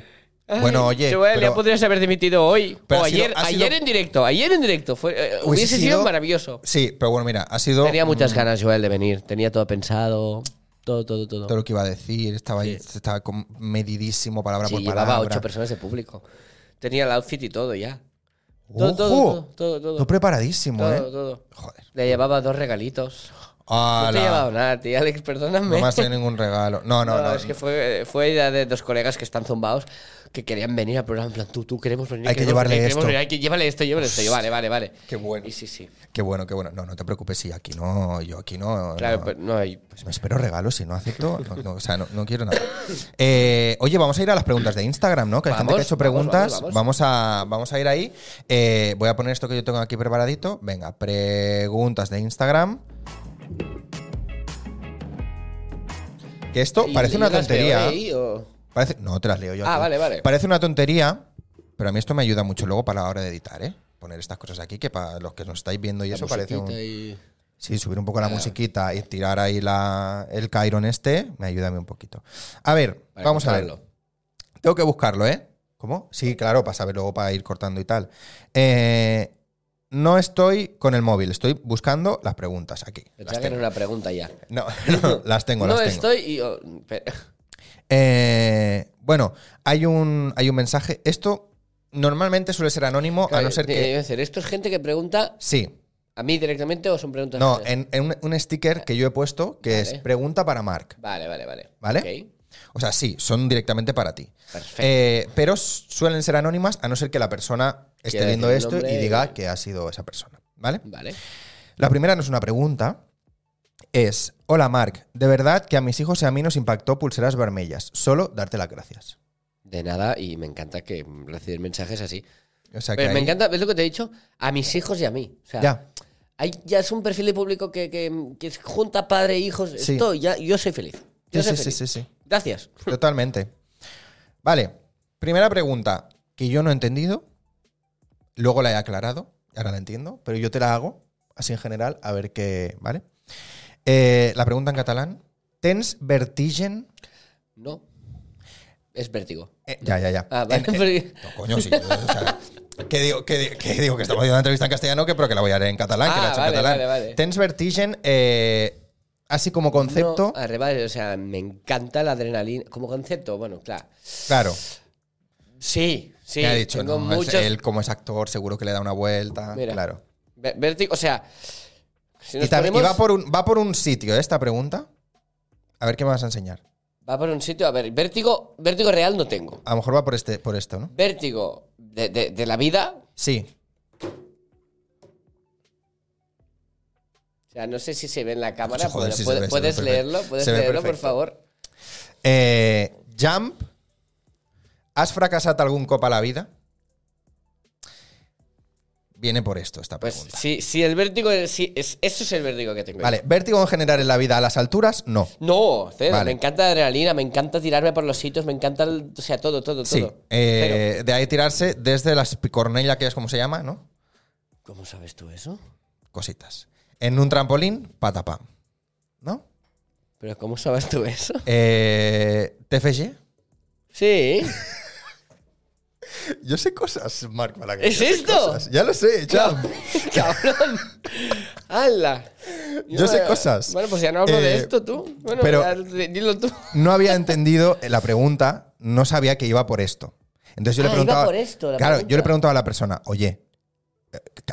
[SPEAKER 1] bueno,
[SPEAKER 2] Ay,
[SPEAKER 1] oye.
[SPEAKER 2] Joel, ya
[SPEAKER 1] pero-
[SPEAKER 2] podrías haber dimitido hoy.
[SPEAKER 1] Pero
[SPEAKER 2] o
[SPEAKER 1] ha sido-
[SPEAKER 2] ayer,
[SPEAKER 1] ha sido-
[SPEAKER 2] ayer en directo, ayer en directo. Fue, eh,
[SPEAKER 1] Hubiese
[SPEAKER 2] hubiese sido,
[SPEAKER 1] sido-
[SPEAKER 2] maravilloso.
[SPEAKER 1] sí, Mm. pero bueno, mira, ha sido
[SPEAKER 2] Tenía muchas ganas, Joel, de venir. Tenía todo pensado. Todo, todo, todo.
[SPEAKER 1] todo lo que iba a decir. Estaba, ahí- estaba con- medidísimo palabra
[SPEAKER 2] sí,
[SPEAKER 1] por
[SPEAKER 2] llevaba
[SPEAKER 1] palabra.
[SPEAKER 2] ocho personas de público. Tenía el outfit y todo ya.
[SPEAKER 1] Ojo,
[SPEAKER 2] Todo, todo, todo, todo, todo.
[SPEAKER 1] todo preparadísimo,
[SPEAKER 2] Todo,
[SPEAKER 1] ¿eh?
[SPEAKER 2] todo.
[SPEAKER 1] Joder.
[SPEAKER 2] Le llevaba dos regalitos. No te he
[SPEAKER 1] ¡Hala!
[SPEAKER 2] llevado nada, tío, Alex, perdóname.
[SPEAKER 1] No me has traído ningún regalo. No, no, no.
[SPEAKER 2] es que fue, fue idea de dos colegas que están zumbados que querían venir al programa. En plan, tú, tú queremos venir.
[SPEAKER 1] Hay que
[SPEAKER 2] queremos
[SPEAKER 1] llevarle
[SPEAKER 2] venir, queremos
[SPEAKER 1] esto.
[SPEAKER 2] venir, hay que llévale esto, llévale esto. Y yo, vale, vale, vale.
[SPEAKER 1] Qué bueno.
[SPEAKER 2] Y sí, sí.
[SPEAKER 1] Qué bueno, qué bueno. No, no te preocupes, sí, aquí no, yo aquí no.
[SPEAKER 2] Claro,
[SPEAKER 1] no.
[SPEAKER 2] pero no, y, pues,
[SPEAKER 1] Me espero regalos, si no acepto, no, no, o sea, no, no quiero nada. Eh, oye, vamos a ir a las preguntas de Instagram, ¿no? Que hay gente que ha
[SPEAKER 2] Vamos,
[SPEAKER 1] hecho
[SPEAKER 2] vamos,
[SPEAKER 1] preguntas. Vamos,
[SPEAKER 2] vamos,
[SPEAKER 1] a, vamos a ir ahí. Eh, voy a poner esto que yo tengo aquí preparadito. Venga, preguntas de Instagram. Que esto
[SPEAKER 2] y-
[SPEAKER 1] parece
[SPEAKER 2] y
[SPEAKER 1] una
[SPEAKER 2] las veo,
[SPEAKER 1] tontería.
[SPEAKER 2] ¿eh? Y- o-
[SPEAKER 1] Parece- no, te las leo yo.
[SPEAKER 2] Ah,
[SPEAKER 1] aquí.
[SPEAKER 2] vale, vale.
[SPEAKER 1] Parece una tontería, pero a mí esto me ayuda mucho luego para la hora de editar, ¿eh? Poner estas cosas aquí, que para los que nos estáis viendo y
[SPEAKER 2] la
[SPEAKER 1] eso parece un...
[SPEAKER 2] musiquita y-
[SPEAKER 1] Sí, subir un poco
[SPEAKER 2] Ah.
[SPEAKER 1] la musiquita y tirar ahí la, el Chiron este, me ayuda a mí un poquito. A ver,
[SPEAKER 2] Vale, pues
[SPEAKER 1] vamos a
[SPEAKER 2] cortadlo.
[SPEAKER 1] verlo. Tengo que buscarlo, ¿eh? ¿Cómo? Sí, claro, para saber luego, para ir cortando y tal. Eh, no estoy con el móvil, estoy buscando las preguntas aquí. Las
[SPEAKER 2] Pensaba que era
[SPEAKER 1] tengo.
[SPEAKER 2] una pregunta ya.
[SPEAKER 1] No, no, las tengo,
[SPEAKER 2] no
[SPEAKER 1] las tengo.
[SPEAKER 2] estoy y. o- pero-
[SPEAKER 1] Eh, bueno, hay un, hay un mensaje. Esto normalmente suele ser anónimo, a no ser
[SPEAKER 2] Eh,
[SPEAKER 1] que...
[SPEAKER 2] iba a decir, esto es gente que pregunta
[SPEAKER 1] Sí,
[SPEAKER 2] a mí directamente o son preguntas.
[SPEAKER 1] no, eh.
[SPEAKER 2] generales?
[SPEAKER 1] en, en un, un sticker que yo he puesto que es
[SPEAKER 2] Vale.
[SPEAKER 1] pregunta para Mark.
[SPEAKER 2] Vale, vale, vale.
[SPEAKER 1] ¿Vale?
[SPEAKER 2] Ok,
[SPEAKER 1] O sea, sí, son directamente para ti.
[SPEAKER 2] perfecto.
[SPEAKER 1] Eh, pero s- suelen ser anónimas a no ser que la persona esté
[SPEAKER 2] Quiera
[SPEAKER 1] viendo
[SPEAKER 2] decir
[SPEAKER 1] esto
[SPEAKER 2] el
[SPEAKER 1] y
[SPEAKER 2] nombre
[SPEAKER 1] diga
[SPEAKER 2] y-
[SPEAKER 1] que ha sido esa persona. ¿Vale?
[SPEAKER 2] vale.
[SPEAKER 1] La primera no es una pregunta. Es, hola Mark, de verdad que a mis hijos y a mí nos impactó pulseras vermellas. Solo darte las gracias.
[SPEAKER 2] De nada, y me encanta que recibir mensajes así.
[SPEAKER 1] O sea, que
[SPEAKER 2] Pero me
[SPEAKER 1] ahí-
[SPEAKER 2] encanta, es lo que te he dicho, a mis hijos y a mí. O sea,
[SPEAKER 1] Ya,
[SPEAKER 2] hay- ya es un perfil de público que, que, que junta padre e hijos.
[SPEAKER 1] Sí.
[SPEAKER 2] Esto, ya, yo soy feliz. Yo
[SPEAKER 1] sí,
[SPEAKER 2] soy
[SPEAKER 1] sí, sí,
[SPEAKER 2] feliz.
[SPEAKER 1] sí, sí.
[SPEAKER 2] Gracias.
[SPEAKER 1] Totalmente. Vale, primera pregunta que yo no he entendido, luego la he aclarado, ahora la entiendo, pero yo te la hago así en general, a ver qué, ¿vale? Eh, la pregunta en catalán. ¿Tens vertigen?
[SPEAKER 2] No. Es vértigo.
[SPEAKER 1] Eh, ya, ya, ya.
[SPEAKER 2] Ah, vale.
[SPEAKER 1] En- eh,
[SPEAKER 2] porque-
[SPEAKER 1] no, coño, sí. o sea, ¿qué, digo, qué, di- qué digo? Que estamos haciendo una entrevista en castellano, que, pero que la voy a leer en catalán, que la he
[SPEAKER 2] Ah,
[SPEAKER 1] hecho
[SPEAKER 2] vale,
[SPEAKER 1] en catalán.
[SPEAKER 2] vale, vale.
[SPEAKER 1] Tens vertigen, eh, así como concepto,
[SPEAKER 2] No, ah, al revés, o sea, me encanta la adrenalina. Como concepto, bueno, claro.
[SPEAKER 1] claro.
[SPEAKER 2] Sí, sí.
[SPEAKER 1] me ha dicho,
[SPEAKER 2] tengo
[SPEAKER 1] no, es-
[SPEAKER 2] muchos.
[SPEAKER 1] él como es actor seguro que le da una vuelta,
[SPEAKER 2] Mira.
[SPEAKER 1] claro.
[SPEAKER 2] Vé- Vértigo, o sea. Si
[SPEAKER 1] Y,
[SPEAKER 2] nos
[SPEAKER 1] también- y
[SPEAKER 2] ponemos-
[SPEAKER 1] va, por un, va por un sitio ¿eh? esta pregunta. A ver qué me vas a enseñar.
[SPEAKER 2] va por un sitio. A ver, vértigo, vértigo real no tengo.
[SPEAKER 1] A lo mejor va por, este, por esto, ¿no?
[SPEAKER 2] Vértigo de, de- de la vida.
[SPEAKER 1] Sí.
[SPEAKER 2] O sea, no sé si se ve en la cámara.
[SPEAKER 1] Ah, pues Joder,
[SPEAKER 2] pero
[SPEAKER 1] sí se
[SPEAKER 2] puede-
[SPEAKER 1] ve, se
[SPEAKER 2] puedes
[SPEAKER 1] ve perfecto.
[SPEAKER 2] leerlo, puedes
[SPEAKER 1] Se ve
[SPEAKER 2] leerlo, por
[SPEAKER 1] perfecto.
[SPEAKER 2] favor.
[SPEAKER 1] Eh, jump. ¿Has fracasado algún copa a la vida? Viene por esto esta
[SPEAKER 2] Pues
[SPEAKER 1] pregunta.
[SPEAKER 2] si, si el vértigo. es- Si es, eso es el vértigo que tengo.
[SPEAKER 1] Vale, vértigo en general en la vida a las alturas, no.
[SPEAKER 2] No, cero.
[SPEAKER 1] Vale.
[SPEAKER 2] Me encanta la adrenalina, me encanta tirarme por los sitios, me encanta. el- o sea, todo, todo,
[SPEAKER 1] Sí.
[SPEAKER 2] todo. Cero.
[SPEAKER 1] Eh, de ahí tirarse desde las picornella, que es como se llama, ¿no?
[SPEAKER 2] ¿Cómo sabes tú eso?
[SPEAKER 1] Cositas. En un trampolín, patapam. ¿No?
[SPEAKER 2] ¿Pero cómo sabes tú eso?
[SPEAKER 1] Eh, TFG.
[SPEAKER 2] Sí.
[SPEAKER 1] Yo sé cosas, Marc Malaguer.
[SPEAKER 2] ¿Es
[SPEAKER 1] yo sé
[SPEAKER 2] esto?
[SPEAKER 1] cosas. Ya lo sé, chao.
[SPEAKER 2] Cabrón. ¡Hala!
[SPEAKER 1] Yo sé cosas.
[SPEAKER 2] Bueno, pues ya no hablo de
[SPEAKER 1] Eh,
[SPEAKER 2] esto tú. Bueno,
[SPEAKER 1] pero-
[SPEAKER 2] ya, dilo tú.
[SPEAKER 1] No había entendido la pregunta, no sabía que iba por esto. Entonces yo le
[SPEAKER 2] Ah,
[SPEAKER 1] preguntaba.
[SPEAKER 2] iba por esto, la
[SPEAKER 1] claro, yo le
[SPEAKER 2] pregunta.
[SPEAKER 1] preguntaba a la persona, oye,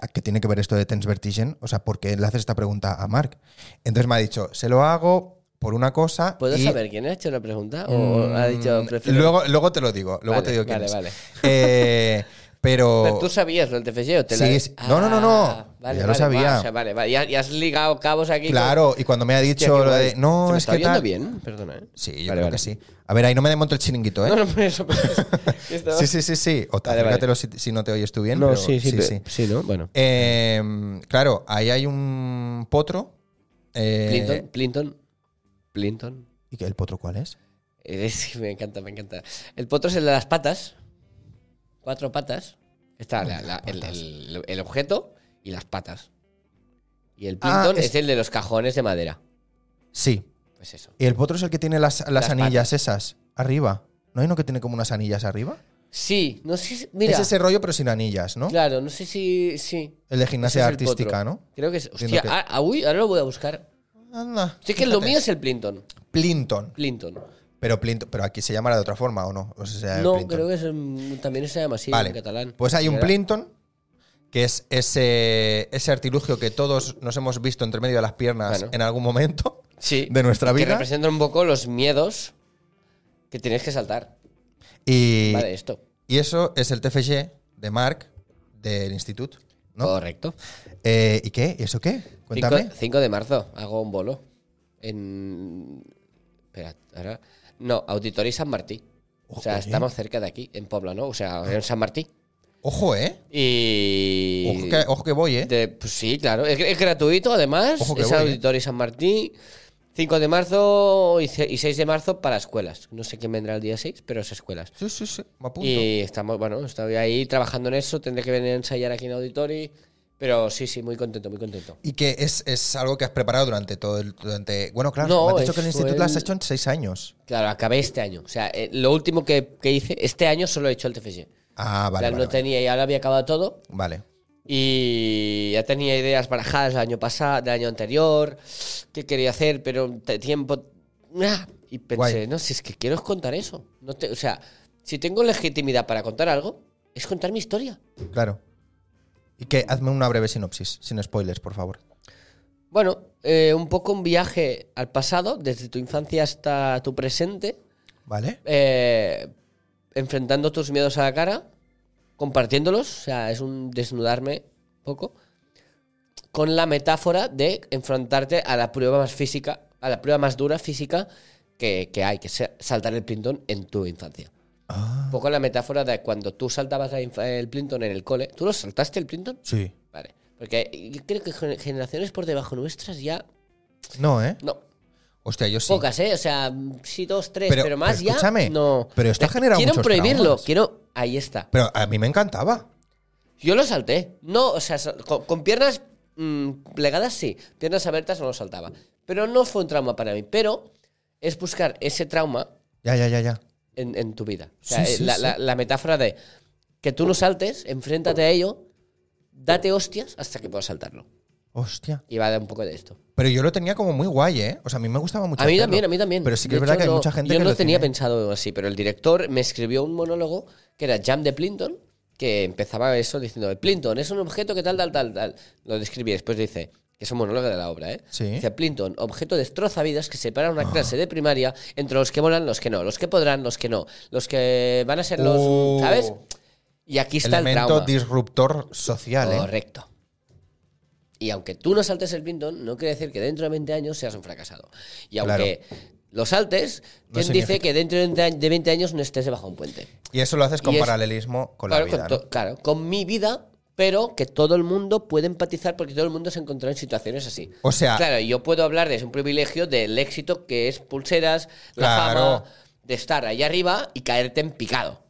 [SPEAKER 1] ¿a ¿qué tiene que ver esto de Tens Vertigen? O sea, ¿por qué le haces esta pregunta a Marc? Entonces me ha dicho, se lo hago por una cosa.
[SPEAKER 2] ¿Puedo
[SPEAKER 1] y,
[SPEAKER 2] saber quién ha hecho la pregunta? ¿O
[SPEAKER 1] mm,
[SPEAKER 2] ha dicho prefiero-
[SPEAKER 1] Luego, luego te lo digo, luego
[SPEAKER 2] Vale,
[SPEAKER 1] te digo quién
[SPEAKER 2] vale,
[SPEAKER 1] es.
[SPEAKER 2] vale.
[SPEAKER 1] Eh, pero.
[SPEAKER 2] Pero tú sabías lo del TFG o te la-
[SPEAKER 1] Sí, sí. No, no, no, no. Ya lo sabía.
[SPEAKER 2] guau, o sea, vale, vale. Ya, ya has ligado cabos aquí.
[SPEAKER 1] Claro, y cuando me ha dicho
[SPEAKER 2] Hostia, qué
[SPEAKER 1] lo
[SPEAKER 2] guay.
[SPEAKER 1] de, no,
[SPEAKER 2] ¿Se me
[SPEAKER 1] es
[SPEAKER 2] está
[SPEAKER 1] que
[SPEAKER 2] oyendo
[SPEAKER 1] tal.
[SPEAKER 2] bien? Perdona, ¿eh?
[SPEAKER 1] Sí, yo
[SPEAKER 2] Vale,
[SPEAKER 1] creo
[SPEAKER 2] vale.
[SPEAKER 1] que sí. A ver, ahí no me desmonto el chiringuito, ¿eh?
[SPEAKER 2] No, no, por eso. pues, por eso. Esto-
[SPEAKER 1] Sí, sí, sí, sí. O te
[SPEAKER 2] Vale, vale.
[SPEAKER 1] acércatelo si, si no te oyes tú bien.
[SPEAKER 2] No,
[SPEAKER 1] pero
[SPEAKER 2] sí, sí, pe- sí, ¿no? Bueno.
[SPEAKER 1] Eh, claro, ahí hay un potro. eh,
[SPEAKER 2] Plinton, Plinton, Plinton.
[SPEAKER 1] ¿Y qué- el potro cuál es?
[SPEAKER 2] Eh, sí, me encanta, me encanta. El potro es el de las patas. Cuatro patas. Está la- la- el, el- el objeto y las patas. Y el
[SPEAKER 1] Ah,
[SPEAKER 2] Plinton
[SPEAKER 1] es-
[SPEAKER 2] es... el de los cajones de madera.
[SPEAKER 1] Sí.
[SPEAKER 2] Pues eso.
[SPEAKER 1] Y el potro es el que tiene las, las
[SPEAKER 2] Las
[SPEAKER 1] anillas esas arriba. ¿No hay uno que tiene como unas anillas arriba?
[SPEAKER 2] Sí, no sé si. Mira.
[SPEAKER 1] Es ese rollo, pero sin anillas, ¿no?
[SPEAKER 2] Claro, no sé si. Sí.
[SPEAKER 1] El de gimnasia
[SPEAKER 2] Ese es el
[SPEAKER 1] artística,
[SPEAKER 2] potro.
[SPEAKER 1] ¿no?
[SPEAKER 2] Creo que es.
[SPEAKER 1] Entiendo
[SPEAKER 2] Hostia,
[SPEAKER 1] que-
[SPEAKER 2] ah, ah, uy, ahora lo voy a buscar.
[SPEAKER 1] Anda.
[SPEAKER 2] Sí, que lo
[SPEAKER 1] fíjate.
[SPEAKER 2] mío es el Plinton.
[SPEAKER 1] Plinton.
[SPEAKER 2] Plinton.
[SPEAKER 1] Pero Plinton. Pero aquí se llamará de otra forma, ¿o no? O sea,
[SPEAKER 2] no,
[SPEAKER 1] Plinton.
[SPEAKER 2] creo que es, mm, también se llama así en catalán.
[SPEAKER 1] Pues hay un
[SPEAKER 2] Mira.
[SPEAKER 1] Plinton que es ese, ese artilugio que todos nos hemos visto entre medio de las piernas
[SPEAKER 2] Claro.
[SPEAKER 1] en algún momento
[SPEAKER 2] Sí.
[SPEAKER 1] de nuestra
[SPEAKER 2] Que
[SPEAKER 1] vida.
[SPEAKER 2] representa un poco los miedos que tienes que saltar.
[SPEAKER 1] Y,
[SPEAKER 2] Vale, esto.
[SPEAKER 1] y eso es el TFG de Mark del instituto. ¿no?
[SPEAKER 2] Correcto.
[SPEAKER 1] Eh, ¿Y qué? ¿Y eso qué?
[SPEAKER 2] 5,
[SPEAKER 1] Cuéntame.
[SPEAKER 2] de marzo hago un bolo en. Espera, ahora. No, Auditorio San Martín. O sea,
[SPEAKER 1] Ojo, eh.
[SPEAKER 2] estamos cerca de aquí, en Puebla, ¿no? O sea, en San Martín.
[SPEAKER 1] Ojo, ¿eh?
[SPEAKER 2] Y.
[SPEAKER 1] Ojo que, ojo que voy, ¿eh?
[SPEAKER 2] De- pues sí, claro. Es, es gratuito, además.
[SPEAKER 1] Ojo que
[SPEAKER 2] Es
[SPEAKER 1] voy, eh.
[SPEAKER 2] Auditorio San Martín. 5 de marzo y ce- y 6 de marzo para escuelas. No sé quién vendrá el día 6, pero es escuelas.
[SPEAKER 1] Sí, sí, sí. Me apunto.
[SPEAKER 2] Y estamos, bueno, estoy ahí trabajando en eso. Tendré que venir a ensayar aquí en Auditori. Pero sí, sí, muy contento, muy contento.
[SPEAKER 1] Y que es, es algo que has preparado durante todo el. Durante, bueno, claro,
[SPEAKER 2] No,
[SPEAKER 1] me has dicho que el
[SPEAKER 2] eso
[SPEAKER 1] instituto lo has
[SPEAKER 2] el-
[SPEAKER 1] hecho en seis años.
[SPEAKER 2] Claro, acabé este año. O sea, eh, lo último que, que hice, este año solo he hecho el TFG.
[SPEAKER 1] Ah,
[SPEAKER 2] O
[SPEAKER 1] vale. Vale,
[SPEAKER 2] sea, no
[SPEAKER 1] vale.
[SPEAKER 2] tenía y ahora había acabado todo.
[SPEAKER 1] Vale.
[SPEAKER 2] Y ya tenía ideas barajadas del año pasado, del año anterior, qué quería hacer, pero te- tiempo. ¡ah! Y pensé,
[SPEAKER 1] Guay.
[SPEAKER 2] no, si es que quiero contar eso. No te- o sea, si tengo legitimidad para contar algo, es contar mi historia.
[SPEAKER 1] Claro. Y que hazme una breve sinopsis, sin spoilers, por favor.
[SPEAKER 2] Bueno, eh, un poco un viaje al pasado, desde tu infancia hasta tu presente,
[SPEAKER 1] ¿Vale?
[SPEAKER 2] eh, enfrentando tus miedos a la cara, compartiéndolos, o sea, es un desnudarme un poco, con la metáfora de enfrentarte a la prueba más física, a la prueba más dura física que, que hay, que es saltar el plintón en tu infancia.
[SPEAKER 1] Ah,
[SPEAKER 2] Un poco la metáfora de cuando tú saltabas la infa- el plintón en el cole, ¿tú lo saltaste el plintón?
[SPEAKER 1] sí.
[SPEAKER 2] Vale, porque yo creo que gen- generaciones por debajo nuestras ya...
[SPEAKER 1] No, ¿eh?
[SPEAKER 2] No,
[SPEAKER 1] Hostia, yo sí.
[SPEAKER 2] pocas, ¿eh? O sea, sí, dos, tres,
[SPEAKER 1] Pero-
[SPEAKER 2] pero, más
[SPEAKER 1] pero
[SPEAKER 2] ya.
[SPEAKER 1] escúchame,
[SPEAKER 2] no. Eh,
[SPEAKER 1] pero esto ha generado
[SPEAKER 2] Quiero
[SPEAKER 1] muchos
[SPEAKER 2] prohibirlo,
[SPEAKER 1] traumas.
[SPEAKER 2] quiero. Ahí está.
[SPEAKER 1] Pero a mí me encantaba.
[SPEAKER 2] Yo lo salté. No, o sea, sal- con, con piernas mm, plegadas sí, piernas abiertas no lo saltaba. Pero no fue un trauma para mí. Pero es buscar ese trauma
[SPEAKER 1] Ya, ya, ya, ya.
[SPEAKER 2] en, en tu vida. O sea,
[SPEAKER 1] Sí, sí,
[SPEAKER 2] eh, la,
[SPEAKER 1] sí.
[SPEAKER 2] la- la metáfora de que tú no saltes, enfréntate a ello, date hostias hasta que puedas saltarlo.
[SPEAKER 1] Hostia.
[SPEAKER 2] Y va de un poco de esto.
[SPEAKER 1] Pero yo lo tenía como muy guay, ¿eh? O sea, a mí me gustaba mucho.
[SPEAKER 2] A mí
[SPEAKER 1] hacerlo.
[SPEAKER 2] también, a mí también.
[SPEAKER 1] Pero sí que
[SPEAKER 2] De
[SPEAKER 1] es verdad
[SPEAKER 2] hecho,
[SPEAKER 1] que hay
[SPEAKER 2] no-
[SPEAKER 1] mucha gente
[SPEAKER 2] yo
[SPEAKER 1] que
[SPEAKER 2] no
[SPEAKER 1] lo
[SPEAKER 2] tenía
[SPEAKER 1] tiene. ¿eh?
[SPEAKER 2] pensado así, pero el director me escribió un monólogo que era Jam de Plinton, que empezaba eso diciendo, el Plinton es un objeto que tal, tal, tal, tal. Lo describí, después dice, que es un monólogo de la obra, ¿eh?
[SPEAKER 1] Sí. Ah.
[SPEAKER 2] Dice, Plinton, objeto destroza vidas que separa una clase de primaria entre los que molan, los que no, los que podrán, los que no, los que van a ser los...
[SPEAKER 1] Oh.
[SPEAKER 2] ¿Sabes? Y aquí está el
[SPEAKER 1] Elemento
[SPEAKER 2] trauma.
[SPEAKER 1] disruptor social, ¿eh?
[SPEAKER 2] Correcto. Y aunque tú no saltes el Pinton, no quiere decir que dentro de 20 años seas un fracasado. Y aunque lo saltes,
[SPEAKER 1] No
[SPEAKER 2] ¿quién
[SPEAKER 1] significa-
[SPEAKER 2] dice que dentro de 20 años no estés debajo de un puente?
[SPEAKER 1] Y eso lo haces con
[SPEAKER 2] Y es-
[SPEAKER 1] paralelismo con
[SPEAKER 2] claro,
[SPEAKER 1] la vida.
[SPEAKER 2] con to-
[SPEAKER 1] ¿no?
[SPEAKER 2] claro, con mi vida, pero que todo el mundo puede empatizar porque todo el mundo se encontró en situaciones así.
[SPEAKER 1] O sea-
[SPEAKER 2] Claro, yo puedo hablar de un privilegio del éxito que es pulseras, la
[SPEAKER 1] Claro.
[SPEAKER 2] fama, de estar ahí arriba y caerte en picado.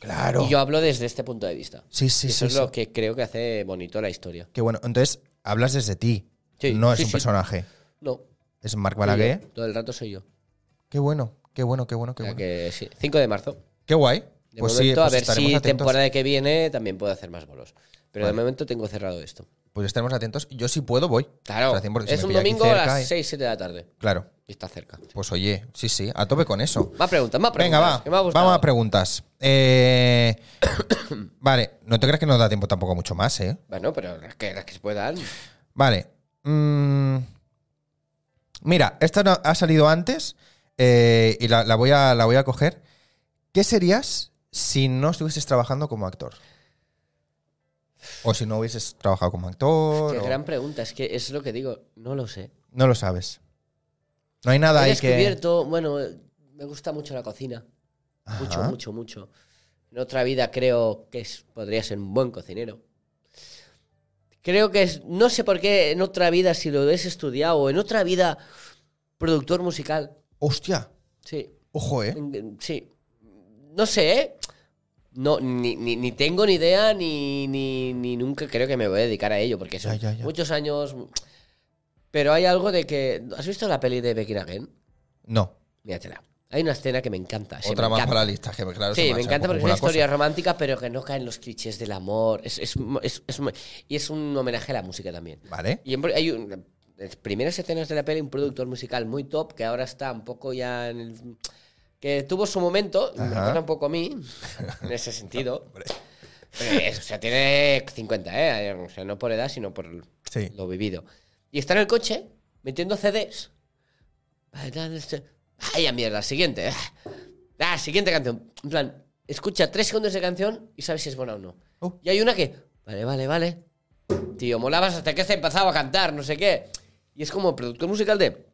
[SPEAKER 1] Claro.
[SPEAKER 2] Y yo hablo desde este punto de vista.
[SPEAKER 1] Sí, sí,
[SPEAKER 2] Y
[SPEAKER 1] sí,
[SPEAKER 2] Eso es
[SPEAKER 1] sí.
[SPEAKER 2] lo que creo que hace bonito la historia.
[SPEAKER 1] Qué bueno. Entonces, hablas desde ti.
[SPEAKER 2] Sí,
[SPEAKER 1] no es
[SPEAKER 2] sí,
[SPEAKER 1] un
[SPEAKER 2] sí.
[SPEAKER 1] personaje.
[SPEAKER 2] No,
[SPEAKER 1] Es Marc
[SPEAKER 2] Soy
[SPEAKER 1] Balaguer.
[SPEAKER 2] yo, Todo el rato soy yo.
[SPEAKER 1] Qué bueno, qué bueno, qué bueno, qué
[SPEAKER 2] O sea
[SPEAKER 1] bueno.
[SPEAKER 2] que sí, 5 de marzo.
[SPEAKER 1] Qué guay.
[SPEAKER 2] De
[SPEAKER 1] Pues sí,
[SPEAKER 2] momento,
[SPEAKER 1] pues
[SPEAKER 2] a ver
[SPEAKER 1] estaremos
[SPEAKER 2] si
[SPEAKER 1] atentos.
[SPEAKER 2] temporada que viene también puedo hacer más bolos. Pero de
[SPEAKER 1] Vale.
[SPEAKER 2] momento tengo cerrado esto.
[SPEAKER 1] Pues estaremos atentos. Yo si puedo voy.
[SPEAKER 2] Claro.
[SPEAKER 1] O sea, 100%, si
[SPEAKER 2] es
[SPEAKER 1] me
[SPEAKER 2] un
[SPEAKER 1] pilla aquí
[SPEAKER 2] domingo a
[SPEAKER 1] cerca
[SPEAKER 2] las
[SPEAKER 1] y-
[SPEAKER 2] 6, 7 de la tarde.
[SPEAKER 1] Claro.
[SPEAKER 2] Y está cerca.
[SPEAKER 1] Pues oye, sí, sí, a tope con eso.
[SPEAKER 2] Más preguntas, más preguntas.
[SPEAKER 1] Venga, va.
[SPEAKER 2] que me ha gustado.
[SPEAKER 1] Vamos a preguntas. Eh, vale, no te creas que nos da tiempo tampoco mucho más, ¿eh?
[SPEAKER 2] Bueno, pero las que, las que se puedan.
[SPEAKER 1] Vale. mm, mira, esta no- ha salido antes eh, y la, la voy a, la voy a coger. ¿Qué serías si no estuvieses trabajando como actor? O si no hubieses trabajado como actor.
[SPEAKER 2] Qué
[SPEAKER 1] o-
[SPEAKER 2] gran pregunta. Es que es lo que digo. No lo sé.
[SPEAKER 1] No lo sabes. No hay nada
[SPEAKER 2] He
[SPEAKER 1] ahí que.
[SPEAKER 2] descubierto, bueno, me gusta mucho la cocina. Mucho,
[SPEAKER 1] Ajá.
[SPEAKER 2] mucho, mucho. En otra vida creo que es- podría ser un buen cocinero. Creo que es, no sé por qué en otra vida, si lo hubiese estudiado, o en otra vida, productor musical.
[SPEAKER 1] Hostia,
[SPEAKER 2] Sí,
[SPEAKER 1] ojo, ¿eh?
[SPEAKER 2] en- en- sí. No sé, ¿eh? No, ni, ni- ni tengo ni idea, ni, ni, ni nunca creo que me voy a dedicar a ello, porque son
[SPEAKER 1] Ya, ya, ya.
[SPEAKER 2] muchos años. Pero hay algo de que. ¿Has visto la peli de Becky Again?
[SPEAKER 1] No.
[SPEAKER 2] Míratela. Hay una escena que me encanta. se
[SPEAKER 1] Otra
[SPEAKER 2] me
[SPEAKER 1] más
[SPEAKER 2] encanta.
[SPEAKER 1] para la lista, que claro. se
[SPEAKER 2] Sí,
[SPEAKER 1] se
[SPEAKER 2] me encanta porque es
[SPEAKER 1] ocurre
[SPEAKER 2] una
[SPEAKER 1] cosa.
[SPEAKER 2] historia romántica, pero que no cae en los clichés del amor. Es, es- es- es un- y es un homenaje a la música también.
[SPEAKER 1] Vale.
[SPEAKER 2] Y en- hay un- las primeras escenas de la peli, un productor musical muy top, que ahora está un poco ya en el- que tuvo su momento, me
[SPEAKER 1] Ajá.
[SPEAKER 2] recuerda un poco a mí, en ese sentido. Porque es- o sea, tiene 50, ¿eh? O sea, no por edad, sino por
[SPEAKER 1] Sí.
[SPEAKER 2] lo vivido. Y está en el coche metiendo CDs. Vaya este. mierda, siguiente. Ah, La siguiente canción. En plan, escucha tres segundos de canción y sabes si es buena o no.
[SPEAKER 1] Oh.
[SPEAKER 2] Y hay una que, vale, vale, vale. Tío, molabas hasta que se empezaba a cantar, no sé qué. Y es como productor musical de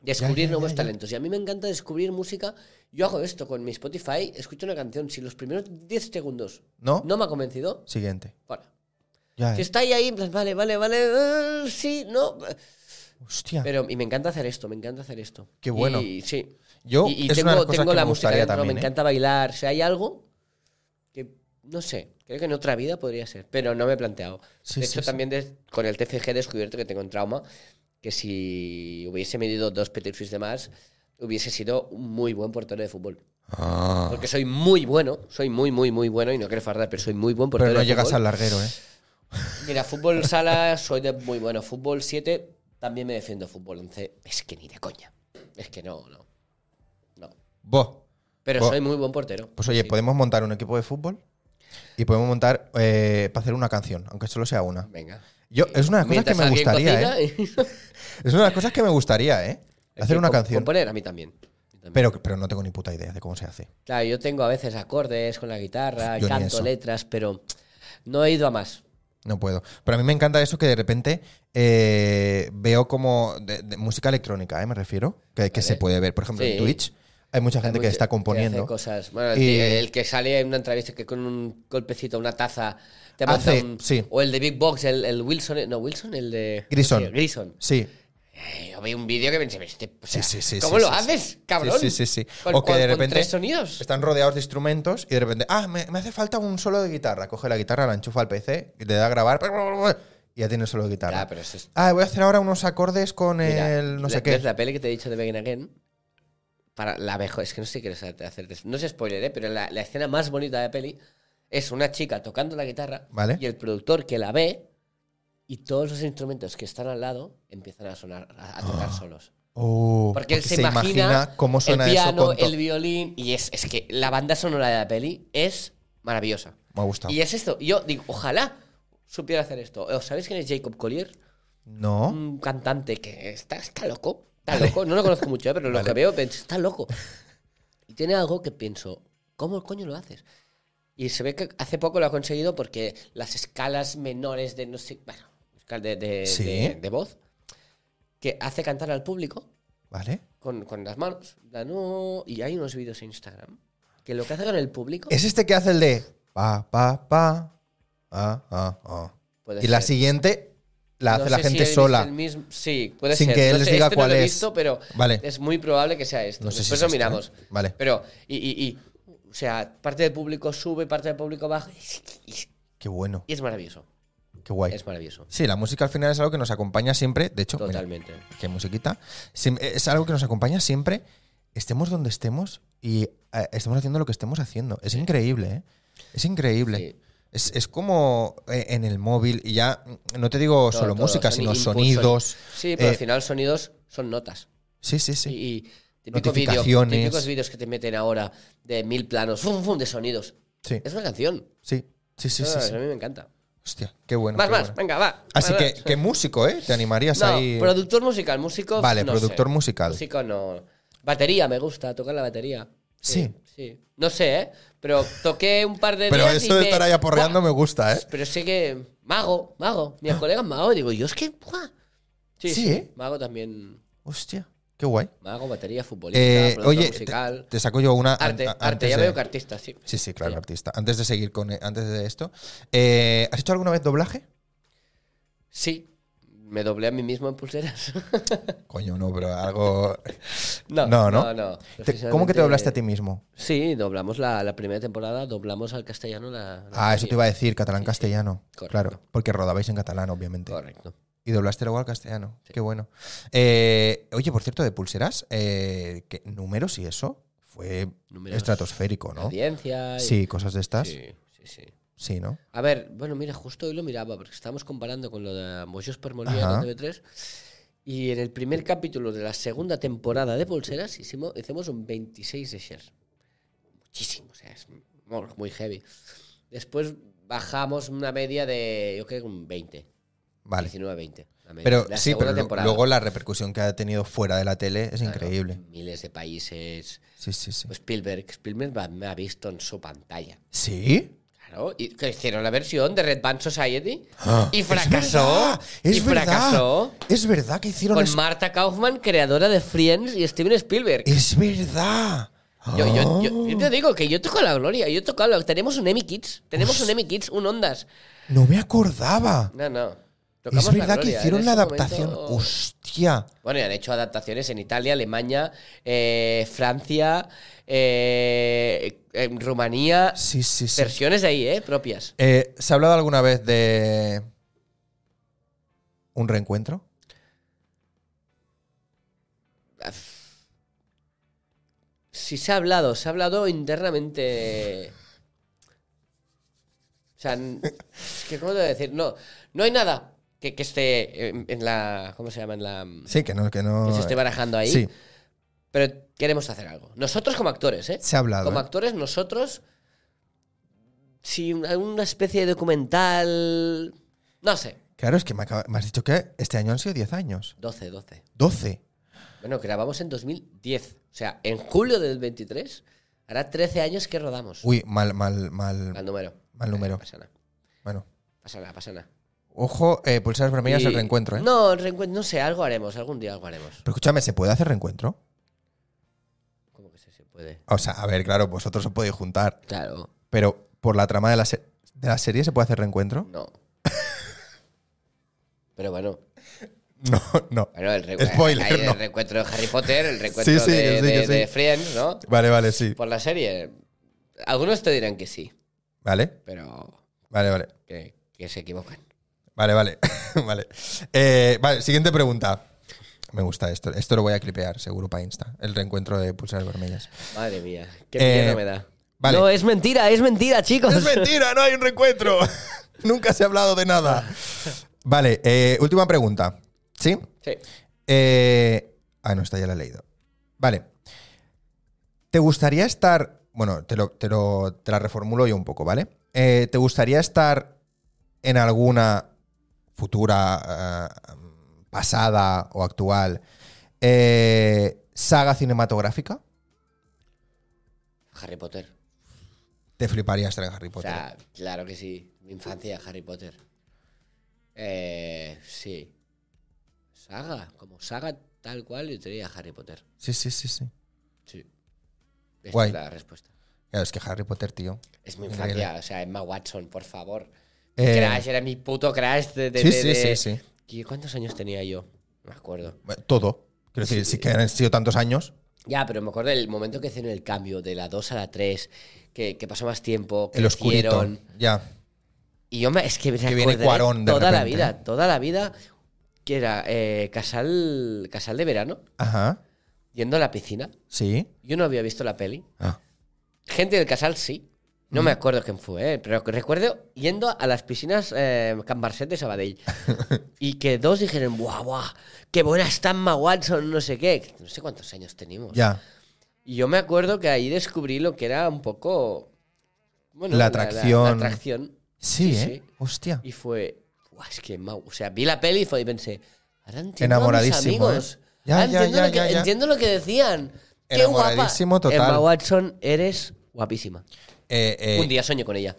[SPEAKER 2] descubrir
[SPEAKER 1] Ya, ya, ya,
[SPEAKER 2] nuevos
[SPEAKER 1] ya.
[SPEAKER 2] talentos. Y a mí me encanta descubrir música. Yo hago esto con mi Spotify, escucho una canción. Si los primeros 10 segundos
[SPEAKER 1] ¿No?
[SPEAKER 2] no me ha convencido,
[SPEAKER 1] Siguiente.
[SPEAKER 2] fuera.
[SPEAKER 1] Ya,
[SPEAKER 2] Si
[SPEAKER 1] eh.
[SPEAKER 2] está ahí, ahí, en plan, vale, vale, vale, eh, sí, no.
[SPEAKER 1] Hostia.
[SPEAKER 2] Pero, y me encanta hacer esto, me encanta hacer esto.
[SPEAKER 1] Ah. Qué bueno.
[SPEAKER 2] Y, sí.
[SPEAKER 1] Yo
[SPEAKER 2] y, y
[SPEAKER 1] es
[SPEAKER 2] tengo,
[SPEAKER 1] una de las cosas
[SPEAKER 2] tengo
[SPEAKER 1] que
[SPEAKER 2] la
[SPEAKER 1] me
[SPEAKER 2] música
[SPEAKER 1] gustaría
[SPEAKER 2] dentro,
[SPEAKER 1] también.
[SPEAKER 2] me
[SPEAKER 1] ¿eh?
[SPEAKER 2] encanta bailar. O sea, hay algo que, no sé, creo que en otra vida podría ser, pero no me he planteado.
[SPEAKER 1] Sí,
[SPEAKER 2] de
[SPEAKER 1] sí,
[SPEAKER 2] hecho,
[SPEAKER 1] sí.
[SPEAKER 2] también des- con el TFG he descubierto que tengo un trauma, que si hubiese medido dos Petit Suisse de más, hubiese sido un muy buen portero de fútbol.
[SPEAKER 1] Ah.
[SPEAKER 2] Porque soy muy bueno, soy muy, muy, muy bueno, y no quiero fardar, pero soy muy buen portero
[SPEAKER 1] Pero no
[SPEAKER 2] de
[SPEAKER 1] llegas
[SPEAKER 2] fútbol.
[SPEAKER 1] al larguero, ¿eh?
[SPEAKER 2] Mira, fútbol sala soy de muy bueno. Fútbol 7 también me defiendo. Fútbol 11 es que ni de coña. Es que no, no. No.
[SPEAKER 1] Bo.
[SPEAKER 2] Pero
[SPEAKER 1] Bo-
[SPEAKER 2] soy muy buen portero.
[SPEAKER 1] Pues oye,
[SPEAKER 2] Sí.
[SPEAKER 1] podemos montar un equipo de fútbol y podemos montar eh, para hacer una canción, aunque solo sea una.
[SPEAKER 2] Venga.
[SPEAKER 1] Yo, es una de las cosas que
[SPEAKER 2] Mientras
[SPEAKER 1] me
[SPEAKER 2] alguien
[SPEAKER 1] gustaría,
[SPEAKER 2] cocina,
[SPEAKER 1] ¿eh? Es una de las cosas que me gustaría, ¿eh? Hacer una
[SPEAKER 2] com-
[SPEAKER 1] canción.
[SPEAKER 2] Componer a mí también. A mí también.
[SPEAKER 1] Pero, pero no tengo ni puta idea de cómo se hace.
[SPEAKER 2] claro, yo tengo a veces acordes con la guitarra,
[SPEAKER 1] Yo ni
[SPEAKER 2] canto
[SPEAKER 1] eso.
[SPEAKER 2] letras, pero no he ido a más.
[SPEAKER 1] No puedo. Pero a mí me encanta eso que de repente eh, veo como de- de música electrónica, ¿eh? Me refiero. Que, que
[SPEAKER 2] Vale.
[SPEAKER 1] se puede ver, por ejemplo,
[SPEAKER 2] Sí.
[SPEAKER 1] en Twitch. Hay mucha gente
[SPEAKER 2] Hay
[SPEAKER 1] que
[SPEAKER 2] mucho-
[SPEAKER 1] está
[SPEAKER 2] hace
[SPEAKER 1] componiendo.
[SPEAKER 2] cosas. Bueno, el,
[SPEAKER 1] Y-
[SPEAKER 2] que- el que sale en una entrevista que con un golpecito, una taza, te manda
[SPEAKER 1] Hace-
[SPEAKER 2] un-
[SPEAKER 1] Ah, sí.
[SPEAKER 2] O el de Big Box, el, el Wilson. ¿eh? No, Wilson, el de.
[SPEAKER 1] Grison.
[SPEAKER 2] Sí, Grison.
[SPEAKER 1] Sí.
[SPEAKER 2] Eh, Yo vi un vídeo que pensé, este, o sea,
[SPEAKER 1] Sí, sí, sí,
[SPEAKER 2] ¿cómo
[SPEAKER 1] sí,
[SPEAKER 2] lo
[SPEAKER 1] sí,
[SPEAKER 2] haces,
[SPEAKER 1] sí.
[SPEAKER 2] cabrón?
[SPEAKER 1] Sí, sí, sí, sí.
[SPEAKER 2] ¿Con,
[SPEAKER 1] O que
[SPEAKER 2] cuál-
[SPEAKER 1] de
[SPEAKER 2] con
[SPEAKER 1] repente
[SPEAKER 2] tres sonidos?
[SPEAKER 1] Están rodeados de instrumentos y de repente, ah, me, me hace falta un solo de guitarra. Coge la guitarra, la enchufa al PC y le da a grabar y ya tiene el solo de guitarra.
[SPEAKER 2] Ah, pero eso es-
[SPEAKER 1] Ah, voy a hacer ahora unos acordes con
[SPEAKER 2] mira,
[SPEAKER 1] el no
[SPEAKER 2] la-
[SPEAKER 1] sé qué.
[SPEAKER 2] ¿ves la peli que te he dicho de Begin Again? Para la mejor, es que no sé qué es hacer. No es spoiler, ¿eh? pero la, la escena más bonita de la peli es una chica tocando la guitarra
[SPEAKER 1] Vale.
[SPEAKER 2] y el productor que la ve y todos los instrumentos que están al lado empiezan a sonar, a, a
[SPEAKER 1] Ah.
[SPEAKER 2] tocar solos.
[SPEAKER 1] Oh,
[SPEAKER 2] Porque él se, imagina,
[SPEAKER 1] cómo suena
[SPEAKER 2] el piano,
[SPEAKER 1] eso con to-
[SPEAKER 2] el violín y es, es que la banda sonora de la peli es maravillosa.
[SPEAKER 1] Me ha gustado.
[SPEAKER 2] Y es esto. Y Yo digo, ojalá supiera hacer esto. ¿Os ¿Sabéis quién es Jacob Collier?
[SPEAKER 1] No.
[SPEAKER 2] Un cantante que está, está loco. Está loco. No lo conozco mucho, eh, pero lo que veo, pienso, está loco. Y tiene algo que pienso, ¿cómo coño lo haces? Y se ve que hace poco lo ha conseguido porque las escalas menores de no sé. Bueno, escal- de, de-
[SPEAKER 1] Sí.
[SPEAKER 2] de- de voz. Que hace cantar al público
[SPEAKER 1] Vale.
[SPEAKER 2] con, con las manos. en plan, "Oh", Y hay unos vídeos en Instagram que lo que hace con el público.
[SPEAKER 1] Es este que hace el de pa, pa, pa. Ah, ah, ah.
[SPEAKER 2] Puede
[SPEAKER 1] Y la
[SPEAKER 2] ser.
[SPEAKER 1] siguiente la hace
[SPEAKER 2] No
[SPEAKER 1] la
[SPEAKER 2] sé
[SPEAKER 1] gente
[SPEAKER 2] si él
[SPEAKER 1] sola.
[SPEAKER 2] hizo el mismo- Sí, puede
[SPEAKER 1] Sin
[SPEAKER 2] ser.
[SPEAKER 1] que él
[SPEAKER 2] No
[SPEAKER 1] les
[SPEAKER 2] sé,
[SPEAKER 1] diga
[SPEAKER 2] este no
[SPEAKER 1] cuál
[SPEAKER 2] lo
[SPEAKER 1] es.
[SPEAKER 2] he visto, pero
[SPEAKER 1] Vale.
[SPEAKER 2] es muy probable que sea esto.
[SPEAKER 1] No sé si
[SPEAKER 2] Después
[SPEAKER 1] es
[SPEAKER 2] lo
[SPEAKER 1] este,
[SPEAKER 2] miramos.
[SPEAKER 1] ¿eh? Vale.
[SPEAKER 2] Pero, y, y- y, o sea, parte del público sube, parte del público baja. Y, y-
[SPEAKER 1] Qué bueno,
[SPEAKER 2] y es maravilloso.
[SPEAKER 1] qué guay.
[SPEAKER 2] Es maravilloso.
[SPEAKER 1] Sí, la música al final es algo que nos acompaña siempre. De hecho, mira,
[SPEAKER 2] Totalmente.
[SPEAKER 1] qué musiquita. Sim- Es algo que nos acompaña siempre, estemos donde estemos y eh, estemos haciendo lo que estemos haciendo. Es increíble, ¿eh? Es increíble.
[SPEAKER 2] Sí.
[SPEAKER 1] Es, es como eh, en el móvil, y ya mm, no te digo
[SPEAKER 2] Todo,
[SPEAKER 1] solo
[SPEAKER 2] todo.
[SPEAKER 1] música,
[SPEAKER 2] Son
[SPEAKER 1] sino
[SPEAKER 2] inputs, son-
[SPEAKER 1] sonidos.
[SPEAKER 2] Sí, pero
[SPEAKER 1] eh,
[SPEAKER 2] al final sonidos son notas.
[SPEAKER 1] sí, sí, sí.
[SPEAKER 2] Y, y típico vídeo-
[SPEAKER 1] Notificaciones.
[SPEAKER 2] típicos vídeos que te meten ahora de mil planos, fum, fum, de sonidos.
[SPEAKER 1] Sí,
[SPEAKER 2] Es una canción.
[SPEAKER 1] sí, sí, sí, sí,
[SPEAKER 2] Ah,
[SPEAKER 1] sí.
[SPEAKER 2] A mí me encanta.
[SPEAKER 1] Hostia, qué bueno.
[SPEAKER 2] más,
[SPEAKER 1] qué
[SPEAKER 2] más,
[SPEAKER 1] bueno.
[SPEAKER 2] venga, va.
[SPEAKER 1] Así
[SPEAKER 2] Va,
[SPEAKER 1] que,
[SPEAKER 2] va.
[SPEAKER 1] que músico, ¿eh? ¿Te animarías
[SPEAKER 2] No,
[SPEAKER 1] ahí?
[SPEAKER 2] productor musical, músico.
[SPEAKER 1] Vale,
[SPEAKER 2] no
[SPEAKER 1] productor
[SPEAKER 2] sé.
[SPEAKER 1] musical.
[SPEAKER 2] Músico no. Batería, me gusta tocar la batería.
[SPEAKER 1] Sí.
[SPEAKER 2] Sí. No sé, ¿eh? Pero toqué un par de
[SPEAKER 1] Pero
[SPEAKER 2] días. y
[SPEAKER 1] eso de
[SPEAKER 2] me-
[SPEAKER 1] estar ahí aporreando me gusta, ¿eh?
[SPEAKER 2] Buah, Pero sé que. Mago, mago. Mis colegas mago. Digo, yo es que. buah. Sí,
[SPEAKER 1] Sí,
[SPEAKER 2] sí.
[SPEAKER 1] ¿eh?
[SPEAKER 2] Mago también.
[SPEAKER 1] Hostia, qué guay.
[SPEAKER 2] Mago, batería, futbolista,
[SPEAKER 1] Eh,
[SPEAKER 2] productor
[SPEAKER 1] oye, te,
[SPEAKER 2] musical.
[SPEAKER 1] te saco yo una. an-
[SPEAKER 2] arte,
[SPEAKER 1] a-
[SPEAKER 2] arte.
[SPEAKER 1] antes
[SPEAKER 2] Ya
[SPEAKER 1] de-
[SPEAKER 2] veo que artista, sí.
[SPEAKER 1] Sí, sí, claro,
[SPEAKER 2] Sí.
[SPEAKER 1] artista. Antes de seguir con antes de esto, eh, ¿has hecho alguna vez doblaje?
[SPEAKER 2] Sí. Me doblé a mí mismo en pulseras.
[SPEAKER 1] Coño, no, pero algo.
[SPEAKER 2] no,
[SPEAKER 1] No, ¿no?
[SPEAKER 2] no. no.
[SPEAKER 1] Te- ¿Cómo que te doblaste a ti mismo?
[SPEAKER 2] Sí, doblamos la, la primera temporada, doblamos al castellano la. la
[SPEAKER 1] Ah, eso
[SPEAKER 2] serie.
[SPEAKER 1] te iba a decir, catalán-castellano.
[SPEAKER 2] Correcto.
[SPEAKER 1] Claro, porque rodabais en catalán, obviamente.
[SPEAKER 2] Correcto.
[SPEAKER 1] Y doblaste luego al castellano. Qué bueno. Eh, oye, por cierto, de pulseras, eh, ¿qué números y eso? Fue
[SPEAKER 2] Números.
[SPEAKER 1] estratosférico, ¿no?
[SPEAKER 2] Audiencia. y-
[SPEAKER 1] Sí, cosas de estas. Sí,
[SPEAKER 2] sí, sí, sí.
[SPEAKER 1] ¿no?
[SPEAKER 2] A ver, bueno, mira, justo hoy lo miraba, porque estábamos comparando con lo de Moyos Permonía
[SPEAKER 1] Ajá.
[SPEAKER 2] en TV3. Y en el primer capítulo de la segunda temporada de Pulseras hicimos, hicimos un 26 de share. Muchísimo, o sea, es muy, muy heavy. Después bajamos una media de, yo creo que un 20.
[SPEAKER 1] Vale.
[SPEAKER 2] 19-20. la media.
[SPEAKER 1] Pero
[SPEAKER 2] La
[SPEAKER 1] sí,
[SPEAKER 2] segunda
[SPEAKER 1] pero lu-
[SPEAKER 2] temporada.
[SPEAKER 1] luego la repercusión que ha tenido fuera de la tele es
[SPEAKER 2] Claro,
[SPEAKER 1] increíble.
[SPEAKER 2] Miles de países.
[SPEAKER 1] Sí, sí, sí.
[SPEAKER 2] Pues Spielberg, Spielberg va- me ha visto en su pantalla.
[SPEAKER 1] ¿Sí?
[SPEAKER 2] Claro, y que hicieron la versión de Red Band Society
[SPEAKER 1] Ah,
[SPEAKER 2] y
[SPEAKER 1] es
[SPEAKER 2] fracasó.
[SPEAKER 1] verdad, Es
[SPEAKER 2] y
[SPEAKER 1] verdad.
[SPEAKER 2] fracasó.
[SPEAKER 1] Es verdad que hicieron
[SPEAKER 2] Con
[SPEAKER 1] eso.
[SPEAKER 2] Marta Kaufman, creadora de Friends y Steven Spielberg.
[SPEAKER 1] Es verdad.
[SPEAKER 2] Yo, yo- yo-
[SPEAKER 1] Ah,
[SPEAKER 2] yo te digo que yo toco la gloria, yo toco la... Tenemos un Emmy Kids, tenemos un
[SPEAKER 1] Hostia.
[SPEAKER 2] Emmy Kids, un Ondas.
[SPEAKER 1] No me acordaba.
[SPEAKER 2] No, no.
[SPEAKER 1] Es
[SPEAKER 2] Tocamos la
[SPEAKER 1] verdad que
[SPEAKER 2] gloria, ¿eh?
[SPEAKER 1] hicieron
[SPEAKER 2] en
[SPEAKER 1] la
[SPEAKER 2] ese
[SPEAKER 1] adaptación.
[SPEAKER 2] momento-
[SPEAKER 1] Hostia.
[SPEAKER 2] Bueno, y han hecho adaptaciones en Italia, Alemania, eh, Francia, eh, en Rumanía.
[SPEAKER 1] Sí, sí, sí.
[SPEAKER 2] Versiones de ahí, ¿eh? Propias.
[SPEAKER 1] Eh, ¿Se ha hablado alguna vez de un reencuentro?
[SPEAKER 2] Sí se ha hablado, se ha hablado internamente. O sea, n- es que ¿cómo te voy a decir? No, no hay nada que, que esté en, en la. ¿Cómo se llama? En la.
[SPEAKER 1] Sí, que no, que no. eh,
[SPEAKER 2] que se esté barajando ahí.
[SPEAKER 1] Sí,
[SPEAKER 2] Pero queremos hacer algo. Nosotros como actores, ¿eh?
[SPEAKER 1] se ha hablado.
[SPEAKER 2] Como
[SPEAKER 1] ¿eh?
[SPEAKER 2] actores, nosotros. Si una una especie de documental. No sé.
[SPEAKER 1] Claro, es que me, acaba- me has dicho que este año han sido 10 años.
[SPEAKER 2] 12, 12.
[SPEAKER 1] 12.
[SPEAKER 2] Bueno, grabamos en 2010. O sea, en julio del 23, hará 13 años que rodamos.
[SPEAKER 1] Uy, mal, mal, mal.
[SPEAKER 2] Mal número.
[SPEAKER 1] Mal número.
[SPEAKER 2] Pasa nada,
[SPEAKER 1] Bueno.
[SPEAKER 2] pasa nada, pasa nada.
[SPEAKER 1] Ojo, eh, pulseras vermelhas
[SPEAKER 2] Y-
[SPEAKER 1] el reencuentro, ¿eh?
[SPEAKER 2] No, el reencuentro, no sé, algo haremos, algún día algo haremos.
[SPEAKER 1] Pero escúchame, ¿se puede hacer reencuentro?
[SPEAKER 2] ¿Cómo que se, se puede?
[SPEAKER 1] O sea, a ver, claro, vosotros os podéis juntar,
[SPEAKER 2] Claro,
[SPEAKER 1] pero por la trama de la, se- de la serie se puede hacer reencuentro?
[SPEAKER 2] no. Pero bueno,
[SPEAKER 1] No, no.
[SPEAKER 2] bueno el, re-
[SPEAKER 1] Spoiler,
[SPEAKER 2] hay el
[SPEAKER 1] no.
[SPEAKER 2] reencuentro de Harry Potter, el reencuentro
[SPEAKER 1] Sí, sí,
[SPEAKER 2] de,
[SPEAKER 1] que sí, que
[SPEAKER 2] de-
[SPEAKER 1] sí.
[SPEAKER 2] de Friends, ¿no?
[SPEAKER 1] Vale, vale, sí.
[SPEAKER 2] Por la serie. Algunos te dirán que sí,
[SPEAKER 1] Vale,
[SPEAKER 2] pero
[SPEAKER 1] vale, vale.
[SPEAKER 2] que, que se equivocan.
[SPEAKER 1] Vale, vale. vale. Eh, vale, siguiente pregunta. Me gusta esto. Esto lo voy a clipear, seguro, para Insta. El reencuentro de pulseras vermelhas.
[SPEAKER 2] Madre mía, qué
[SPEAKER 1] Eh,
[SPEAKER 2] miedo me da.
[SPEAKER 1] vale.
[SPEAKER 2] No, es mentira, es mentira, chicos.
[SPEAKER 1] ¡Es mentira! ¡No hay un reencuentro! Nunca se ha hablado de nada. Vale, eh, última pregunta. ¿Sí?
[SPEAKER 2] Sí.
[SPEAKER 1] Eh, ah, no, esta ya la he leído. Vale. ¿Te gustaría estar. Bueno, te, lo, te, lo- te la reformulo yo un poco, ¿vale? Eh, ¿Te gustaría estar en alguna futura, eh, pasada o actual eh, saga cinematográfica?
[SPEAKER 2] Harry Potter.
[SPEAKER 1] Te fliparía estar en Harry
[SPEAKER 2] O
[SPEAKER 1] Potter. ¿eh?
[SPEAKER 2] sea, claro que sí. Mi infancia, Harry Potter. Eh, sí. Saga, como saga tal cual, yo te diría Harry Potter.
[SPEAKER 1] sí, sí, sí, sí.
[SPEAKER 2] Sí. Esta
[SPEAKER 1] Guay.
[SPEAKER 2] es la respuesta.
[SPEAKER 1] Claro, es que Harry Potter, tío.
[SPEAKER 2] Es mi
[SPEAKER 1] Increíble.
[SPEAKER 2] infancia, o sea, Emma Watson, por favor.
[SPEAKER 1] Eh,
[SPEAKER 2] Crash era mi puto crash de. de-
[SPEAKER 1] sí,
[SPEAKER 2] de-
[SPEAKER 1] sí, sí,
[SPEAKER 2] de-
[SPEAKER 1] sí.
[SPEAKER 2] ¿Y ¿Cuántos años tenía yo? No me acuerdo.
[SPEAKER 1] Bueno, Todo. Quiero decir, sí que han sido tantos años.
[SPEAKER 2] Ya, pero me acuerdo del momento que hicieron el cambio de la 2 a la 3, que, que pasó más tiempo, que
[SPEAKER 1] El oscurito.
[SPEAKER 2] hicieron.
[SPEAKER 1] Ya.
[SPEAKER 2] Y yo me, es que me
[SPEAKER 1] viene
[SPEAKER 2] recordaré
[SPEAKER 1] Cuarón de
[SPEAKER 2] toda la
[SPEAKER 1] repente,
[SPEAKER 2] vida, toda la vida, que era eh, casal, casal de verano,
[SPEAKER 1] Ajá.
[SPEAKER 2] yendo a la piscina.
[SPEAKER 1] Sí.
[SPEAKER 2] Yo no había visto la peli.
[SPEAKER 1] Ah.
[SPEAKER 2] Gente del casal sí. No me acuerdo quién fue, eh, pero recuerdo yendo a las piscinas eh, Can Barcet de Sabadell. y que dos dijeron, guau, guau, qué buena está Emma Watson, no sé qué. No sé cuántos años teníamos.
[SPEAKER 1] Ya.
[SPEAKER 2] Y yo me acuerdo que ahí descubrí lo que era un poco... bueno,
[SPEAKER 1] La atracción.
[SPEAKER 2] la atracción.
[SPEAKER 1] Sí,
[SPEAKER 2] Sí,
[SPEAKER 1] ¿eh?
[SPEAKER 2] sí.
[SPEAKER 1] Hostia.
[SPEAKER 2] Y fue, "Buah, es que, mau". o sea, vi la peli y fue- y pensé, ahora entiendo
[SPEAKER 1] Enamoradísimo,
[SPEAKER 2] a mis amigos.
[SPEAKER 1] ¿eh? Ya,
[SPEAKER 2] Ahora
[SPEAKER 1] ya,
[SPEAKER 2] entiendo,
[SPEAKER 1] ya,
[SPEAKER 2] lo que,
[SPEAKER 1] ya, ya.
[SPEAKER 2] entiendo lo que decían. Qué
[SPEAKER 1] Enamoradísimo
[SPEAKER 2] guapa.
[SPEAKER 1] total.
[SPEAKER 2] Emma Watson, eres guapísima.
[SPEAKER 1] Eh, eh,
[SPEAKER 2] Un día sueño con ella.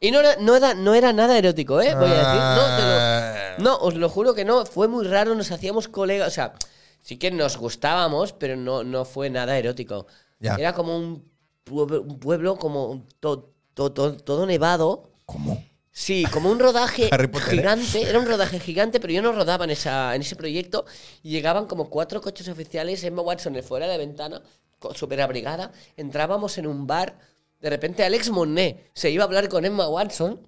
[SPEAKER 2] Y no era, no era, no era nada erótico, ¿eh? Voy a decir, no, te lo-
[SPEAKER 1] ah,
[SPEAKER 2] no, os lo juro que no, fue muy raro, nos hacíamos colegas, o sea, sí que nos gustábamos, pero no, no fue nada erótico.
[SPEAKER 1] Ya.
[SPEAKER 2] Era como un pueblo, un pueblo como to- to- to- todo nevado.
[SPEAKER 1] ¿Cómo?
[SPEAKER 2] Sí, como un rodaje
[SPEAKER 1] Harry Potter, ¿eh?
[SPEAKER 2] gigante. Era un rodaje gigante, pero yo no rodaba en, esa, en ese proyecto. Y llegaban como cuatro coches oficiales, Emma Watson fuera de la ventana, co- súper abrigada. Entrábamos en un bar. De repente Alex Monet se iba a hablar con Emma Watson.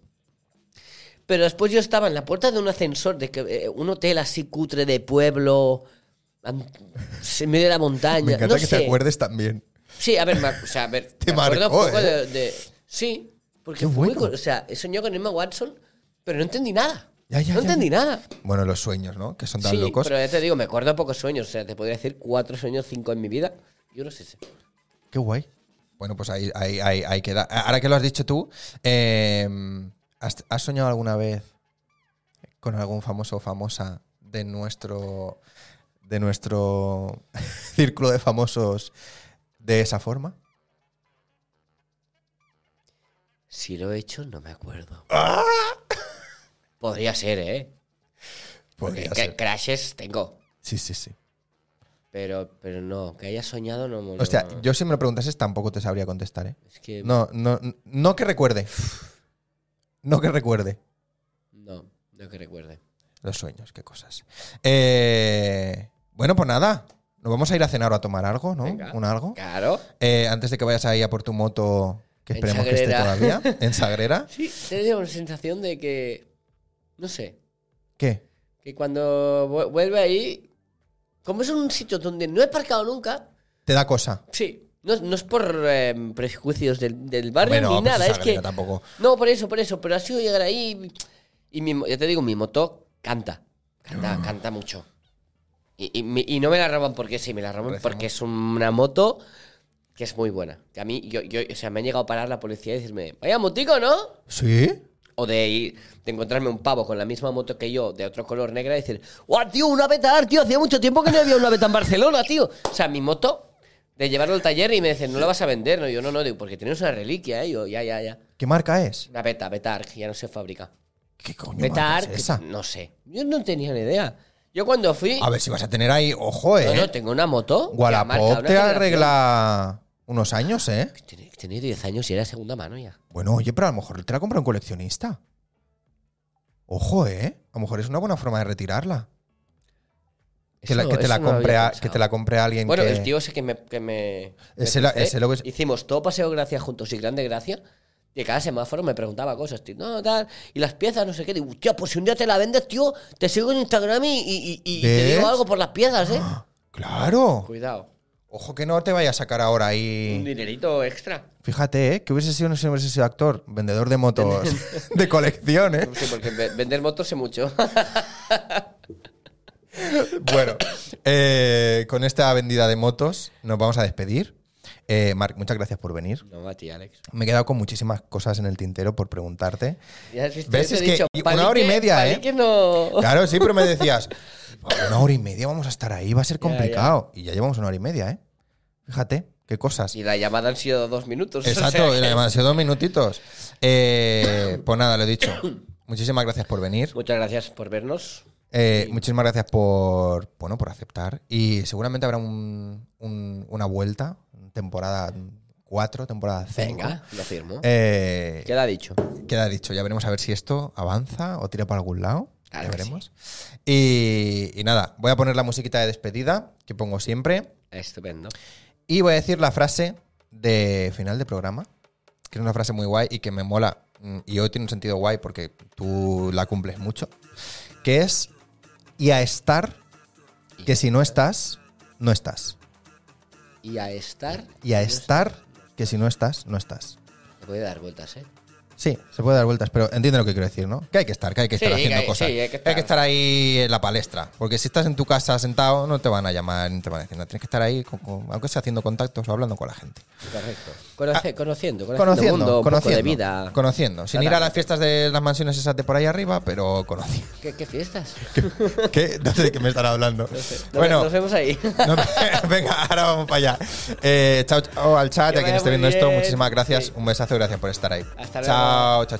[SPEAKER 2] Pero después yo estaba en la puerta de un ascensor, de que, eh, un hotel así cutre de pueblo, an- en medio de la montaña.
[SPEAKER 1] Me encanta
[SPEAKER 2] no
[SPEAKER 1] que
[SPEAKER 2] sé.
[SPEAKER 1] te acuerdes también.
[SPEAKER 2] Sí, a ver, me, ac- o sea, a ver,
[SPEAKER 1] Te
[SPEAKER 2] me acuerdo
[SPEAKER 1] marcó,
[SPEAKER 2] un poco
[SPEAKER 1] ¿eh?
[SPEAKER 2] de, de- Sí, porque
[SPEAKER 1] Qué
[SPEAKER 2] fue muy
[SPEAKER 1] bueno.
[SPEAKER 2] cur- o sea, soñé con Emma Watson, pero no entendí nada.
[SPEAKER 1] Ya, ya,
[SPEAKER 2] no
[SPEAKER 1] ya,
[SPEAKER 2] entendí nada.
[SPEAKER 1] Bueno, los sueños, ¿no? Que son tan
[SPEAKER 2] Sí,
[SPEAKER 1] locos.
[SPEAKER 2] pero ya te digo, me acuerdo pocos sueños. O sea, te podría decir cuatro sueños, cinco en mi vida. Yo no sé. si-
[SPEAKER 1] Qué guay. Bueno, pues ahí, ahí, ahí, ahí queda. Ahora que lo has dicho tú, eh, ¿Has, has soñado alguna vez con algún famoso o famosa de nuestro, de nuestro círculo de famosos de esa forma?
[SPEAKER 2] Si lo he hecho, no me acuerdo. Ah. Podría ser, ¿eh? Porque
[SPEAKER 1] Podría
[SPEAKER 2] ca-
[SPEAKER 1] ser.
[SPEAKER 2] crashes tengo.
[SPEAKER 1] Sí, sí, sí.
[SPEAKER 2] Pero, pero no, que haya soñado no no-
[SPEAKER 1] Hostia,
[SPEAKER 2] no.
[SPEAKER 1] yo si me lo preguntases tampoco te sabría contestar, ¿eh?
[SPEAKER 2] Es que. No.
[SPEAKER 1] No, no, no que recuerde. No que recuerde.
[SPEAKER 2] No, que recuerde.
[SPEAKER 1] Los sueños, qué cosas. Eh, bueno, pues nada. Nos vamos a ir a cenar o a tomar algo, ¿no?
[SPEAKER 2] Venga.
[SPEAKER 1] Un algo.
[SPEAKER 2] Claro.
[SPEAKER 1] Eh, antes de que vayas ahí a por tu moto, que
[SPEAKER 2] En
[SPEAKER 1] esperemos que esté
[SPEAKER 2] Sagrera.
[SPEAKER 1] todavía, en Sagrera.
[SPEAKER 2] Sí, tengo la sensación de que. No sé.
[SPEAKER 1] ¿Qué?
[SPEAKER 2] Que cuando vu- vuelve ahí. Como es un sitio donde no he parcado nunca.
[SPEAKER 1] Te da cosa.
[SPEAKER 2] Sí. No, no es por eh, prejuicios del, del barrio
[SPEAKER 1] Bueno,
[SPEAKER 2] ni
[SPEAKER 1] pues
[SPEAKER 2] nada.
[SPEAKER 1] en
[SPEAKER 2] Es que.
[SPEAKER 1] Sagrera tampoco.
[SPEAKER 2] No, por eso, por eso. Pero ha sido llegar ahí. Y mi, mo- ya te digo, mi moto canta. Canta, canta mucho. Y, y mi- y no me la roban porque sí, me la roban
[SPEAKER 1] Recemos.
[SPEAKER 2] porque es una moto que es muy buena. Que a mí, yo, yo- o sea, me han llegado a parar la policía y decirme, vaya motico, ¿no?
[SPEAKER 1] ¿Sí?
[SPEAKER 2] O de, ir- de encontrarme un pavo con la misma moto que yo, de otro color negra, y decir, ¡guau, tío, una beta, tío! Hacía mucho tiempo que no había una beta en Barcelona, tío. O sea, mi moto, de llevarlo al taller y me dicen, no la vas a vender. No, yo no, no, digo, porque tienes una reliquia, ¿eh? Yo, ya, ya, ya.
[SPEAKER 1] ¿Qué marca es?
[SPEAKER 2] Una beta, beta Arc, ya no se fabrica.
[SPEAKER 1] ¿Qué coño
[SPEAKER 2] Beta
[SPEAKER 1] marca es esa?
[SPEAKER 2] Arc, no sé. Yo no tenía ni idea. Yo cuando fui.
[SPEAKER 1] A ver si vas a tener ahí, ojo, eh.
[SPEAKER 2] no, no, tengo una moto. que marca una
[SPEAKER 1] Wallapop te
[SPEAKER 2] generación.
[SPEAKER 1] arregla unos años, eh.
[SPEAKER 2] Tenía, tenía 10 años y era segunda mano ya.
[SPEAKER 1] Bueno, oye, pero a lo mejor te la compra un coleccionista. Ojo, eh. A lo mejor es una buena forma de retirarla. Que, la-
[SPEAKER 2] Eso-
[SPEAKER 1] que te, la
[SPEAKER 2] eso no lo
[SPEAKER 1] compre
[SPEAKER 2] había
[SPEAKER 1] a- que
[SPEAKER 2] pensado.
[SPEAKER 1] te la compre alguien
[SPEAKER 2] Bueno,
[SPEAKER 1] que...
[SPEAKER 2] el tío ese que me. Que me me
[SPEAKER 1] Ese la-
[SPEAKER 2] crucé,
[SPEAKER 1] ese lo que-
[SPEAKER 2] Hicimos todo paseo gracia juntos y grande gracia. Y a cada semáforo me preguntaba cosas, tío. No, tal. Y las piezas, no sé qué. Digo, hostia, pues si un día te la vendes, tío, te sigo en Instagram y, y- y- y te
[SPEAKER 1] ¿Ves?
[SPEAKER 2] digo algo por las piezas, ¿eh?
[SPEAKER 1] Claro.
[SPEAKER 2] Cuidado.
[SPEAKER 1] Ojo que no te vaya a sacar ahora
[SPEAKER 2] Un
[SPEAKER 1] ahí.
[SPEAKER 2] dinerito extra.
[SPEAKER 1] Fíjate, ¿eh? Que hubiese sido, no sé, hubiese sido actor, vendedor de motos de colección, ¿eh?
[SPEAKER 2] No sé, porque ve- vender motos sé mucho.
[SPEAKER 1] Bueno, eh, con esta vendida de motos nos vamos a despedir. Eh, Marc, muchas gracias por venir.
[SPEAKER 2] No, a ti, Alex.
[SPEAKER 1] Me he quedado con muchísimas cosas en el tintero por preguntarte.
[SPEAKER 2] Ya has visto,
[SPEAKER 1] ¿Ves?
[SPEAKER 2] yo te
[SPEAKER 1] Es
[SPEAKER 2] he
[SPEAKER 1] que
[SPEAKER 2] dicho,
[SPEAKER 1] una
[SPEAKER 2] palique-
[SPEAKER 1] hora y media, ¿eh?
[SPEAKER 2] palique no.
[SPEAKER 1] Claro, sí, pero me decías, una hora y media vamos a estar ahí, va a ser
[SPEAKER 2] Ya, ya.
[SPEAKER 1] complicado. Y ya llevamos una hora y media, ¿eh? Fíjate, qué cosas.
[SPEAKER 2] Y la llamada han sido dos minutos. o
[SPEAKER 1] Exacto,
[SPEAKER 2] sea
[SPEAKER 1] y
[SPEAKER 2] que-
[SPEAKER 1] además, dos minutitos. Eh, pues nada, lo he dicho. Muchísimas gracias por venir.
[SPEAKER 2] Muchas gracias por vernos.
[SPEAKER 1] Eh, Muchísimas gracias por, bueno, por aceptar. Y seguramente habrá un- un- una vuelta, temporada 4, temporada 5.
[SPEAKER 2] Venga, lo firmo.
[SPEAKER 1] Eh,
[SPEAKER 2] Queda dicho.
[SPEAKER 1] queda dicho, ya veremos a ver si esto avanza o tira para algún lado.
[SPEAKER 2] Claro
[SPEAKER 1] ya
[SPEAKER 2] que
[SPEAKER 1] veremos. Y, y nada, voy a poner la musiquita de despedida que pongo siempre.
[SPEAKER 2] Estupendo.
[SPEAKER 1] Y voy a decir la frase de final de programa, que es una frase muy guay y que me mola. mm, Y hoy tiene un sentido guay porque tú la cumples mucho. Que es, y a estar, que si no estás, no estás.
[SPEAKER 2] Y a estar. pues,
[SPEAKER 1] Y a estar, que si no estás, no estás.
[SPEAKER 2] Te puede dar vueltas, ¿eh?
[SPEAKER 1] Sí, se puede dar vueltas, pero entiende lo que quiero decir, ¿no? Que hay que estar, que hay que
[SPEAKER 2] Sí,
[SPEAKER 1] estar
[SPEAKER 2] que
[SPEAKER 1] haciendo
[SPEAKER 2] hay-
[SPEAKER 1] cosas.
[SPEAKER 2] sí, hay que estar.
[SPEAKER 1] ahí en la palestra. Porque si estás en tu casa sentado, no te van a llamar, ni te van a decir nada. Tienes que estar ahí, con- con- aunque sea haciendo contactos o hablando con la gente.
[SPEAKER 2] Correcto. Conoce- conociendo, conociendo,
[SPEAKER 1] Ah. Conociendo,
[SPEAKER 2] mundo, un poco
[SPEAKER 1] conociendo.
[SPEAKER 2] de vida.
[SPEAKER 1] Conociendo. Sin ir a las fiestas de las mansiones esas de por ahí arriba, pero conociendo.
[SPEAKER 2] ¿Qué, qué fiestas?
[SPEAKER 1] ¿Qué? No sé de qué me estará hablando.
[SPEAKER 2] Nos,
[SPEAKER 1] Bueno,
[SPEAKER 2] nos vemos ahí.
[SPEAKER 1] no me- venga, ahora vamos para allá. Eh, chao, chao al chat,
[SPEAKER 2] Que
[SPEAKER 1] a quien
[SPEAKER 2] vaya
[SPEAKER 1] esté
[SPEAKER 2] muy
[SPEAKER 1] viendo esto,
[SPEAKER 2] bien.
[SPEAKER 1] muchísimas gracias.
[SPEAKER 2] Sí.
[SPEAKER 1] Un besazo, gracias por estar ahí.
[SPEAKER 2] Hasta luego.
[SPEAKER 1] Chao, chao, chao.